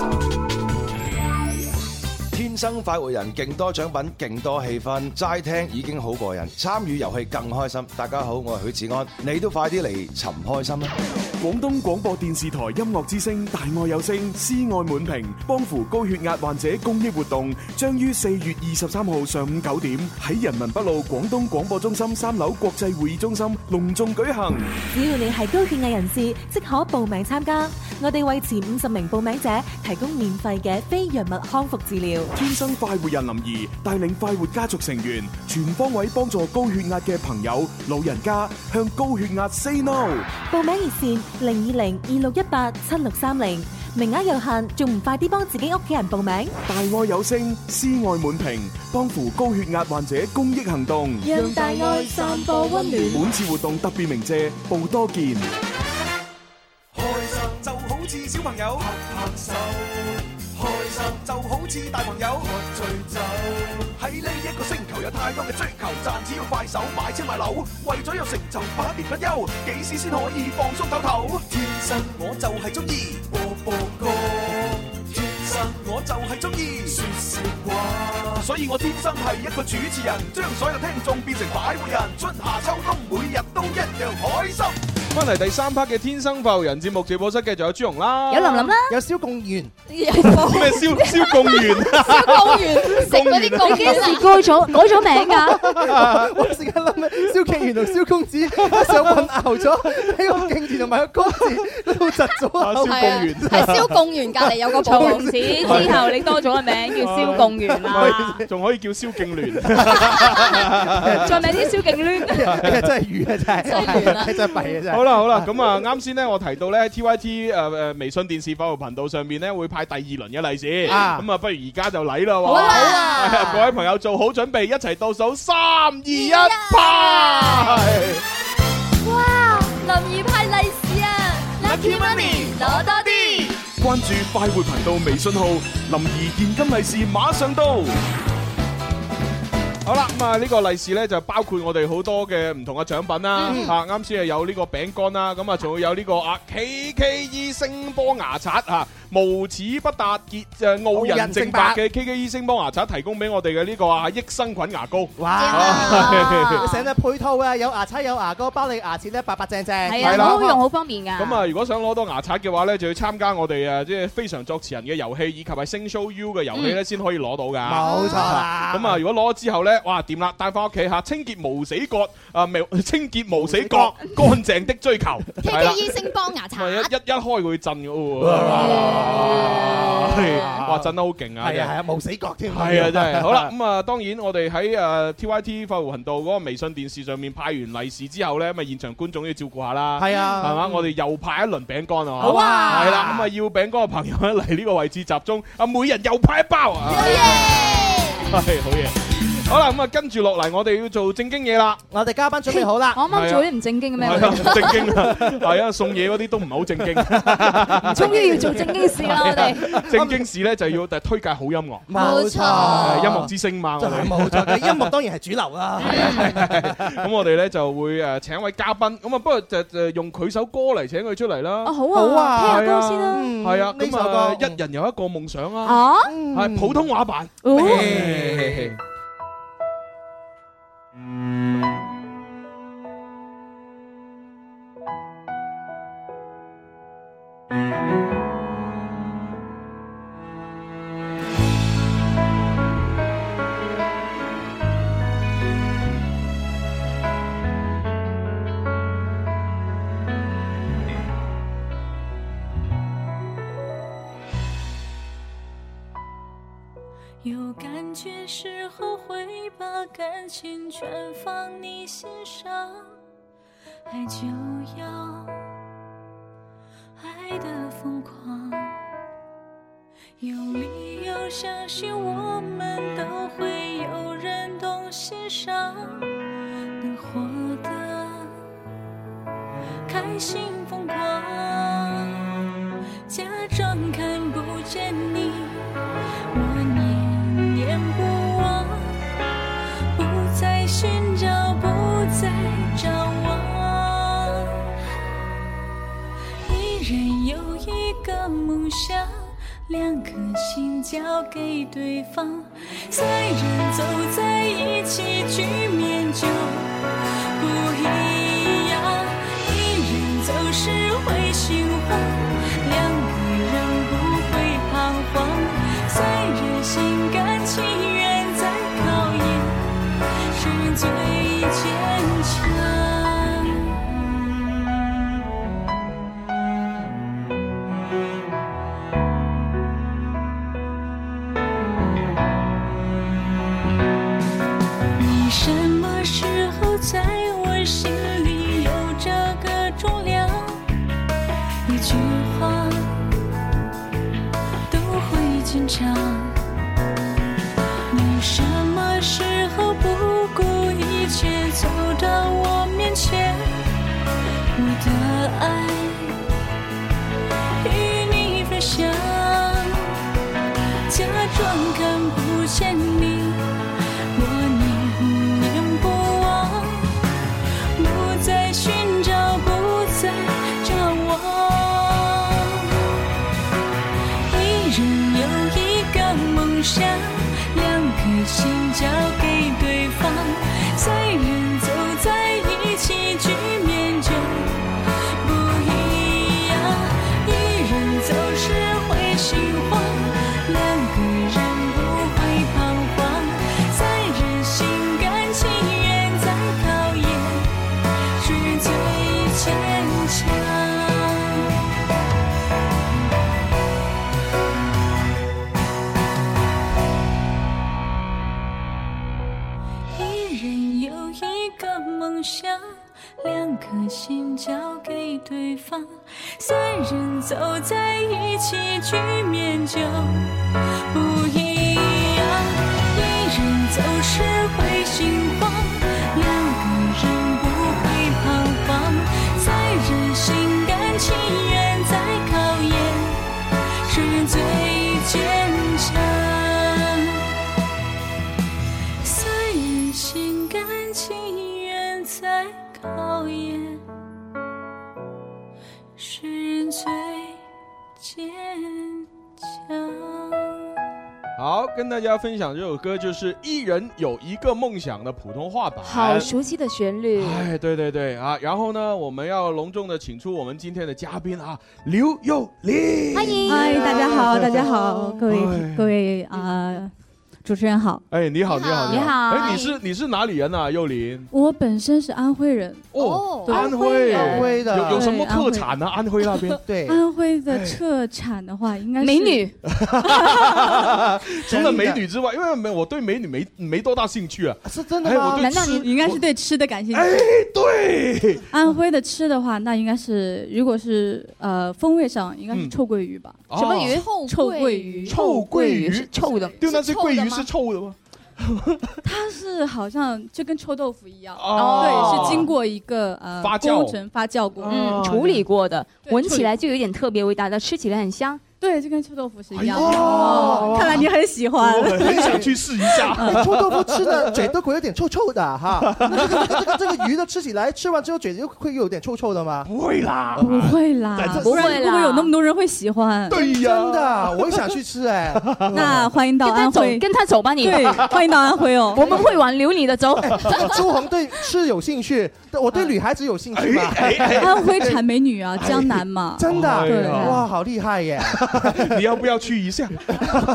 Speaker 25: 天生快活人，勁多獎品，勁多氣氛，齋聽已經好過癮，參與遊戲更開心。大家好，我係許志安，你都快啲嚟尋開心啦！
Speaker 5: 廣東廣播電視台音樂之聲大愛有聲，施愛滿屏，幫扶高血壓患者公益活動將於四月二十三號上午九點喺人民北路廣東廣播中心三樓國際會議中心隆重舉行。
Speaker 6: 只要你係高血壓人士，即可報名參加。我哋為前五十名報名者提供免費嘅非藥物康復治療。
Speaker 5: 天生快活人林怡帶領快活家族成員，全方位幫助高血壓嘅朋友、老人家，向高血壓 say no。
Speaker 6: 報名熱線零二零二六一八七六三零，名額有限，仲唔快啲幫自己屋企人報名？
Speaker 5: 大愛有聲，施愛滿屏，幫扶高血壓患者公益行動，
Speaker 6: 讓大愛散播溫暖
Speaker 5: 本次活動特別鳴謝報多健。
Speaker 3: 就好似小朋友拍拍手，開心就好似大朋友喝醉酒。喺呢一個星球有太多嘅追求，賺只要快手買車買樓，為咗有成就百年不休，幾時先可以放鬆唞唞？天生我就係中意播播歌，天生我就係中意説笑話，所以我天生係一個主持人，將所有聽眾變成擺渡人，春夏秋冬每日都一樣開心。
Speaker 8: 翻嚟第三 part 嘅《天生快活人》節目直播室嘅就有朱紅啦，
Speaker 9: 有林林
Speaker 2: 啦，
Speaker 9: 有蕭共元， <laughs>
Speaker 8: 咩蕭蕭共元，
Speaker 9: 蕭
Speaker 2: 共元食嗰啲共
Speaker 10: 幾時改
Speaker 2: <laughs>
Speaker 10: 咗改咗名啊
Speaker 9: <laughs>
Speaker 10: 㗎？
Speaker 9: 我時間諗起蕭敬元同蕭公子一上混淆咗，喺個敬字同埋個公字嗰度窒咗啊！
Speaker 2: 係啊，係蕭共元隔離有
Speaker 9: <laughs>
Speaker 2: 個
Speaker 10: 從
Speaker 2: 報
Speaker 10: 此之後，你多咗個名叫蕭共
Speaker 5: <laughs>
Speaker 10: 元啊
Speaker 9: <laughs>
Speaker 10: 啦，
Speaker 8: 仲可以叫
Speaker 6: <laughs>
Speaker 8: 蕭敬聯，
Speaker 10: 再名啲蕭敬聯，
Speaker 9: <laughs> 真係魚啊！真係真係弊啊！真係。
Speaker 8: 好啦好啦，咁啊啱先咧，我提到咧 T Y T 誒誒微信電視快活頻道上面咧會派第二輪嘅利是，咁
Speaker 9: 啊
Speaker 8: 啊不如而家就嚟啦喎！
Speaker 9: 好啊
Speaker 8: 係啊，各位朋友做好準備，一齊倒數三二一派。
Speaker 14: 哇！林怡派利是啊，Lucky Money 攞多啲。
Speaker 5: 關注快活頻道微信號，林兒現金利是馬上到。
Speaker 8: 好啦，咁啊呢個利是咧就包括我哋好多嘅唔同嘅獎品啦
Speaker 16: 嗯，
Speaker 8: 啊啱先係有呢個餅乾啦，咁啊仲會有呢個啊 KKE 聲波牙刷啊，無齒不達結誒傲人正白嘅 KKE 聲波牙刷提供俾我哋嘅呢個啊益生菌牙膏，
Speaker 9: 啊
Speaker 8: <laughs> 哇
Speaker 9: 成日配套啊，有牙刷有牙膏，包你牙齒咧白白淨淨。
Speaker 10: 係啊，好用好方便㗎。
Speaker 8: <laughs> 咁啊，如果想攞到牙刷嘅話咧，就要參加我哋誒即係非常作詞人嘅遊戲，以及係星 show U 嘅遊戲咧，
Speaker 9: 嗯
Speaker 8: 先可以攞到㗎。
Speaker 9: 冇錯啦
Speaker 8: 咁啊，如果攞咗之後咧，哇，掂啦，帶翻屋企嚇，清潔無死角啊，未清潔無死角，乾淨的追求。
Speaker 2: K
Speaker 8: 係啦
Speaker 14: E
Speaker 2: K E 醫生幫牙刷
Speaker 8: 咪一。一一開會震嘅喎， <laughs> 哇震得好勁啊！
Speaker 9: 係啊係啊
Speaker 8: 真係
Speaker 9: 無死角添
Speaker 8: 係啊真係。好啦，咁啊當然我哋喺誒 T Y T 快活頻道嗰個微信電視上面派完利是之後咧，咪現場觀眾都要照顧下啦。
Speaker 9: 係啊
Speaker 8: 係嘛？我哋又派一輪餅乾啊！
Speaker 9: 好啊
Speaker 8: 係啦，咁啊要餅乾嘅朋友咧嚟呢個位置集中，啊每人又派一包啊！係好嘢。好啦，咁啊跟住落嚟，我哋要做正經嘢啦。
Speaker 9: 我哋嘉賓準備好啦。
Speaker 10: <laughs> 我啱啱做啲唔正經嘅咩？
Speaker 8: 係啊，唔正
Speaker 10: <laughs>
Speaker 8: 經啊， <laughs> 係啊，送嘢嗰啲都唔係好正經。
Speaker 10: 終於要做正經事
Speaker 8: <laughs>
Speaker 10: 啊
Speaker 8: 啊
Speaker 10: 啦，我哋。
Speaker 8: 正經事咧就要誒推介好音樂，
Speaker 9: 冇錯
Speaker 8: 誒音樂之星嘛，我哋
Speaker 9: 冇錯嘅，音樂當然係主流啦。
Speaker 8: <laughs> 咁我哋咧就會誒請一位嘉賓，咁啊不過就就用佢首歌嚟請佢出嚟啦。
Speaker 10: 哦好啊好啊聽下歌先啦嗯
Speaker 8: 係啊，
Speaker 10: 呢
Speaker 8: 咁
Speaker 10: 首歌
Speaker 8: 啊一人有一個夢想
Speaker 10: 啊
Speaker 8: 啊，係普通話版。
Speaker 10: 哦
Speaker 8: 嘿
Speaker 4: 有感觉时候会把感情全放你心上，爱就要爱的疯狂，有理由相信我们都会有人懂欣赏，能活得开心疯狂，假装看不见你。我念念不忘，不再寻找，不再张望。一人有一个梦想，两颗心交给对方，三人走在一起，局面就不一样。一人走时会心慌，两个人不会彷徨。虽然心甘情愿在考验，是最坚强。你什么时候在我心里有这个重量？长。你什么时候不顾一切走到我面前？我的爱与你分享，假装看不见你，我念念不忘。不再寻找，不再张望，一人有一个梦想，两颗心交给对方，虽然走在一起，局面就不一样。一人走时会心慌，两个人不会彷徨，再任性感情愿再考验。是最坚强。一人有一个梦想，两颗心交给对方，三人走在一起，局面就不一样。一人走时会心慌，两个人不会彷徨，再任性感情愿再考验，是最坚强。虽然心甘情愿再考验，是最坚强。
Speaker 8: 好，跟大家分享这首歌就是《一人有一个梦想》的普通话版。
Speaker 10: 好熟悉的啊旋律。
Speaker 8: 哎，对对对啊！然后呢，我们要隆重的请出我们今天的嘉宾啊，刘幼霖。
Speaker 7: 欢迎，嗨，大家好，大家好，各位各位啊，主持人好。
Speaker 8: 哎，你好，你好，
Speaker 7: 你好
Speaker 8: 哎，你是你是哪里人啊，幼霖？
Speaker 7: 我本身是安徽人
Speaker 8: 哦
Speaker 7: 对
Speaker 8: 安徽，有有什么
Speaker 7: 对安
Speaker 8: 特
Speaker 7: 徽
Speaker 8: 产呢？安徽那边对
Speaker 7: 安徽的特产的话，应该是
Speaker 10: 美女。
Speaker 8: <laughs> 除了美女之外，因为没我对美女没没多大兴趣啊。
Speaker 7: 是
Speaker 8: 真的吗哎我对
Speaker 7: 难道
Speaker 8: 吃
Speaker 7: 你应该是对吃的感兴趣？
Speaker 8: 对，
Speaker 7: 安徽的吃的话，那应该是如果是呃风味上，应该是臭鳜鱼吧？
Speaker 8: 嗯什么鱼
Speaker 7: 臭臭鳜鱼，
Speaker 8: 臭鳜鱼
Speaker 7: 是臭的。
Speaker 8: 对，那这鳜鱼是臭的吗？
Speaker 7: 它是好像就跟臭豆腐一样，
Speaker 10: 哦
Speaker 7: 对，是经过一个呃
Speaker 10: 发酵
Speaker 7: 工程发酵过，
Speaker 10: 嗯，处理过的，
Speaker 7: 对
Speaker 10: 闻
Speaker 7: 处
Speaker 10: 起
Speaker 7: 理
Speaker 10: 来就有点特别味道，但吃起来很香。
Speaker 7: 对，就跟臭豆腐是一样的。
Speaker 10: 哎呦
Speaker 7: 哦，看来你很喜欢，
Speaker 9: 我很想
Speaker 8: 去试一 <laughs> 嗯
Speaker 9: 臭豆腐吃的嘴都会有点臭臭的哈，
Speaker 8: 哎
Speaker 9: 那这个这个这个鱼都吃起来，吃完之后嘴就会有点臭臭的吗？
Speaker 8: 不会啦
Speaker 7: 不会啦，啊不然会不会有那么多人会喜欢？
Speaker 9: 哎对呀，真的，我也想去吃哎。
Speaker 7: <laughs> 那欢迎到
Speaker 10: 跟他
Speaker 7: 安
Speaker 10: 走
Speaker 7: 徽，，
Speaker 10: 跟他走吧你。
Speaker 7: 对，欢迎到安徽哦
Speaker 10: <laughs> 。我们会挽留你的，走。
Speaker 9: 朱红对吃有兴趣，我对女孩子有兴趣嘛？
Speaker 8: 哎
Speaker 7: 安徽产美女啊，江南嘛，
Speaker 9: <laughs> 真的，啊
Speaker 7: 对，啊
Speaker 9: 哇，好厉害耶！
Speaker 8: <laughs> 你要不要去一下？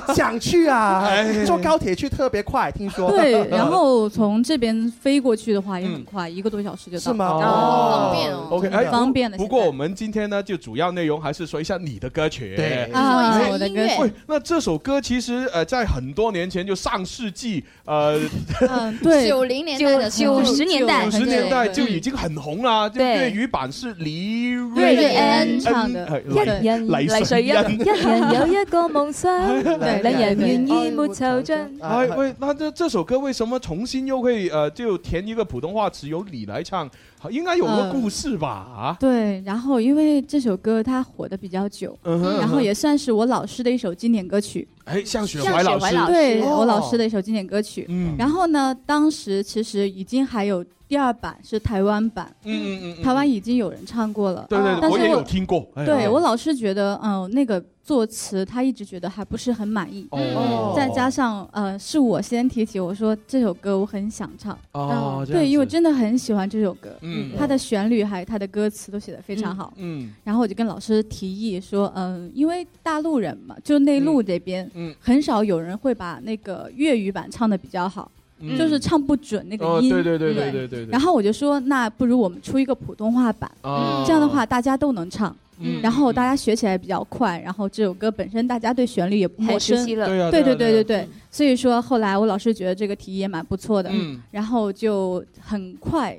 Speaker 9: <laughs> 想去啊
Speaker 8: 哎，
Speaker 9: 坐高铁去特别快，听说。
Speaker 7: 对，然后从这边飞过去的话也很快，一个多小时就到。
Speaker 9: 是吗
Speaker 7: 哦，
Speaker 8: OK，哎
Speaker 7: 很方便的。
Speaker 8: 不过我们今天呢，就主要内容还是说一下你的歌曲。哎
Speaker 7: 对啊说一下我的歌曲音乐
Speaker 8: 喂，那这首歌其实呃，在很多年前就上世纪呃，
Speaker 7: 嗯，
Speaker 2: <laughs>
Speaker 7: 对，
Speaker 2: 90年代的时候
Speaker 10: 90年代
Speaker 8: 九十年代
Speaker 10: 对
Speaker 8: 就已经很红啦。这粤
Speaker 10: 对
Speaker 8: 语版是黎
Speaker 10: 瑞
Speaker 8: 瑞
Speaker 10: 恩唱的
Speaker 8: 恩
Speaker 10: 一人
Speaker 8: 嗯哎黎
Speaker 10: 黎瑞
Speaker 8: <laughs>
Speaker 10: 恩，一人有一個夢想，
Speaker 8: 對
Speaker 10: 兩人願意沒酬章。
Speaker 8: 哎喂，那这这首歌为什么重新又会呃就填一个普通话词由你来唱？应该有个
Speaker 7: 嗯
Speaker 8: 故事吧？啊，
Speaker 7: 对，然后因为这首歌它火的比较久，
Speaker 8: 嗯哼
Speaker 7: 然后也算是我老师的一首经典歌曲。
Speaker 8: 哎，向雪怀老师，哦
Speaker 7: 对我老师
Speaker 8: 的。
Speaker 7: 的一首经典歌曲
Speaker 8: 嗯。
Speaker 7: 然后呢，当时其实已经还有第二版是台湾版，
Speaker 8: 嗯嗯嗯嗯
Speaker 7: 台湾已经有人唱过了，
Speaker 8: 对对，
Speaker 7: 啊但
Speaker 8: 对，
Speaker 7: 是
Speaker 8: 我也有听过。哎
Speaker 7: 对我老师觉得，嗯，那个作词他一直觉得还不是很满意，嗯
Speaker 8: 哦
Speaker 7: 再加上呃，是我先提起，我说这首歌我很想唱，
Speaker 8: 哦这样
Speaker 7: 对，因为我
Speaker 8: 子
Speaker 7: 真的很喜欢这首歌，
Speaker 8: 嗯
Speaker 7: 它的旋律还有它的歌词都写得非常好，
Speaker 8: 嗯，
Speaker 7: 然后我就跟老师提议说，嗯，因为大陆人嘛，就内陆这边，
Speaker 8: 嗯
Speaker 7: 很少有人会把那个粤语版唱的比较好。
Speaker 8: 嗯
Speaker 7: 就是唱不准那
Speaker 8: 哦
Speaker 7: 个音，
Speaker 8: 对对对对对对对
Speaker 7: 然后我就说，那不如我们出一个普通话版，
Speaker 8: 哦
Speaker 7: 这样的话大家都能唱，
Speaker 8: 嗯
Speaker 7: 然后大家学起来比较快，然后这首歌本身大家对旋律也不陌生
Speaker 10: 很熟悉，了对啊
Speaker 7: 对
Speaker 10: 对啊
Speaker 7: 对
Speaker 10: 对啊
Speaker 7: 对
Speaker 8: 嗯
Speaker 7: 对，所以
Speaker 8: 嗯
Speaker 7: 说后来我老师觉得这个提议也蛮不错的
Speaker 10: 嗯，
Speaker 7: 然后就很快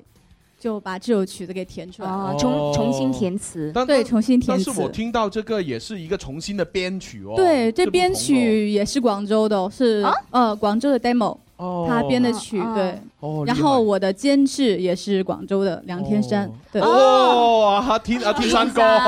Speaker 7: 就把这首曲子给填出来了，
Speaker 8: 重重新填
Speaker 10: 词
Speaker 8: 哦但
Speaker 7: 对，重新填
Speaker 8: 但
Speaker 7: 词。
Speaker 8: 是我听到这个也是一个重新的编曲哦。
Speaker 7: 对，这
Speaker 8: 不
Speaker 7: 编
Speaker 8: 同
Speaker 7: 曲也是广州的哦，是呃广州的 demo，他编的曲
Speaker 8: 啊
Speaker 7: 对
Speaker 8: 哦。
Speaker 7: 然
Speaker 8: 厉
Speaker 7: 后我的监制也是广州的梁天山，对。
Speaker 8: 哦，阿天阿天山哥，
Speaker 7: 对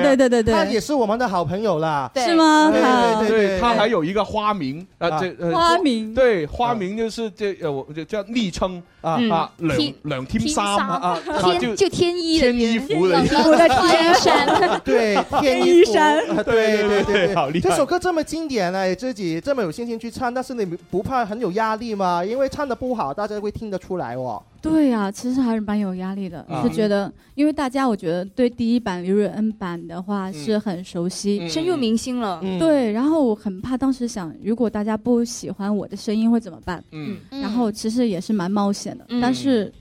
Speaker 7: 对对对对
Speaker 9: 他也是我们的好朋友啦，
Speaker 7: 对是吗
Speaker 9: 对
Speaker 7: 他
Speaker 9: 对对
Speaker 8: 对
Speaker 9: 对，
Speaker 8: 他还有一个花名啊，这呃
Speaker 7: 花名
Speaker 8: 对花名就是这呃，我就叫昵称啊
Speaker 9: 嗯
Speaker 8: 啊，梁
Speaker 9: 天
Speaker 8: 梁天衫
Speaker 9: 天衫
Speaker 8: 啊啊，啊
Speaker 9: 天就
Speaker 10: 天
Speaker 8: 衣天衣服的
Speaker 9: 老
Speaker 8: 意思
Speaker 9: 老的天
Speaker 10: 山
Speaker 9: <laughs> 对，天衣服啊对对对对，
Speaker 8: 好厉害！
Speaker 9: 这首歌这么经典呢，自己这么有信心去唱，但是你不怕很有压力吗？因为唱的不好，大家会听得出来哦。
Speaker 7: 对呀、其实还是蛮有压力的，
Speaker 8: 嗯
Speaker 9: 啊
Speaker 7: 就觉得，因为大家我觉得对第一版刘瑞恩版的
Speaker 8: 嗯
Speaker 7: 话是很熟悉，
Speaker 10: 深入民心了。
Speaker 7: 对，然后我很怕当时想，如果大家不喜欢我的声音会怎么办？
Speaker 10: 嗯嗯
Speaker 7: 然后其实也是蛮冒险的，
Speaker 10: 嗯
Speaker 7: 但是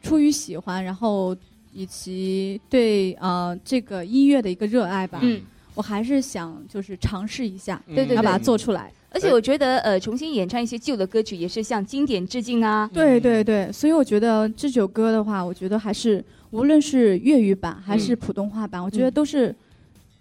Speaker 7: 出于喜欢，然后以及对呃这个音乐的一个热爱吧，
Speaker 10: 嗯
Speaker 7: 我还是想就是尝试一下，
Speaker 8: 嗯
Speaker 10: 对对对
Speaker 7: 要把它做出来。
Speaker 10: 而且我觉得，呃，重新演唱一些旧的歌曲也是向经典致敬啊。
Speaker 7: 对对对，所以我觉得这首歌的话，我觉得还是无论是粤语版还是
Speaker 10: 嗯
Speaker 7: 普通话版，我觉得都是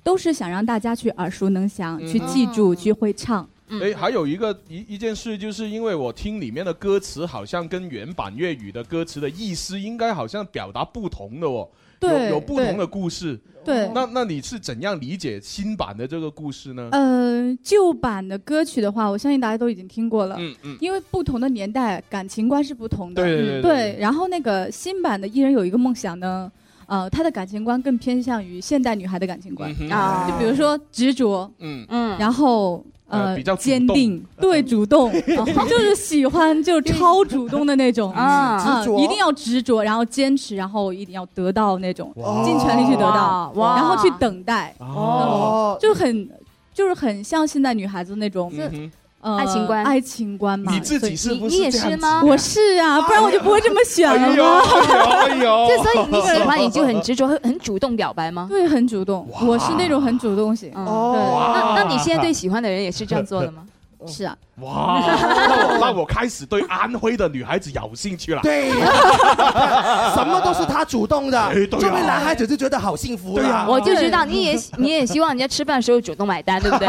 Speaker 7: 都是想让大家去耳熟能详、去
Speaker 8: 嗯
Speaker 7: 记
Speaker 10: 哦
Speaker 7: 住、去会唱。
Speaker 8: 哎，还有一个一一件事，就是因为我听里面的歌词好像跟原版粤语的歌词的意思，应该好像表达不同的哦，有
Speaker 7: 对
Speaker 8: 有不
Speaker 7: 对
Speaker 8: 同的故事。
Speaker 7: 对
Speaker 8: 那那你是怎样理解新版的这个故事呢？
Speaker 7: 呃，旧版的歌曲的话，我相信大家都已经听过了，
Speaker 8: 嗯嗯
Speaker 7: 因为不同的年代感情观是不同的，嗯
Speaker 8: 对对对对对
Speaker 7: 然后那个新版的《一人有一个梦想》呢，呃，他的感情观更偏向于现代女孩的感情观
Speaker 8: 嗯哼啊
Speaker 7: 就比如说执着，
Speaker 8: 嗯
Speaker 10: 嗯
Speaker 7: 然后。
Speaker 8: 呃
Speaker 7: 呃，
Speaker 8: 比较主
Speaker 7: 坚定，对，主动，
Speaker 10: 嗯
Speaker 7: 啊 <laughs> 就是喜欢，就是超主动的那
Speaker 10: <laughs>
Speaker 7: 种啊，
Speaker 10: 执着
Speaker 7: 一定要执着，然后坚持，然后一定要得到那种，尽全力去得到，
Speaker 10: 哇哇
Speaker 7: 然后去等待，嗯
Speaker 10: 哦
Speaker 7: 就很就是很像现代女孩子那种，呃
Speaker 10: 爱情观
Speaker 7: 爱情观嘛。
Speaker 10: 嗯你自
Speaker 7: 所
Speaker 10: 己
Speaker 7: 以
Speaker 10: 是不是你你这也样是子哎吗
Speaker 7: 我是啊，不然我就不会这么想了吗？
Speaker 8: 哎
Speaker 7: 啊
Speaker 8: 呦
Speaker 10: <laughs> 就所以你喜欢你就很执着，会很主动表白吗？
Speaker 7: 对，很主动，我是那种很主动型。
Speaker 10: <laughs> 哦
Speaker 7: 哦
Speaker 10: 那那你现 <laughs> 在对喜欢的人也是这样做的吗？
Speaker 7: 是啊，
Speaker 8: 哇，那我那我开始对安徽的女孩子有兴趣了。 <laughs>
Speaker 9: 对什么都是他主动的
Speaker 8: 哎对，啊
Speaker 9: 作为男孩子就觉得好幸福
Speaker 8: 对啊
Speaker 9: 啦。
Speaker 10: 我就知道你也你也希望人家吃饭的时候主动买单，对不 <laughs> 对？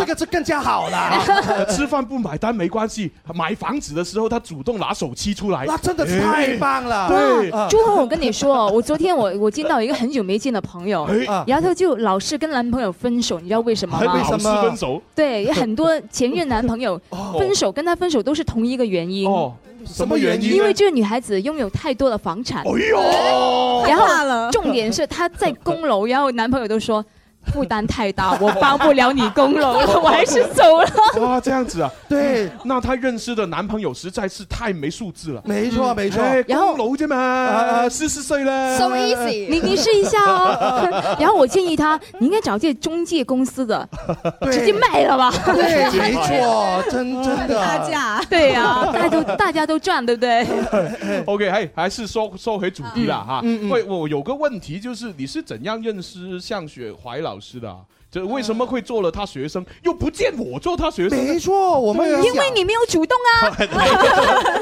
Speaker 9: 这个就更加好啦。
Speaker 8: <laughs> 吃饭不买单没关系，买房子的时候他主动拿手机出来，哎
Speaker 9: 那真的是太棒了啊
Speaker 8: 对，
Speaker 10: 哇朱红，我跟你说， <laughs> 我昨天我我见到一个很久没见的朋友
Speaker 8: 哎啊，
Speaker 10: 然后他就老是跟男朋友分手，你知道为什么吗？
Speaker 8: 为什么老是分手
Speaker 10: 对，有很多前任男朋
Speaker 8: <laughs>
Speaker 10: 友分手，跟他分手都是同一个原因。
Speaker 8: 哦，什么原因呢
Speaker 10: 因为这个女孩子拥有太多的房产。
Speaker 8: 哎呦
Speaker 10: 然
Speaker 8: 太大
Speaker 10: 后
Speaker 8: 了
Speaker 10: 重点是她在供楼，然后男朋友都说负担太大，我帮不了你供楼 <laughs>
Speaker 9: <laughs>
Speaker 10: 了，我还是走了。
Speaker 8: 哇，这样子啊？
Speaker 9: 对，
Speaker 8: 那她认识的男朋友实在是太没素质了。
Speaker 9: 没错没错
Speaker 8: 哎供楼啫嘛，四十岁了
Speaker 10: So
Speaker 8: easy
Speaker 10: 你你试一下
Speaker 7: <laughs>
Speaker 10: 哦。然后我建议她，你应该找这中介公司的，直接卖了吧。 <laughs>
Speaker 9: 对，没
Speaker 8: 哎
Speaker 9: 错，真真的。
Speaker 10: 大对呀、大家都大家都赚，对不对？
Speaker 8: OK，还还是说说回主题了哈。
Speaker 10: 嗯嗯嗯
Speaker 8: 喂，我有个问题，就是你是怎样认识向雪怀老师的、啊？就为什么会做了他学生，又不见我做他学生？
Speaker 9: 没错，我们
Speaker 10: 因为你没有主动啊。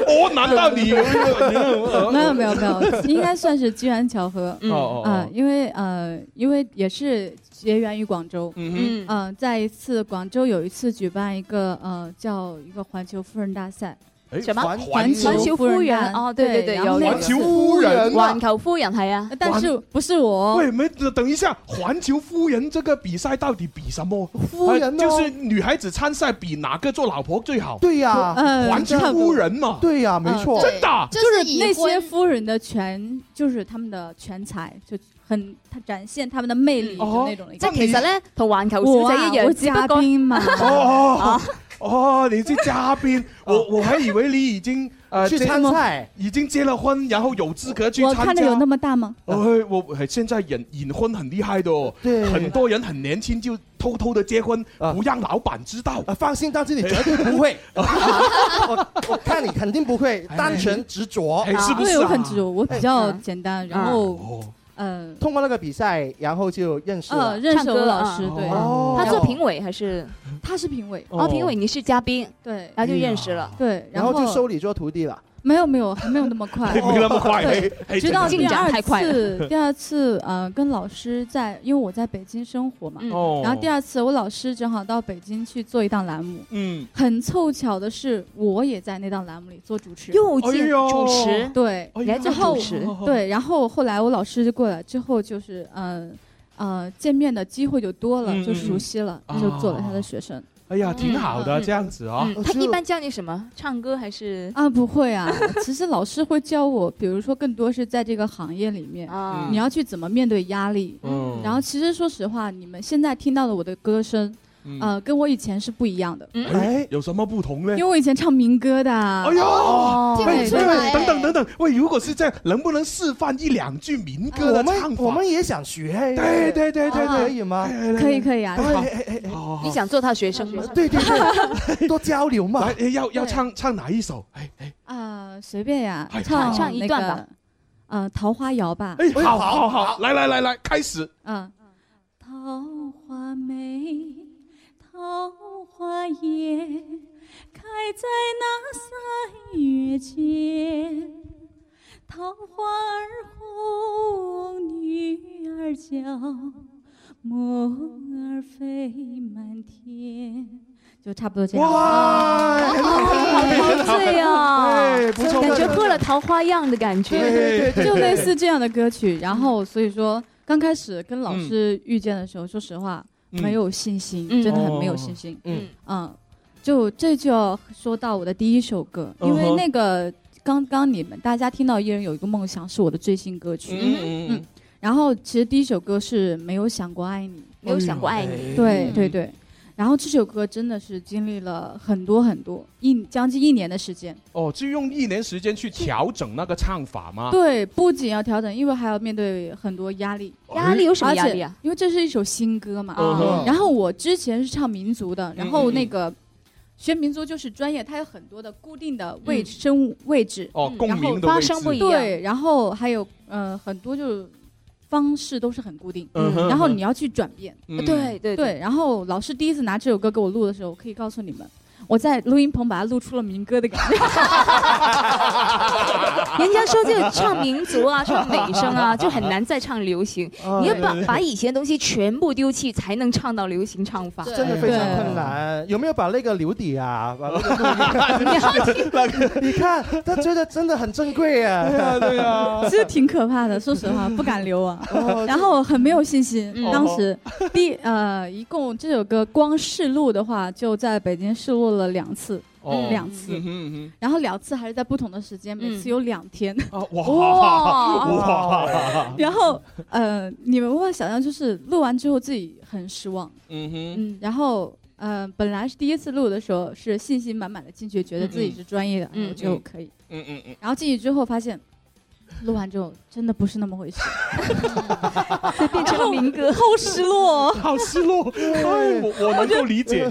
Speaker 8: 我难道你？
Speaker 7: <laughs> 没有没有没有，
Speaker 10: <laughs>
Speaker 7: 应该算是机缘巧合。
Speaker 8: 嗯哦哦哦
Speaker 7: 啊因为呃，因为也是结缘于广州。
Speaker 8: 嗯
Speaker 10: 哼
Speaker 7: 呃在一次广州有一次举办一个呃叫一个环球夫人大赛
Speaker 10: 哎。什么环
Speaker 7: 环
Speaker 10: 环球夫人
Speaker 7: 大
Speaker 10: 哦对对对
Speaker 7: 然后
Speaker 10: 有
Speaker 7: 那
Speaker 10: 有
Speaker 7: 次
Speaker 10: 环球夫人啊环球夫人系啊
Speaker 7: 但是
Speaker 8: 环
Speaker 7: 不是我？
Speaker 8: 喂，没等一下，环球夫人这个比赛到底比什么？
Speaker 9: 夫人
Speaker 8: 呃
Speaker 9: 哦
Speaker 8: 就是女孩子参赛比哪个做老婆最好？
Speaker 9: 对呀嗯
Speaker 8: 环球夫人嘛。
Speaker 9: 对呀，没错，
Speaker 8: 真的啊。
Speaker 7: 就是那些夫人的全，就是他们的全才，就很他展现他们的魅力，就
Speaker 10: 哦
Speaker 7: 那种。
Speaker 10: 即係其實咧，同環球
Speaker 7: 我
Speaker 10: 小
Speaker 7: 啊
Speaker 10: 姐一樣
Speaker 7: 我
Speaker 10: 只不啊
Speaker 7: 嘉
Speaker 10: 過
Speaker 7: 賓嘛。
Speaker 8: 哦哦，你是嘉宾，我我还以为你已经呃
Speaker 7: 去
Speaker 8: 结
Speaker 7: 参赛
Speaker 8: 已经结了婚，然后有资格去
Speaker 7: 我
Speaker 8: 参加。
Speaker 7: 看着有那么大吗？
Speaker 8: 哎，我哎现在隐隐婚很厉害的哦，
Speaker 9: 对
Speaker 8: 很多人很年轻就偷偷的结婚，不让老板知道。哎
Speaker 9: 放心，但是你绝对不
Speaker 8: <laughs>
Speaker 9: 会。我我看你肯定不会，单纯执着
Speaker 8: 哎，是不
Speaker 7: 对
Speaker 8: 是
Speaker 7: 我
Speaker 8: 啊？
Speaker 7: 很执着，我比
Speaker 10: 哎
Speaker 7: 较简单，然后
Speaker 8: 哦
Speaker 10: 呃
Speaker 7: 嗯，
Speaker 9: 通过那个比赛，然后就认识了哦
Speaker 7: 呃，认识
Speaker 10: 唱
Speaker 7: 我
Speaker 10: 歌
Speaker 7: 老
Speaker 10: 啊
Speaker 7: 师，对，
Speaker 10: 她做评委还是？
Speaker 7: 哦他是评委，
Speaker 10: 哦，评委你是嘉宾，
Speaker 7: 对，
Speaker 8: 哎
Speaker 10: 然后就认识了。
Speaker 7: 对，
Speaker 9: 然后就收你做徒弟了。
Speaker 7: 没有没有，还没有那么快，哦
Speaker 8: 没那么快
Speaker 7: 对
Speaker 8: 哎哎
Speaker 7: 直到
Speaker 8: 真
Speaker 7: 第
Speaker 8: 的进展
Speaker 7: 二
Speaker 8: 太快
Speaker 7: 次
Speaker 8: 了，
Speaker 7: <laughs> 第二次呃跟老师在，因为我在北京生活嘛
Speaker 8: 嗯哦，
Speaker 7: 然后第二次我老师正好到北京去做一档栏目，
Speaker 8: 嗯，
Speaker 7: 很凑巧的是我也在那档栏目里做主持人，
Speaker 10: 又见哎呦主持
Speaker 7: 对，
Speaker 10: 哎呀你还做
Speaker 7: 然后
Speaker 10: 主持
Speaker 7: 对，然后后来我老师就过来之后就是嗯。呃，见面的机会就多了，
Speaker 16: 嗯
Speaker 7: 就
Speaker 16: 嗯
Speaker 7: 熟
Speaker 16: 嗯
Speaker 7: 悉了，那就做了他的学生。
Speaker 16: 哎呀，挺好的，
Speaker 7: 嗯嗯
Speaker 16: 这样子哦。
Speaker 7: 嗯
Speaker 10: 他一般叫你什么？唱歌还是？
Speaker 7: <laughs> 啊，不会啊，其实老师会教我，比如说更多是在这个行业里面，
Speaker 10: 啊
Speaker 7: 你要去怎么面对压力。
Speaker 10: 嗯
Speaker 7: 然后其实说实话，你们现在听到的我的歌声，
Speaker 8: 嗯
Speaker 7: 呃，跟我以前是不一样的。
Speaker 10: 嗯
Speaker 8: 哎，有什么不同呢？
Speaker 7: 因为我以前唱民歌的。哎
Speaker 8: 哎呦，
Speaker 7: 对
Speaker 8: 喂
Speaker 7: 对
Speaker 8: 喂，等
Speaker 7: 对。
Speaker 8: 等等等，喂，如果是这样，能不能示范一两句民歌的
Speaker 9: 我
Speaker 8: 唱
Speaker 9: 们
Speaker 8: 法？
Speaker 9: 我们也想学，啊
Speaker 8: 对对对哎对
Speaker 9: 可
Speaker 8: 对，
Speaker 9: 以吗？
Speaker 7: 可以可以啊，
Speaker 8: 哎
Speaker 10: 你想做他学生吗？
Speaker 9: 对对对，啊多交流嘛。
Speaker 8: 哎要要唱唱哪一首？哎
Speaker 7: 啊，随便呀，
Speaker 8: 哎
Speaker 7: 唱
Speaker 10: 唱一
Speaker 7: 那
Speaker 10: 段
Speaker 7: 个
Speaker 10: 吧。
Speaker 7: 呃，桃花谣吧。
Speaker 8: 哎，好好好，来来来来，开始。
Speaker 7: 嗯，
Speaker 4: 桃花梅，桃花叶，开在那三月间。桃花儿红，女儿娇，梦儿飞满天。
Speaker 7: 就差不多这样。
Speaker 4: 哇很好
Speaker 10: 哦好陶醉啊
Speaker 4: 哎不！错
Speaker 10: 感觉喝了桃花样的感觉，
Speaker 7: 对就类似这样的歌曲。然后所以说，刚开始跟老师遇见的时候，说实话
Speaker 10: 嗯
Speaker 7: 没有信心，
Speaker 10: 嗯
Speaker 7: 真的很没有信心。
Speaker 10: 嗯
Speaker 7: 嗯就这就要说到我的第一首歌，因
Speaker 10: 嗯
Speaker 7: 为
Speaker 10: 哼
Speaker 7: 那个刚刚你们大家听到《一人有一个梦想》是我的最新歌曲。
Speaker 10: 嗯嗯嗯
Speaker 7: 嗯。然后其实第一首歌是没有想过爱你，
Speaker 10: 没有想过爱你
Speaker 7: 对
Speaker 10: 嗯
Speaker 7: 对对。然后这首歌真的是经历了很多很多一将近一年的时间，
Speaker 8: 哦，就用一年时间去调整那个唱法吗？
Speaker 7: 对，不仅要调整，因为还要面对很多压力。
Speaker 8: 压力有什么压力啊
Speaker 7: 而且因为这是一首新歌嘛。
Speaker 8: 嗯哼
Speaker 7: 然后我之前是唱民族的，然后
Speaker 8: 嗯嗯
Speaker 7: 那个学民族就是专业，它有很多的固定的
Speaker 8: 嗯
Speaker 7: 位声位置，
Speaker 8: 哦
Speaker 7: 嗯
Speaker 8: 共
Speaker 7: 然后
Speaker 8: 鸣的位置发声不一样
Speaker 7: 对，然后还有呃很多就是。方式都是很固定，
Speaker 8: 嗯哼
Speaker 7: 然后你要去转变，
Speaker 8: 嗯对
Speaker 7: 对对。然后老师第一次拿这首歌给我录的时候，我可以告诉你们，我在录音棚把它录出了民歌的感
Speaker 8: <laughs>
Speaker 7: 觉。
Speaker 10: <laughs> 人家说这个唱民族啊，唱美声啊，就很难再唱流行。你要把
Speaker 9: 对对对
Speaker 10: 把以前的东西全部丢弃，才能唱到流行唱法。
Speaker 9: 真的非常困难，有没有把那个留底啊？把那个录音那个 <laughs> 你看，他觉得真的很珍贵啊！
Speaker 7: 对啊对啊其实挺可怕的，说实话不敢
Speaker 8: <laughs>
Speaker 7: 留啊
Speaker 9: 哦。
Speaker 7: 然后很没有信心
Speaker 9: 嗯，
Speaker 8: 哦
Speaker 7: 当时第呃一共这首歌光试录的话，就在北京试录了两次，
Speaker 8: 哦
Speaker 7: 两次。
Speaker 8: 嗯
Speaker 7: 然后两次还是在不同的时间，每次有两天。
Speaker 8: 哦
Speaker 7: <laughs>
Speaker 8: 哇哇
Speaker 7: 然后呃，你们无法想象，就是录完之后自己很失望。
Speaker 8: 嗯哼，
Speaker 7: 嗯，然后呃，本来是第一次录的时候是信心满满的进去，觉得自己是专业的，
Speaker 10: 嗯嗯
Speaker 7: 我就可以。
Speaker 8: 嗯嗯嗯，
Speaker 7: 然后进去之后发现，录完之后真的不是那么回
Speaker 10: <laughs>
Speaker 7: 事，变成了民歌，好失落、哦，
Speaker 8: 好失落。哎，我我能够理解。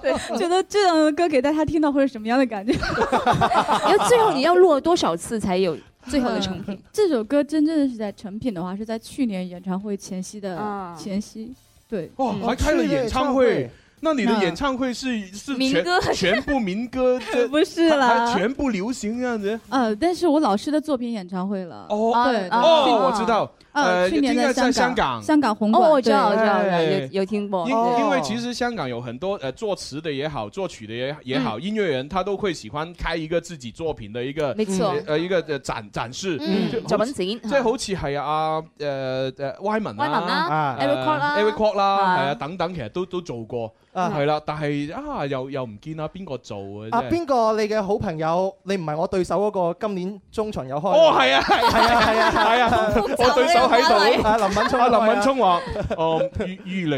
Speaker 7: 对，觉得这样的歌给大家听到会是什么样的感觉？
Speaker 10: 然后最后 <laughs> 你要录了多少次才有 <laughs> 最后的成品？
Speaker 7: 嗯这首歌真正的是在成品的话，是在去年演唱会前夕的
Speaker 10: 啊嗯
Speaker 7: 前夕，对，
Speaker 8: 哇，哦还开了演唱
Speaker 7: 哦
Speaker 8: 会。那你的演唱会是是
Speaker 7: 民
Speaker 8: 全
Speaker 7: 歌
Speaker 8: 全部民歌，这
Speaker 7: <laughs> 不是
Speaker 8: 还
Speaker 7: 啦
Speaker 8: 还全部流行这样子。
Speaker 7: 呃，但是我老师的作品演唱会了。
Speaker 8: 哦
Speaker 10: 啊
Speaker 7: 对，对
Speaker 8: 哦，我知道，
Speaker 7: 呃，
Speaker 8: 呃，
Speaker 7: 去年
Speaker 8: 应该在
Speaker 7: 香
Speaker 8: 港，
Speaker 7: 香港红
Speaker 10: 哦
Speaker 7: 馆。
Speaker 10: 我知道
Speaker 7: 对哦
Speaker 10: 我知道
Speaker 8: 哎
Speaker 10: 有有听过
Speaker 8: 因
Speaker 10: 对
Speaker 8: 因为其实香港有很多呃作词的也好，作曲的也也
Speaker 10: 嗯
Speaker 8: 好，音乐人他都会喜欢开一个自己作品的一个，
Speaker 10: 没錯
Speaker 8: 呃呃一个呃展展示，
Speaker 10: 嗯
Speaker 8: 就好
Speaker 10: 作品展
Speaker 8: 即係好似係啊誒誒 Wyman
Speaker 10: 威文
Speaker 8: 啦
Speaker 9: 啊
Speaker 10: 啦，Eric Kwok 啦
Speaker 8: e r i c Kwok 啦，
Speaker 10: 啊
Speaker 8: 係啊等等，其實都都做過，
Speaker 9: 啊
Speaker 8: 係啦，但係啊又又唔見啊邊個做
Speaker 9: <laughs> 啊
Speaker 8: 啊，真係
Speaker 9: 邊個你嘅好朋友？你唔係我對手嗰個，今年中巡有開。
Speaker 8: 哦，係啊，係
Speaker 9: 係啊，係啊，
Speaker 8: 係啊，我對手喺度。
Speaker 9: 啊，林敏聰，
Speaker 8: 啊，林敏聰話：，誒，二二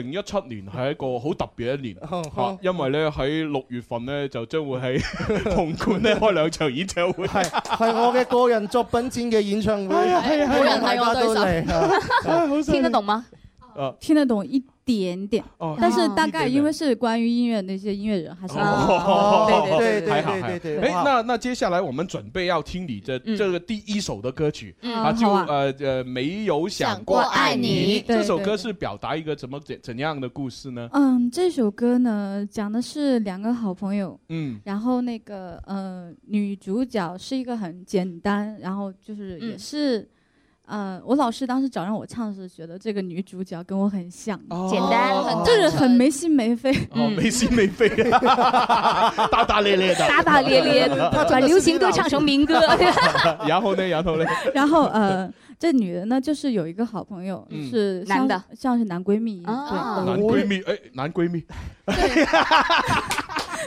Speaker 8: 零一七年係一個好特別一年，啊因為咧喺六月份咧就將會喺 <laughs> 紅館咧開兩場演唱會。
Speaker 9: 係我嘅個人作品展嘅演唱會，
Speaker 8: 哎係
Speaker 9: 哎
Speaker 8: 啊係啊係啊
Speaker 9: 大家都嚟啊
Speaker 7: <laughs>
Speaker 10: 聽得懂嗎？
Speaker 8: 啊，
Speaker 7: 听得懂一点点
Speaker 8: 哦，
Speaker 7: 但是
Speaker 8: 一
Speaker 7: 大
Speaker 8: 点
Speaker 7: 概
Speaker 8: 点
Speaker 7: 因为是关于音乐那些音乐人，还是
Speaker 8: <laughs> 哦，
Speaker 7: 对对
Speaker 8: 还好
Speaker 7: 对对对
Speaker 8: 还
Speaker 7: 对
Speaker 8: 好哎
Speaker 7: 哇，
Speaker 8: 那那接下来我们准备要听你的这个第一首的歌曲
Speaker 7: 嗯
Speaker 8: 啊，就
Speaker 7: 好啊
Speaker 8: 呃呃没有想过
Speaker 7: 过爱
Speaker 8: 爱
Speaker 7: 你
Speaker 8: 你
Speaker 7: 对
Speaker 8: 这首
Speaker 7: 对
Speaker 8: 歌
Speaker 7: 对
Speaker 8: 是表达一个怎么怎怎样的故事呢？
Speaker 7: 嗯，这首歌呢讲的是两个好朋友，
Speaker 8: 嗯
Speaker 7: 然后那个呃女主角是一个很简单，然后就是也
Speaker 10: 嗯
Speaker 7: 是。呃，我老师当时找让我唱的时候，觉得这个女主角跟我很像，
Speaker 8: 简单哦很
Speaker 7: 就是
Speaker 8: 单纯
Speaker 7: 很没心没肺。
Speaker 8: 哦，没心没肺，啊
Speaker 7: <laughs>
Speaker 8: 大大咧咧的，
Speaker 7: 大大
Speaker 8: <laughs>
Speaker 7: 咧咧把流行歌唱成民歌
Speaker 8: 然后呢，然后呢？
Speaker 7: <laughs> 然后呃，这女的呢，就是有一个好朋友，
Speaker 8: 嗯
Speaker 7: 是
Speaker 8: 男
Speaker 7: 像
Speaker 8: 的，
Speaker 7: 像是男闺蜜一样，
Speaker 8: 男
Speaker 7: 对，
Speaker 8: 闺蜜，哎，男闺蜜，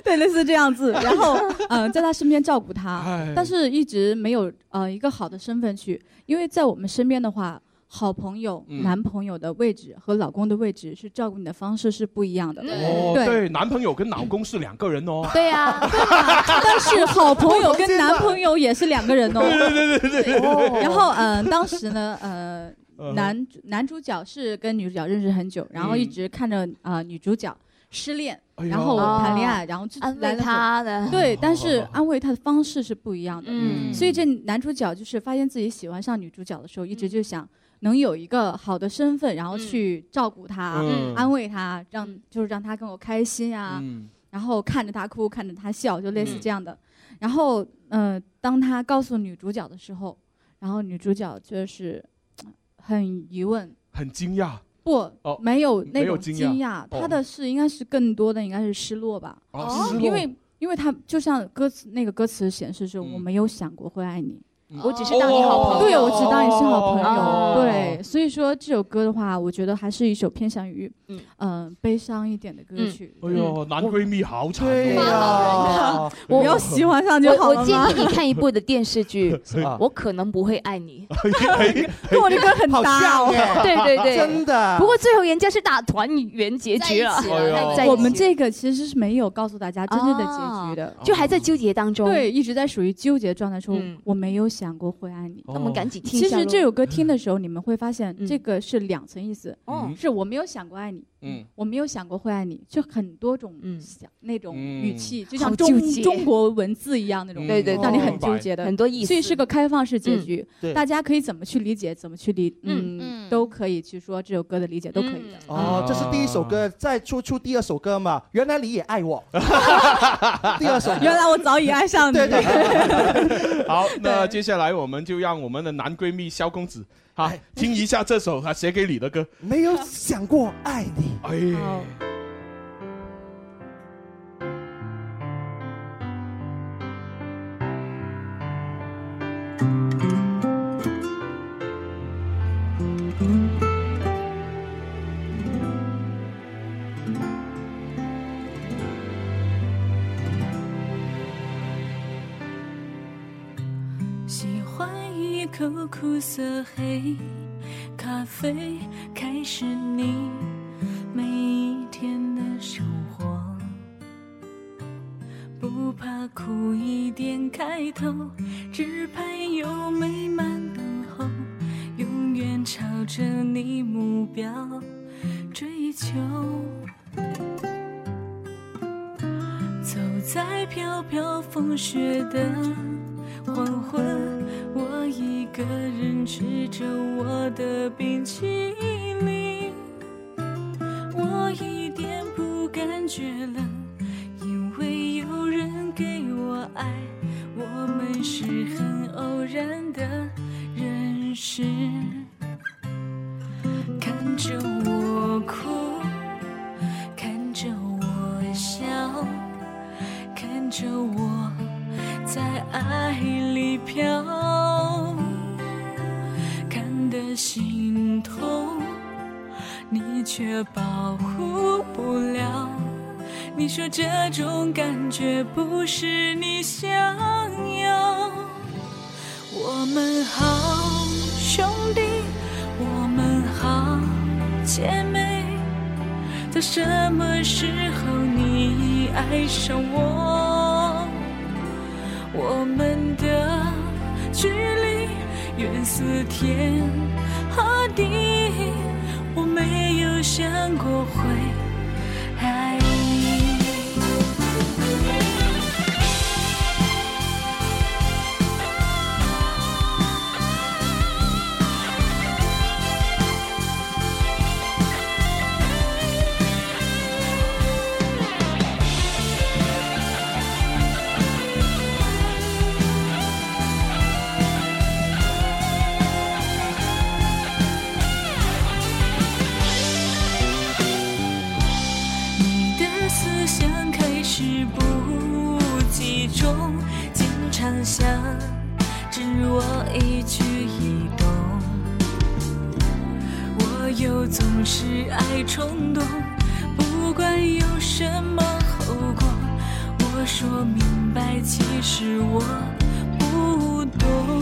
Speaker 7: 对，类似这样子。
Speaker 8: <laughs>
Speaker 7: 然后，嗯、在他身边照顾他
Speaker 8: 哎，
Speaker 7: 但是一直没有呃一个好的身份去，因为在我们身边的话，好朋友、
Speaker 8: 嗯
Speaker 7: 男朋友的位置和老公的位置是照顾你的方式是不一样的。
Speaker 8: 哦，
Speaker 7: 对
Speaker 8: 对，男朋友跟老公是两个人哦。
Speaker 7: 对呀、但是好朋友跟男朋友也是两个人
Speaker 8: <laughs>
Speaker 7: 哦。
Speaker 8: 对对对对对对对
Speaker 7: 然后嗯、呃当时呢，呃
Speaker 8: 嗯，
Speaker 7: 男主男主角是跟女主角认识很久，然后一直看着啊、呃女主角失恋，
Speaker 8: 哎
Speaker 10: 呦
Speaker 7: 然后谈恋爱，然后就
Speaker 10: 安慰
Speaker 7: 来了
Speaker 10: 她的
Speaker 7: 对，但是安慰她的方式是不一样的。
Speaker 10: 嗯
Speaker 7: 所以这男主角就是发现自己喜欢上女主角的时候，一直就想。能有一个好的身份，然后去照顾她、
Speaker 10: 嗯
Speaker 7: 安慰她，让就是让她跟我开心啊，
Speaker 10: 嗯
Speaker 7: 然后看着她哭，看着她笑，就
Speaker 8: 嗯
Speaker 7: 类似这样的。然后，嗯、当他告诉女主角的时候，然后女主角就是呃很疑问，
Speaker 8: 很惊讶，
Speaker 7: 不，
Speaker 8: 哦
Speaker 7: 没有
Speaker 8: 没
Speaker 7: 那
Speaker 8: 有
Speaker 7: 种
Speaker 8: 惊
Speaker 7: 惊
Speaker 8: 讶
Speaker 7: 讶，
Speaker 8: 哦
Speaker 7: 她的是应该是更多的应该是失落吧，
Speaker 8: 哦失落
Speaker 7: 因为因为她就像歌词那个歌词显示是
Speaker 8: 嗯
Speaker 7: 我没有想过会爱你。
Speaker 10: 我只是当你好朋友
Speaker 7: 对我只当你是好朋友，
Speaker 10: 哦
Speaker 7: 对，所以说这首歌的话，我觉得还是一首偏向于，嗯、悲伤一点的歌曲。
Speaker 8: 哎呦，男闺蜜好惨哦。哎对
Speaker 7: 呀嗯我不要喜欢上就好了
Speaker 10: 我
Speaker 7: 吗
Speaker 10: 我建议你看一部的电视剧
Speaker 8: 啊，
Speaker 10: 我可能不会爱你，
Speaker 7: 跟我这歌很搭哦好像耶
Speaker 10: 对对对，
Speaker 7: 真的
Speaker 10: 不过最后人家是大团圆结局了，在一起
Speaker 7: 哎我们这个其实是没有告诉大家真正的结局
Speaker 9: 哦
Speaker 7: 的，
Speaker 10: 就还在纠结当中。
Speaker 7: 对，，一直在属于纠结状态
Speaker 9: 嗯
Speaker 7: 中。我没有想过会爱你，
Speaker 9: 哦
Speaker 10: 那我们赶紧听一
Speaker 7: 其
Speaker 10: 下咯嗯
Speaker 7: 实这首歌听的时候，你们会发现这个是两层意思
Speaker 10: 哦，
Speaker 7: 是我没有想过爱你，
Speaker 8: 嗯，
Speaker 7: 我没有想过会爱你，就很多种
Speaker 9: 嗯
Speaker 7: 想那种语气，
Speaker 10: 嗯
Speaker 7: 就像
Speaker 10: 好
Speaker 7: 中
Speaker 10: 纠结
Speaker 7: 中国文字一样那
Speaker 9: 嗯
Speaker 7: 种，
Speaker 10: 对对对
Speaker 7: 让你很
Speaker 10: 明白
Speaker 7: 纠结的
Speaker 10: 很多意思
Speaker 7: 所以是个开放式结局
Speaker 10: 嗯对，
Speaker 7: 大家可以怎么去理解，怎么去理，
Speaker 10: 嗯
Speaker 7: 嗯，都可以去说这首歌的理解都可以的。
Speaker 8: <laughs>
Speaker 9: 哦，这是第一首歌，再出出第二首歌嘛？原来你也爱我， <laughs> 第二首歌。
Speaker 7: 原来我早已爱上你。
Speaker 9: 对对
Speaker 8: <laughs>
Speaker 9: 对
Speaker 8: 好，那接下来我们就让我们的男闺蜜萧公子啊，
Speaker 7: 哎
Speaker 8: 听一下这首他写给你的歌。
Speaker 9: 没有想过爱你。
Speaker 8: 哎，
Speaker 4: 喜欢一口苦涩黑咖啡，开始你每一天的生活。不怕苦一点开头，只盼有美满等候，永远朝着你目标追求。走在飘飘风雪的。黄昏，我一个人吃着我的冰淇淋，我一点不感觉冷，因为有人给我爱，我们是很偶然的认识。看着我哭，看着我笑，看着我。在爱里飘，看得心痛，你却保护不了。你说这种感觉不是你想要，我们好兄弟，我们好姐妹，在什么时候你爱上我？我们的距离远似天和地，我没有想过会爱你。你的思想开始不集中，经常想置我一举一动。我又总是爱冲动，不管有什么后果。我说明白，其实我不懂。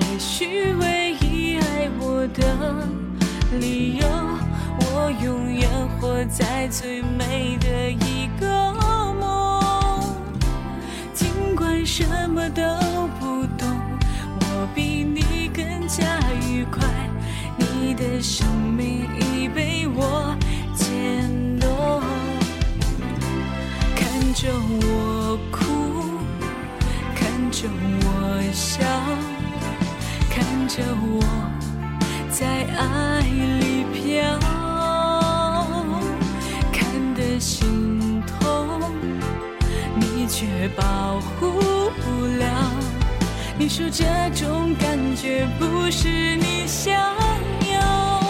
Speaker 4: 也许唯一爱我的。理由，我永远活在最美的一个梦。尽管什么都不懂，我比你更加愉快。你的生命已被我牵动，看着我哭，看着我笑，看着我。在爱里飘，看得心痛，你却保护不了。你说这种感觉不是你想要，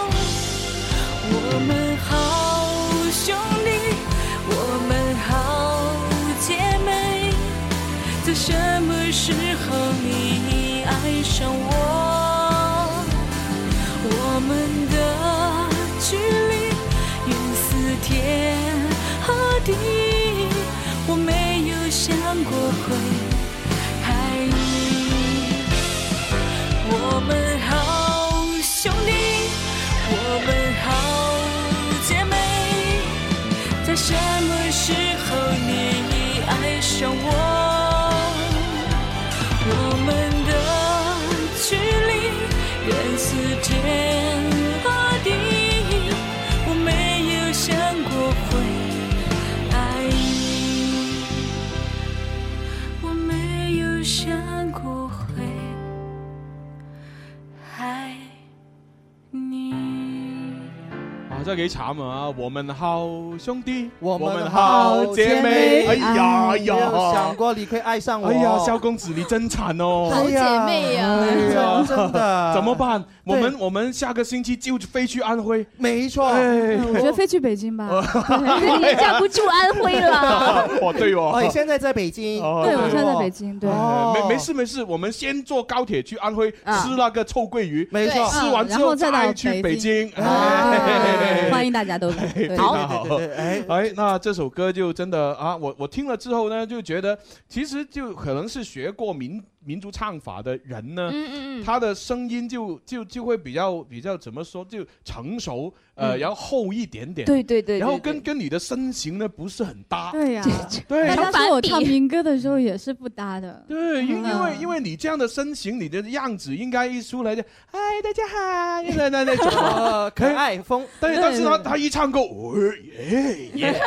Speaker 4: 我们好兄弟，我们好姐妹，在什么时候你爱上我？我们的距离有四天和地，我没有想过会爱你。我们好兄弟，我们好姐妹，在什么时候你已爱上我？我们的距离远似天和地，我没有想过会爱你，我没有想过会爱你。
Speaker 8: 哇，真係幾慘啊！我們好兄弟，
Speaker 9: 我
Speaker 8: 我
Speaker 9: 们
Speaker 8: 們
Speaker 9: 好
Speaker 8: 好
Speaker 9: 姐
Speaker 8: 姐
Speaker 9: 妹
Speaker 8: 妹，，哎呀哎
Speaker 9: 没有
Speaker 8: 呀
Speaker 9: 想！过你会爱上我。
Speaker 8: 哎呀，萧公子你真惨哦！
Speaker 9: 好姐妹啊
Speaker 8: 哎呀
Speaker 9: 真的
Speaker 8: 怎么办？
Speaker 9: 对
Speaker 8: 我们我们下个星期就飞去安徽。哎
Speaker 9: 没错，
Speaker 7: 嗯我觉得飞去北京吧，
Speaker 9: 哦
Speaker 7: <laughs>
Speaker 8: 你
Speaker 7: 架不住安徽
Speaker 9: <laughs>
Speaker 7: 了
Speaker 8: <laughs> 哦，对哦，
Speaker 9: 哦，你现在在北京？哦
Speaker 8: 哦
Speaker 7: 对，我现在在北京，对。
Speaker 8: 哎没没事没事，我们先坐高铁去安徽
Speaker 7: 啊
Speaker 8: 吃那个臭鳜鱼，
Speaker 9: 没
Speaker 7: 错
Speaker 8: 吃完之
Speaker 7: 然后再到
Speaker 8: 再去
Speaker 7: 北
Speaker 8: 北京。
Speaker 7: 啊
Speaker 8: 哎
Speaker 7: 欢迎大家都来。对
Speaker 8: 好，哎哎，那这首歌就真的啊，我我听了之后呢，就觉得其实就可能是学过民民族唱法的人呢，
Speaker 14: 嗯嗯嗯
Speaker 8: 他的声音就就就会比较比较怎么说，就成熟，呃，
Speaker 14: 嗯
Speaker 8: 然后厚一点点，
Speaker 7: 对对对
Speaker 8: 然后
Speaker 7: 对对
Speaker 8: 跟跟你的身形呢不是很搭，
Speaker 7: 对呀，
Speaker 8: 对，
Speaker 7: 大家说我唱民歌的时候也是不搭的。
Speaker 8: 对，因因为
Speaker 7: 嗯
Speaker 8: 因为你这样的身形，你的样子应该一出来就，嗨，大家好，那那那种
Speaker 7: <laughs>
Speaker 9: 呃可爱风。
Speaker 8: 但是但是他
Speaker 9: 对
Speaker 8: 他一唱歌，哎耶，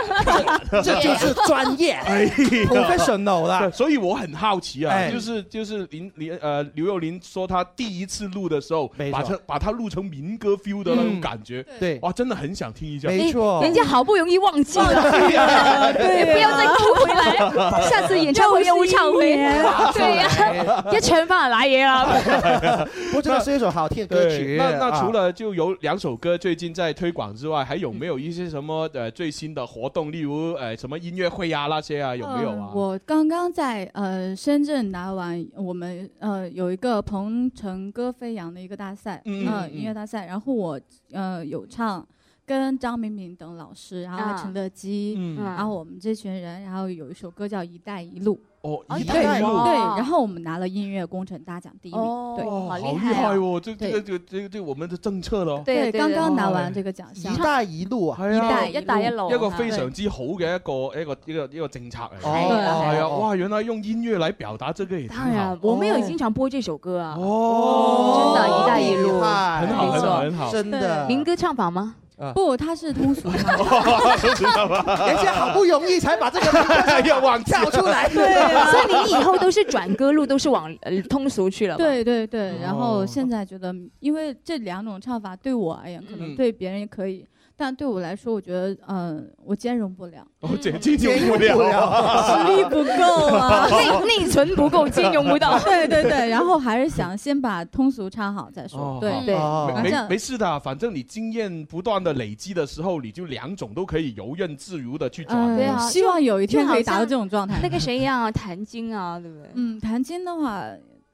Speaker 9: 这就是专业
Speaker 8: 哎呀
Speaker 9: professional 啦
Speaker 8: 对所以我很好奇啊，
Speaker 9: 哎
Speaker 8: 就是就是林林呃刘幼林说他第一次录的时候，把
Speaker 9: 错
Speaker 8: 它把它录成民歌 feel 的那种感觉，
Speaker 9: 对，
Speaker 8: 哇，真的很想听一下，
Speaker 10: 哎
Speaker 22: 人家好不容易忘记
Speaker 10: 啊
Speaker 8: 忘
Speaker 22: 了，
Speaker 8: 记
Speaker 10: <laughs>
Speaker 8: 了哎
Speaker 22: 你不要再吐回来，
Speaker 8: <laughs>
Speaker 22: 下次演唱会又唱回，
Speaker 10: <laughs>
Speaker 22: 对
Speaker 9: <laughs>
Speaker 22: 呀，一唱翻嚟濑嘢
Speaker 10: 啊
Speaker 22: 啦。
Speaker 9: 我真的是一首好听的歌曲。
Speaker 8: 那那
Speaker 9: 啊
Speaker 8: 除了就有两首歌最近在推广之外，还有没有一些什么呃最新的活动，例如呃什么音乐会呀、那些啊，有没有
Speaker 7: 呃
Speaker 8: 啊？
Speaker 7: 我刚刚在呃深圳拿完我们呃有一个鹏城歌飞扬的一个大赛，
Speaker 8: 嗯嗯
Speaker 7: 呃
Speaker 8: 嗯
Speaker 7: 音乐大赛，然后我呃有唱跟张明敏等老师，然后
Speaker 22: 啊
Speaker 7: 陈乐基，
Speaker 22: 嗯
Speaker 7: 然后我们这群人，然后有一首歌叫《一带一路》。
Speaker 8: 哦
Speaker 22: 一
Speaker 7: 对
Speaker 22: 带一路
Speaker 7: 对，然后我们拿了音乐工程大奖第一名，对，
Speaker 8: 好厉害哦！这这个这个这个这个我们的政策咯。
Speaker 7: 啊对，刚剛拿完這個獎項。
Speaker 9: 一帶一路啊，
Speaker 8: 係啊
Speaker 7: 一帶一路
Speaker 8: 一個非常之好嘅一個一個一個一個政策嚟。
Speaker 9: 哦係啊
Speaker 8: 係
Speaker 9: 係
Speaker 8: 啊！
Speaker 9: 啊
Speaker 8: 哇，原來用音樂嚟表達這個也挺
Speaker 10: 哎呀
Speaker 8: 好。，
Speaker 10: 我们有经常播这首歌啊，
Speaker 8: 哦
Speaker 10: 真的，一带一
Speaker 8: 厲
Speaker 10: 路，
Speaker 8: 害很好
Speaker 10: 没错
Speaker 8: 很好很好真的
Speaker 10: 民歌唱法吗？
Speaker 7: 不，它是通俗唱
Speaker 8: 法
Speaker 9: 啊 <laughs> 人家好不容易才把这个
Speaker 8: <laughs> 要忘
Speaker 9: 跳出
Speaker 8: 啊
Speaker 9: 来，
Speaker 10: 啊
Speaker 9: <laughs>
Speaker 10: 所以你以后都是转歌路，都是往呃通俗去了吧。
Speaker 7: 对对对，然
Speaker 10: 哦
Speaker 7: 后现在觉得，因为这两种唱法对我而言，可
Speaker 10: 嗯
Speaker 7: 能对别人也可以，但对我来说，我觉得，嗯，我兼容不
Speaker 9: <laughs>
Speaker 7: 了。
Speaker 8: 我简直就不了，，
Speaker 7: <laughs> 实力不够啊
Speaker 10: <laughs> 内内存不够兼容不
Speaker 7: <laughs>
Speaker 10: 到
Speaker 7: 对对对，然后还是想先把通俗唱好再
Speaker 10: 哦
Speaker 7: 说。对对，反
Speaker 8: 没
Speaker 7: 正
Speaker 8: 没没事的，反正你经验不断的累积的时候，你就两种都可以游刃自如的去转。
Speaker 10: 啊
Speaker 7: 嗯，希望有一天可以达到这种状态。
Speaker 10: 那个谁呀，谭晶啊，对不对？
Speaker 7: 嗯，谭晶的话，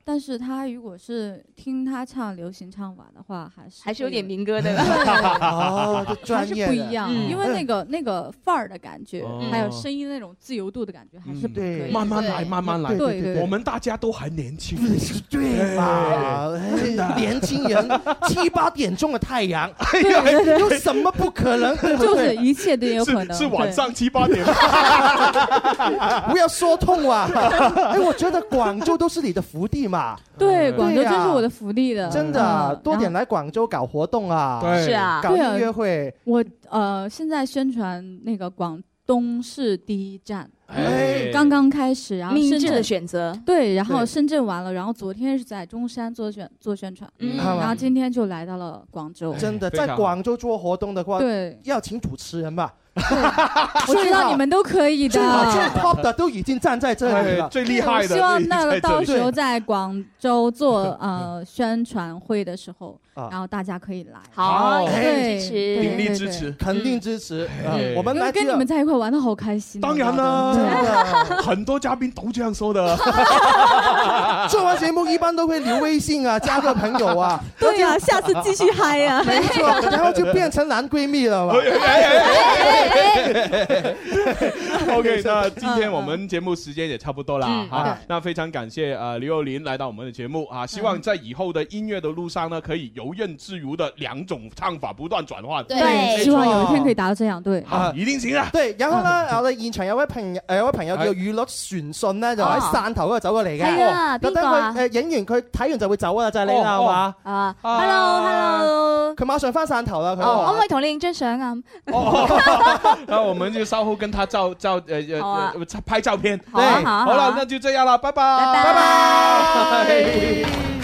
Speaker 7: 但是他如果是听他唱流行唱法的话，还是
Speaker 10: 还是
Speaker 7: 会
Speaker 10: 有点民
Speaker 7: <laughs>
Speaker 10: 歌的
Speaker 9: 哦这
Speaker 7: 还
Speaker 9: 专
Speaker 7: 是
Speaker 9: 业
Speaker 7: 不
Speaker 9: 的
Speaker 7: 一样，
Speaker 9: 嗯
Speaker 7: 因为那个那个范儿的感觉，
Speaker 10: 哦
Speaker 8: 嗯
Speaker 7: 还有声音那种自由度的感觉，还是不可以。
Speaker 8: 慢慢来，
Speaker 7: 对
Speaker 8: 慢慢来。
Speaker 7: 对对，
Speaker 8: 我们大家都还年轻，
Speaker 9: 对嘛？哎
Speaker 8: 真的
Speaker 9: 年轻人七八点钟的太
Speaker 7: <laughs>
Speaker 9: 阳，哎
Speaker 8: 对对
Speaker 9: 呀，
Speaker 8: 对
Speaker 9: 有什么不可能？对不对
Speaker 7: 就是一切都有可能。
Speaker 8: 是是晚上七八点。
Speaker 9: <laughs> 不要说痛啊！哎，我觉得广州都是你的福地嘛。
Speaker 8: 啊
Speaker 7: 对，广州
Speaker 9: 呀
Speaker 7: 真是我的福利的，
Speaker 9: 嗯真的
Speaker 7: 嗯
Speaker 9: 多点。来广州搞活动啊！
Speaker 7: 对是啊
Speaker 9: 搞
Speaker 7: 对啊
Speaker 9: 音乐会。
Speaker 7: 我呃，现在宣传那个广东市第一站，
Speaker 10: 哎
Speaker 7: 刚刚开始，然后
Speaker 10: 明
Speaker 7: 深
Speaker 10: 智
Speaker 7: 圳
Speaker 10: 的选择。
Speaker 7: 对，然后
Speaker 10: 对
Speaker 7: 深圳完了，然后昨天是在中山做宣做宣传，
Speaker 9: 嗯
Speaker 7: 然后今天就来到了广州。
Speaker 9: 真的，
Speaker 8: 啊
Speaker 9: 在广州做活动的话，
Speaker 7: 啊对，
Speaker 9: 要请主持人吧。
Speaker 7: <laughs> 我知道你们都可以
Speaker 9: 最好最
Speaker 7: 的。 <laughs>
Speaker 9: top 的都已经站在这里了，
Speaker 8: 哎最厉害的
Speaker 7: 希望那个到时候
Speaker 9: 对
Speaker 7: 在广州做呃宣传会的时候，
Speaker 9: 啊
Speaker 7: 然后大家可以来。
Speaker 9: 好
Speaker 7: 对，对对对
Speaker 9: 肯定支持。
Speaker 8: 嗯
Speaker 9: 啊我们
Speaker 7: 因 <laughs> 为
Speaker 9: 来
Speaker 7: 跟你们在一块玩的好开心。啊
Speaker 8: 当然啦，很多嘉宾都这样说的。
Speaker 9: 做完节目一般都会留微信啊，加个朋友啊。
Speaker 7: 对呀，下次继续嗨呀
Speaker 9: 没错，然后就变成男闺蜜了嘛。
Speaker 8: <laughs> OK，那今天我们节目时间也差不多啦
Speaker 9: 嗯，
Speaker 8: 哈
Speaker 9: 对。
Speaker 8: 那非常感谢呃刘幼林来到我们的节目啊，希望在以后的音乐的路上呢，可以游刃自如的两种唱法不断转换。
Speaker 7: 对，希望有一天可以达到这样。对，
Speaker 8: 啊，一定行啊！
Speaker 9: 對，然後咧，我哋現場有位朋友，誒有位朋友叫雨樂船信咧，就喺汕頭嗰度走過嚟嘅。
Speaker 10: 係啊
Speaker 9: 哦特登
Speaker 10: 邊個啊
Speaker 9: 佢誒影完佢睇完就會走啊，就係你啦，
Speaker 10: 哦
Speaker 9: 係嘛？
Speaker 10: 啊，Hello Hello，
Speaker 9: 佢馬上翻汕頭啦，佢
Speaker 10: 哦，可
Speaker 9: 話
Speaker 10: 唔可以同你影張相啊？
Speaker 8: 那我们就稍后跟他照照呃
Speaker 10: 好啊
Speaker 8: 呃呃拍照片。
Speaker 10: 好啊好啊好啊
Speaker 8: 好了，那就这样了，拜拜，
Speaker 10: 拜拜
Speaker 8: 拜拜。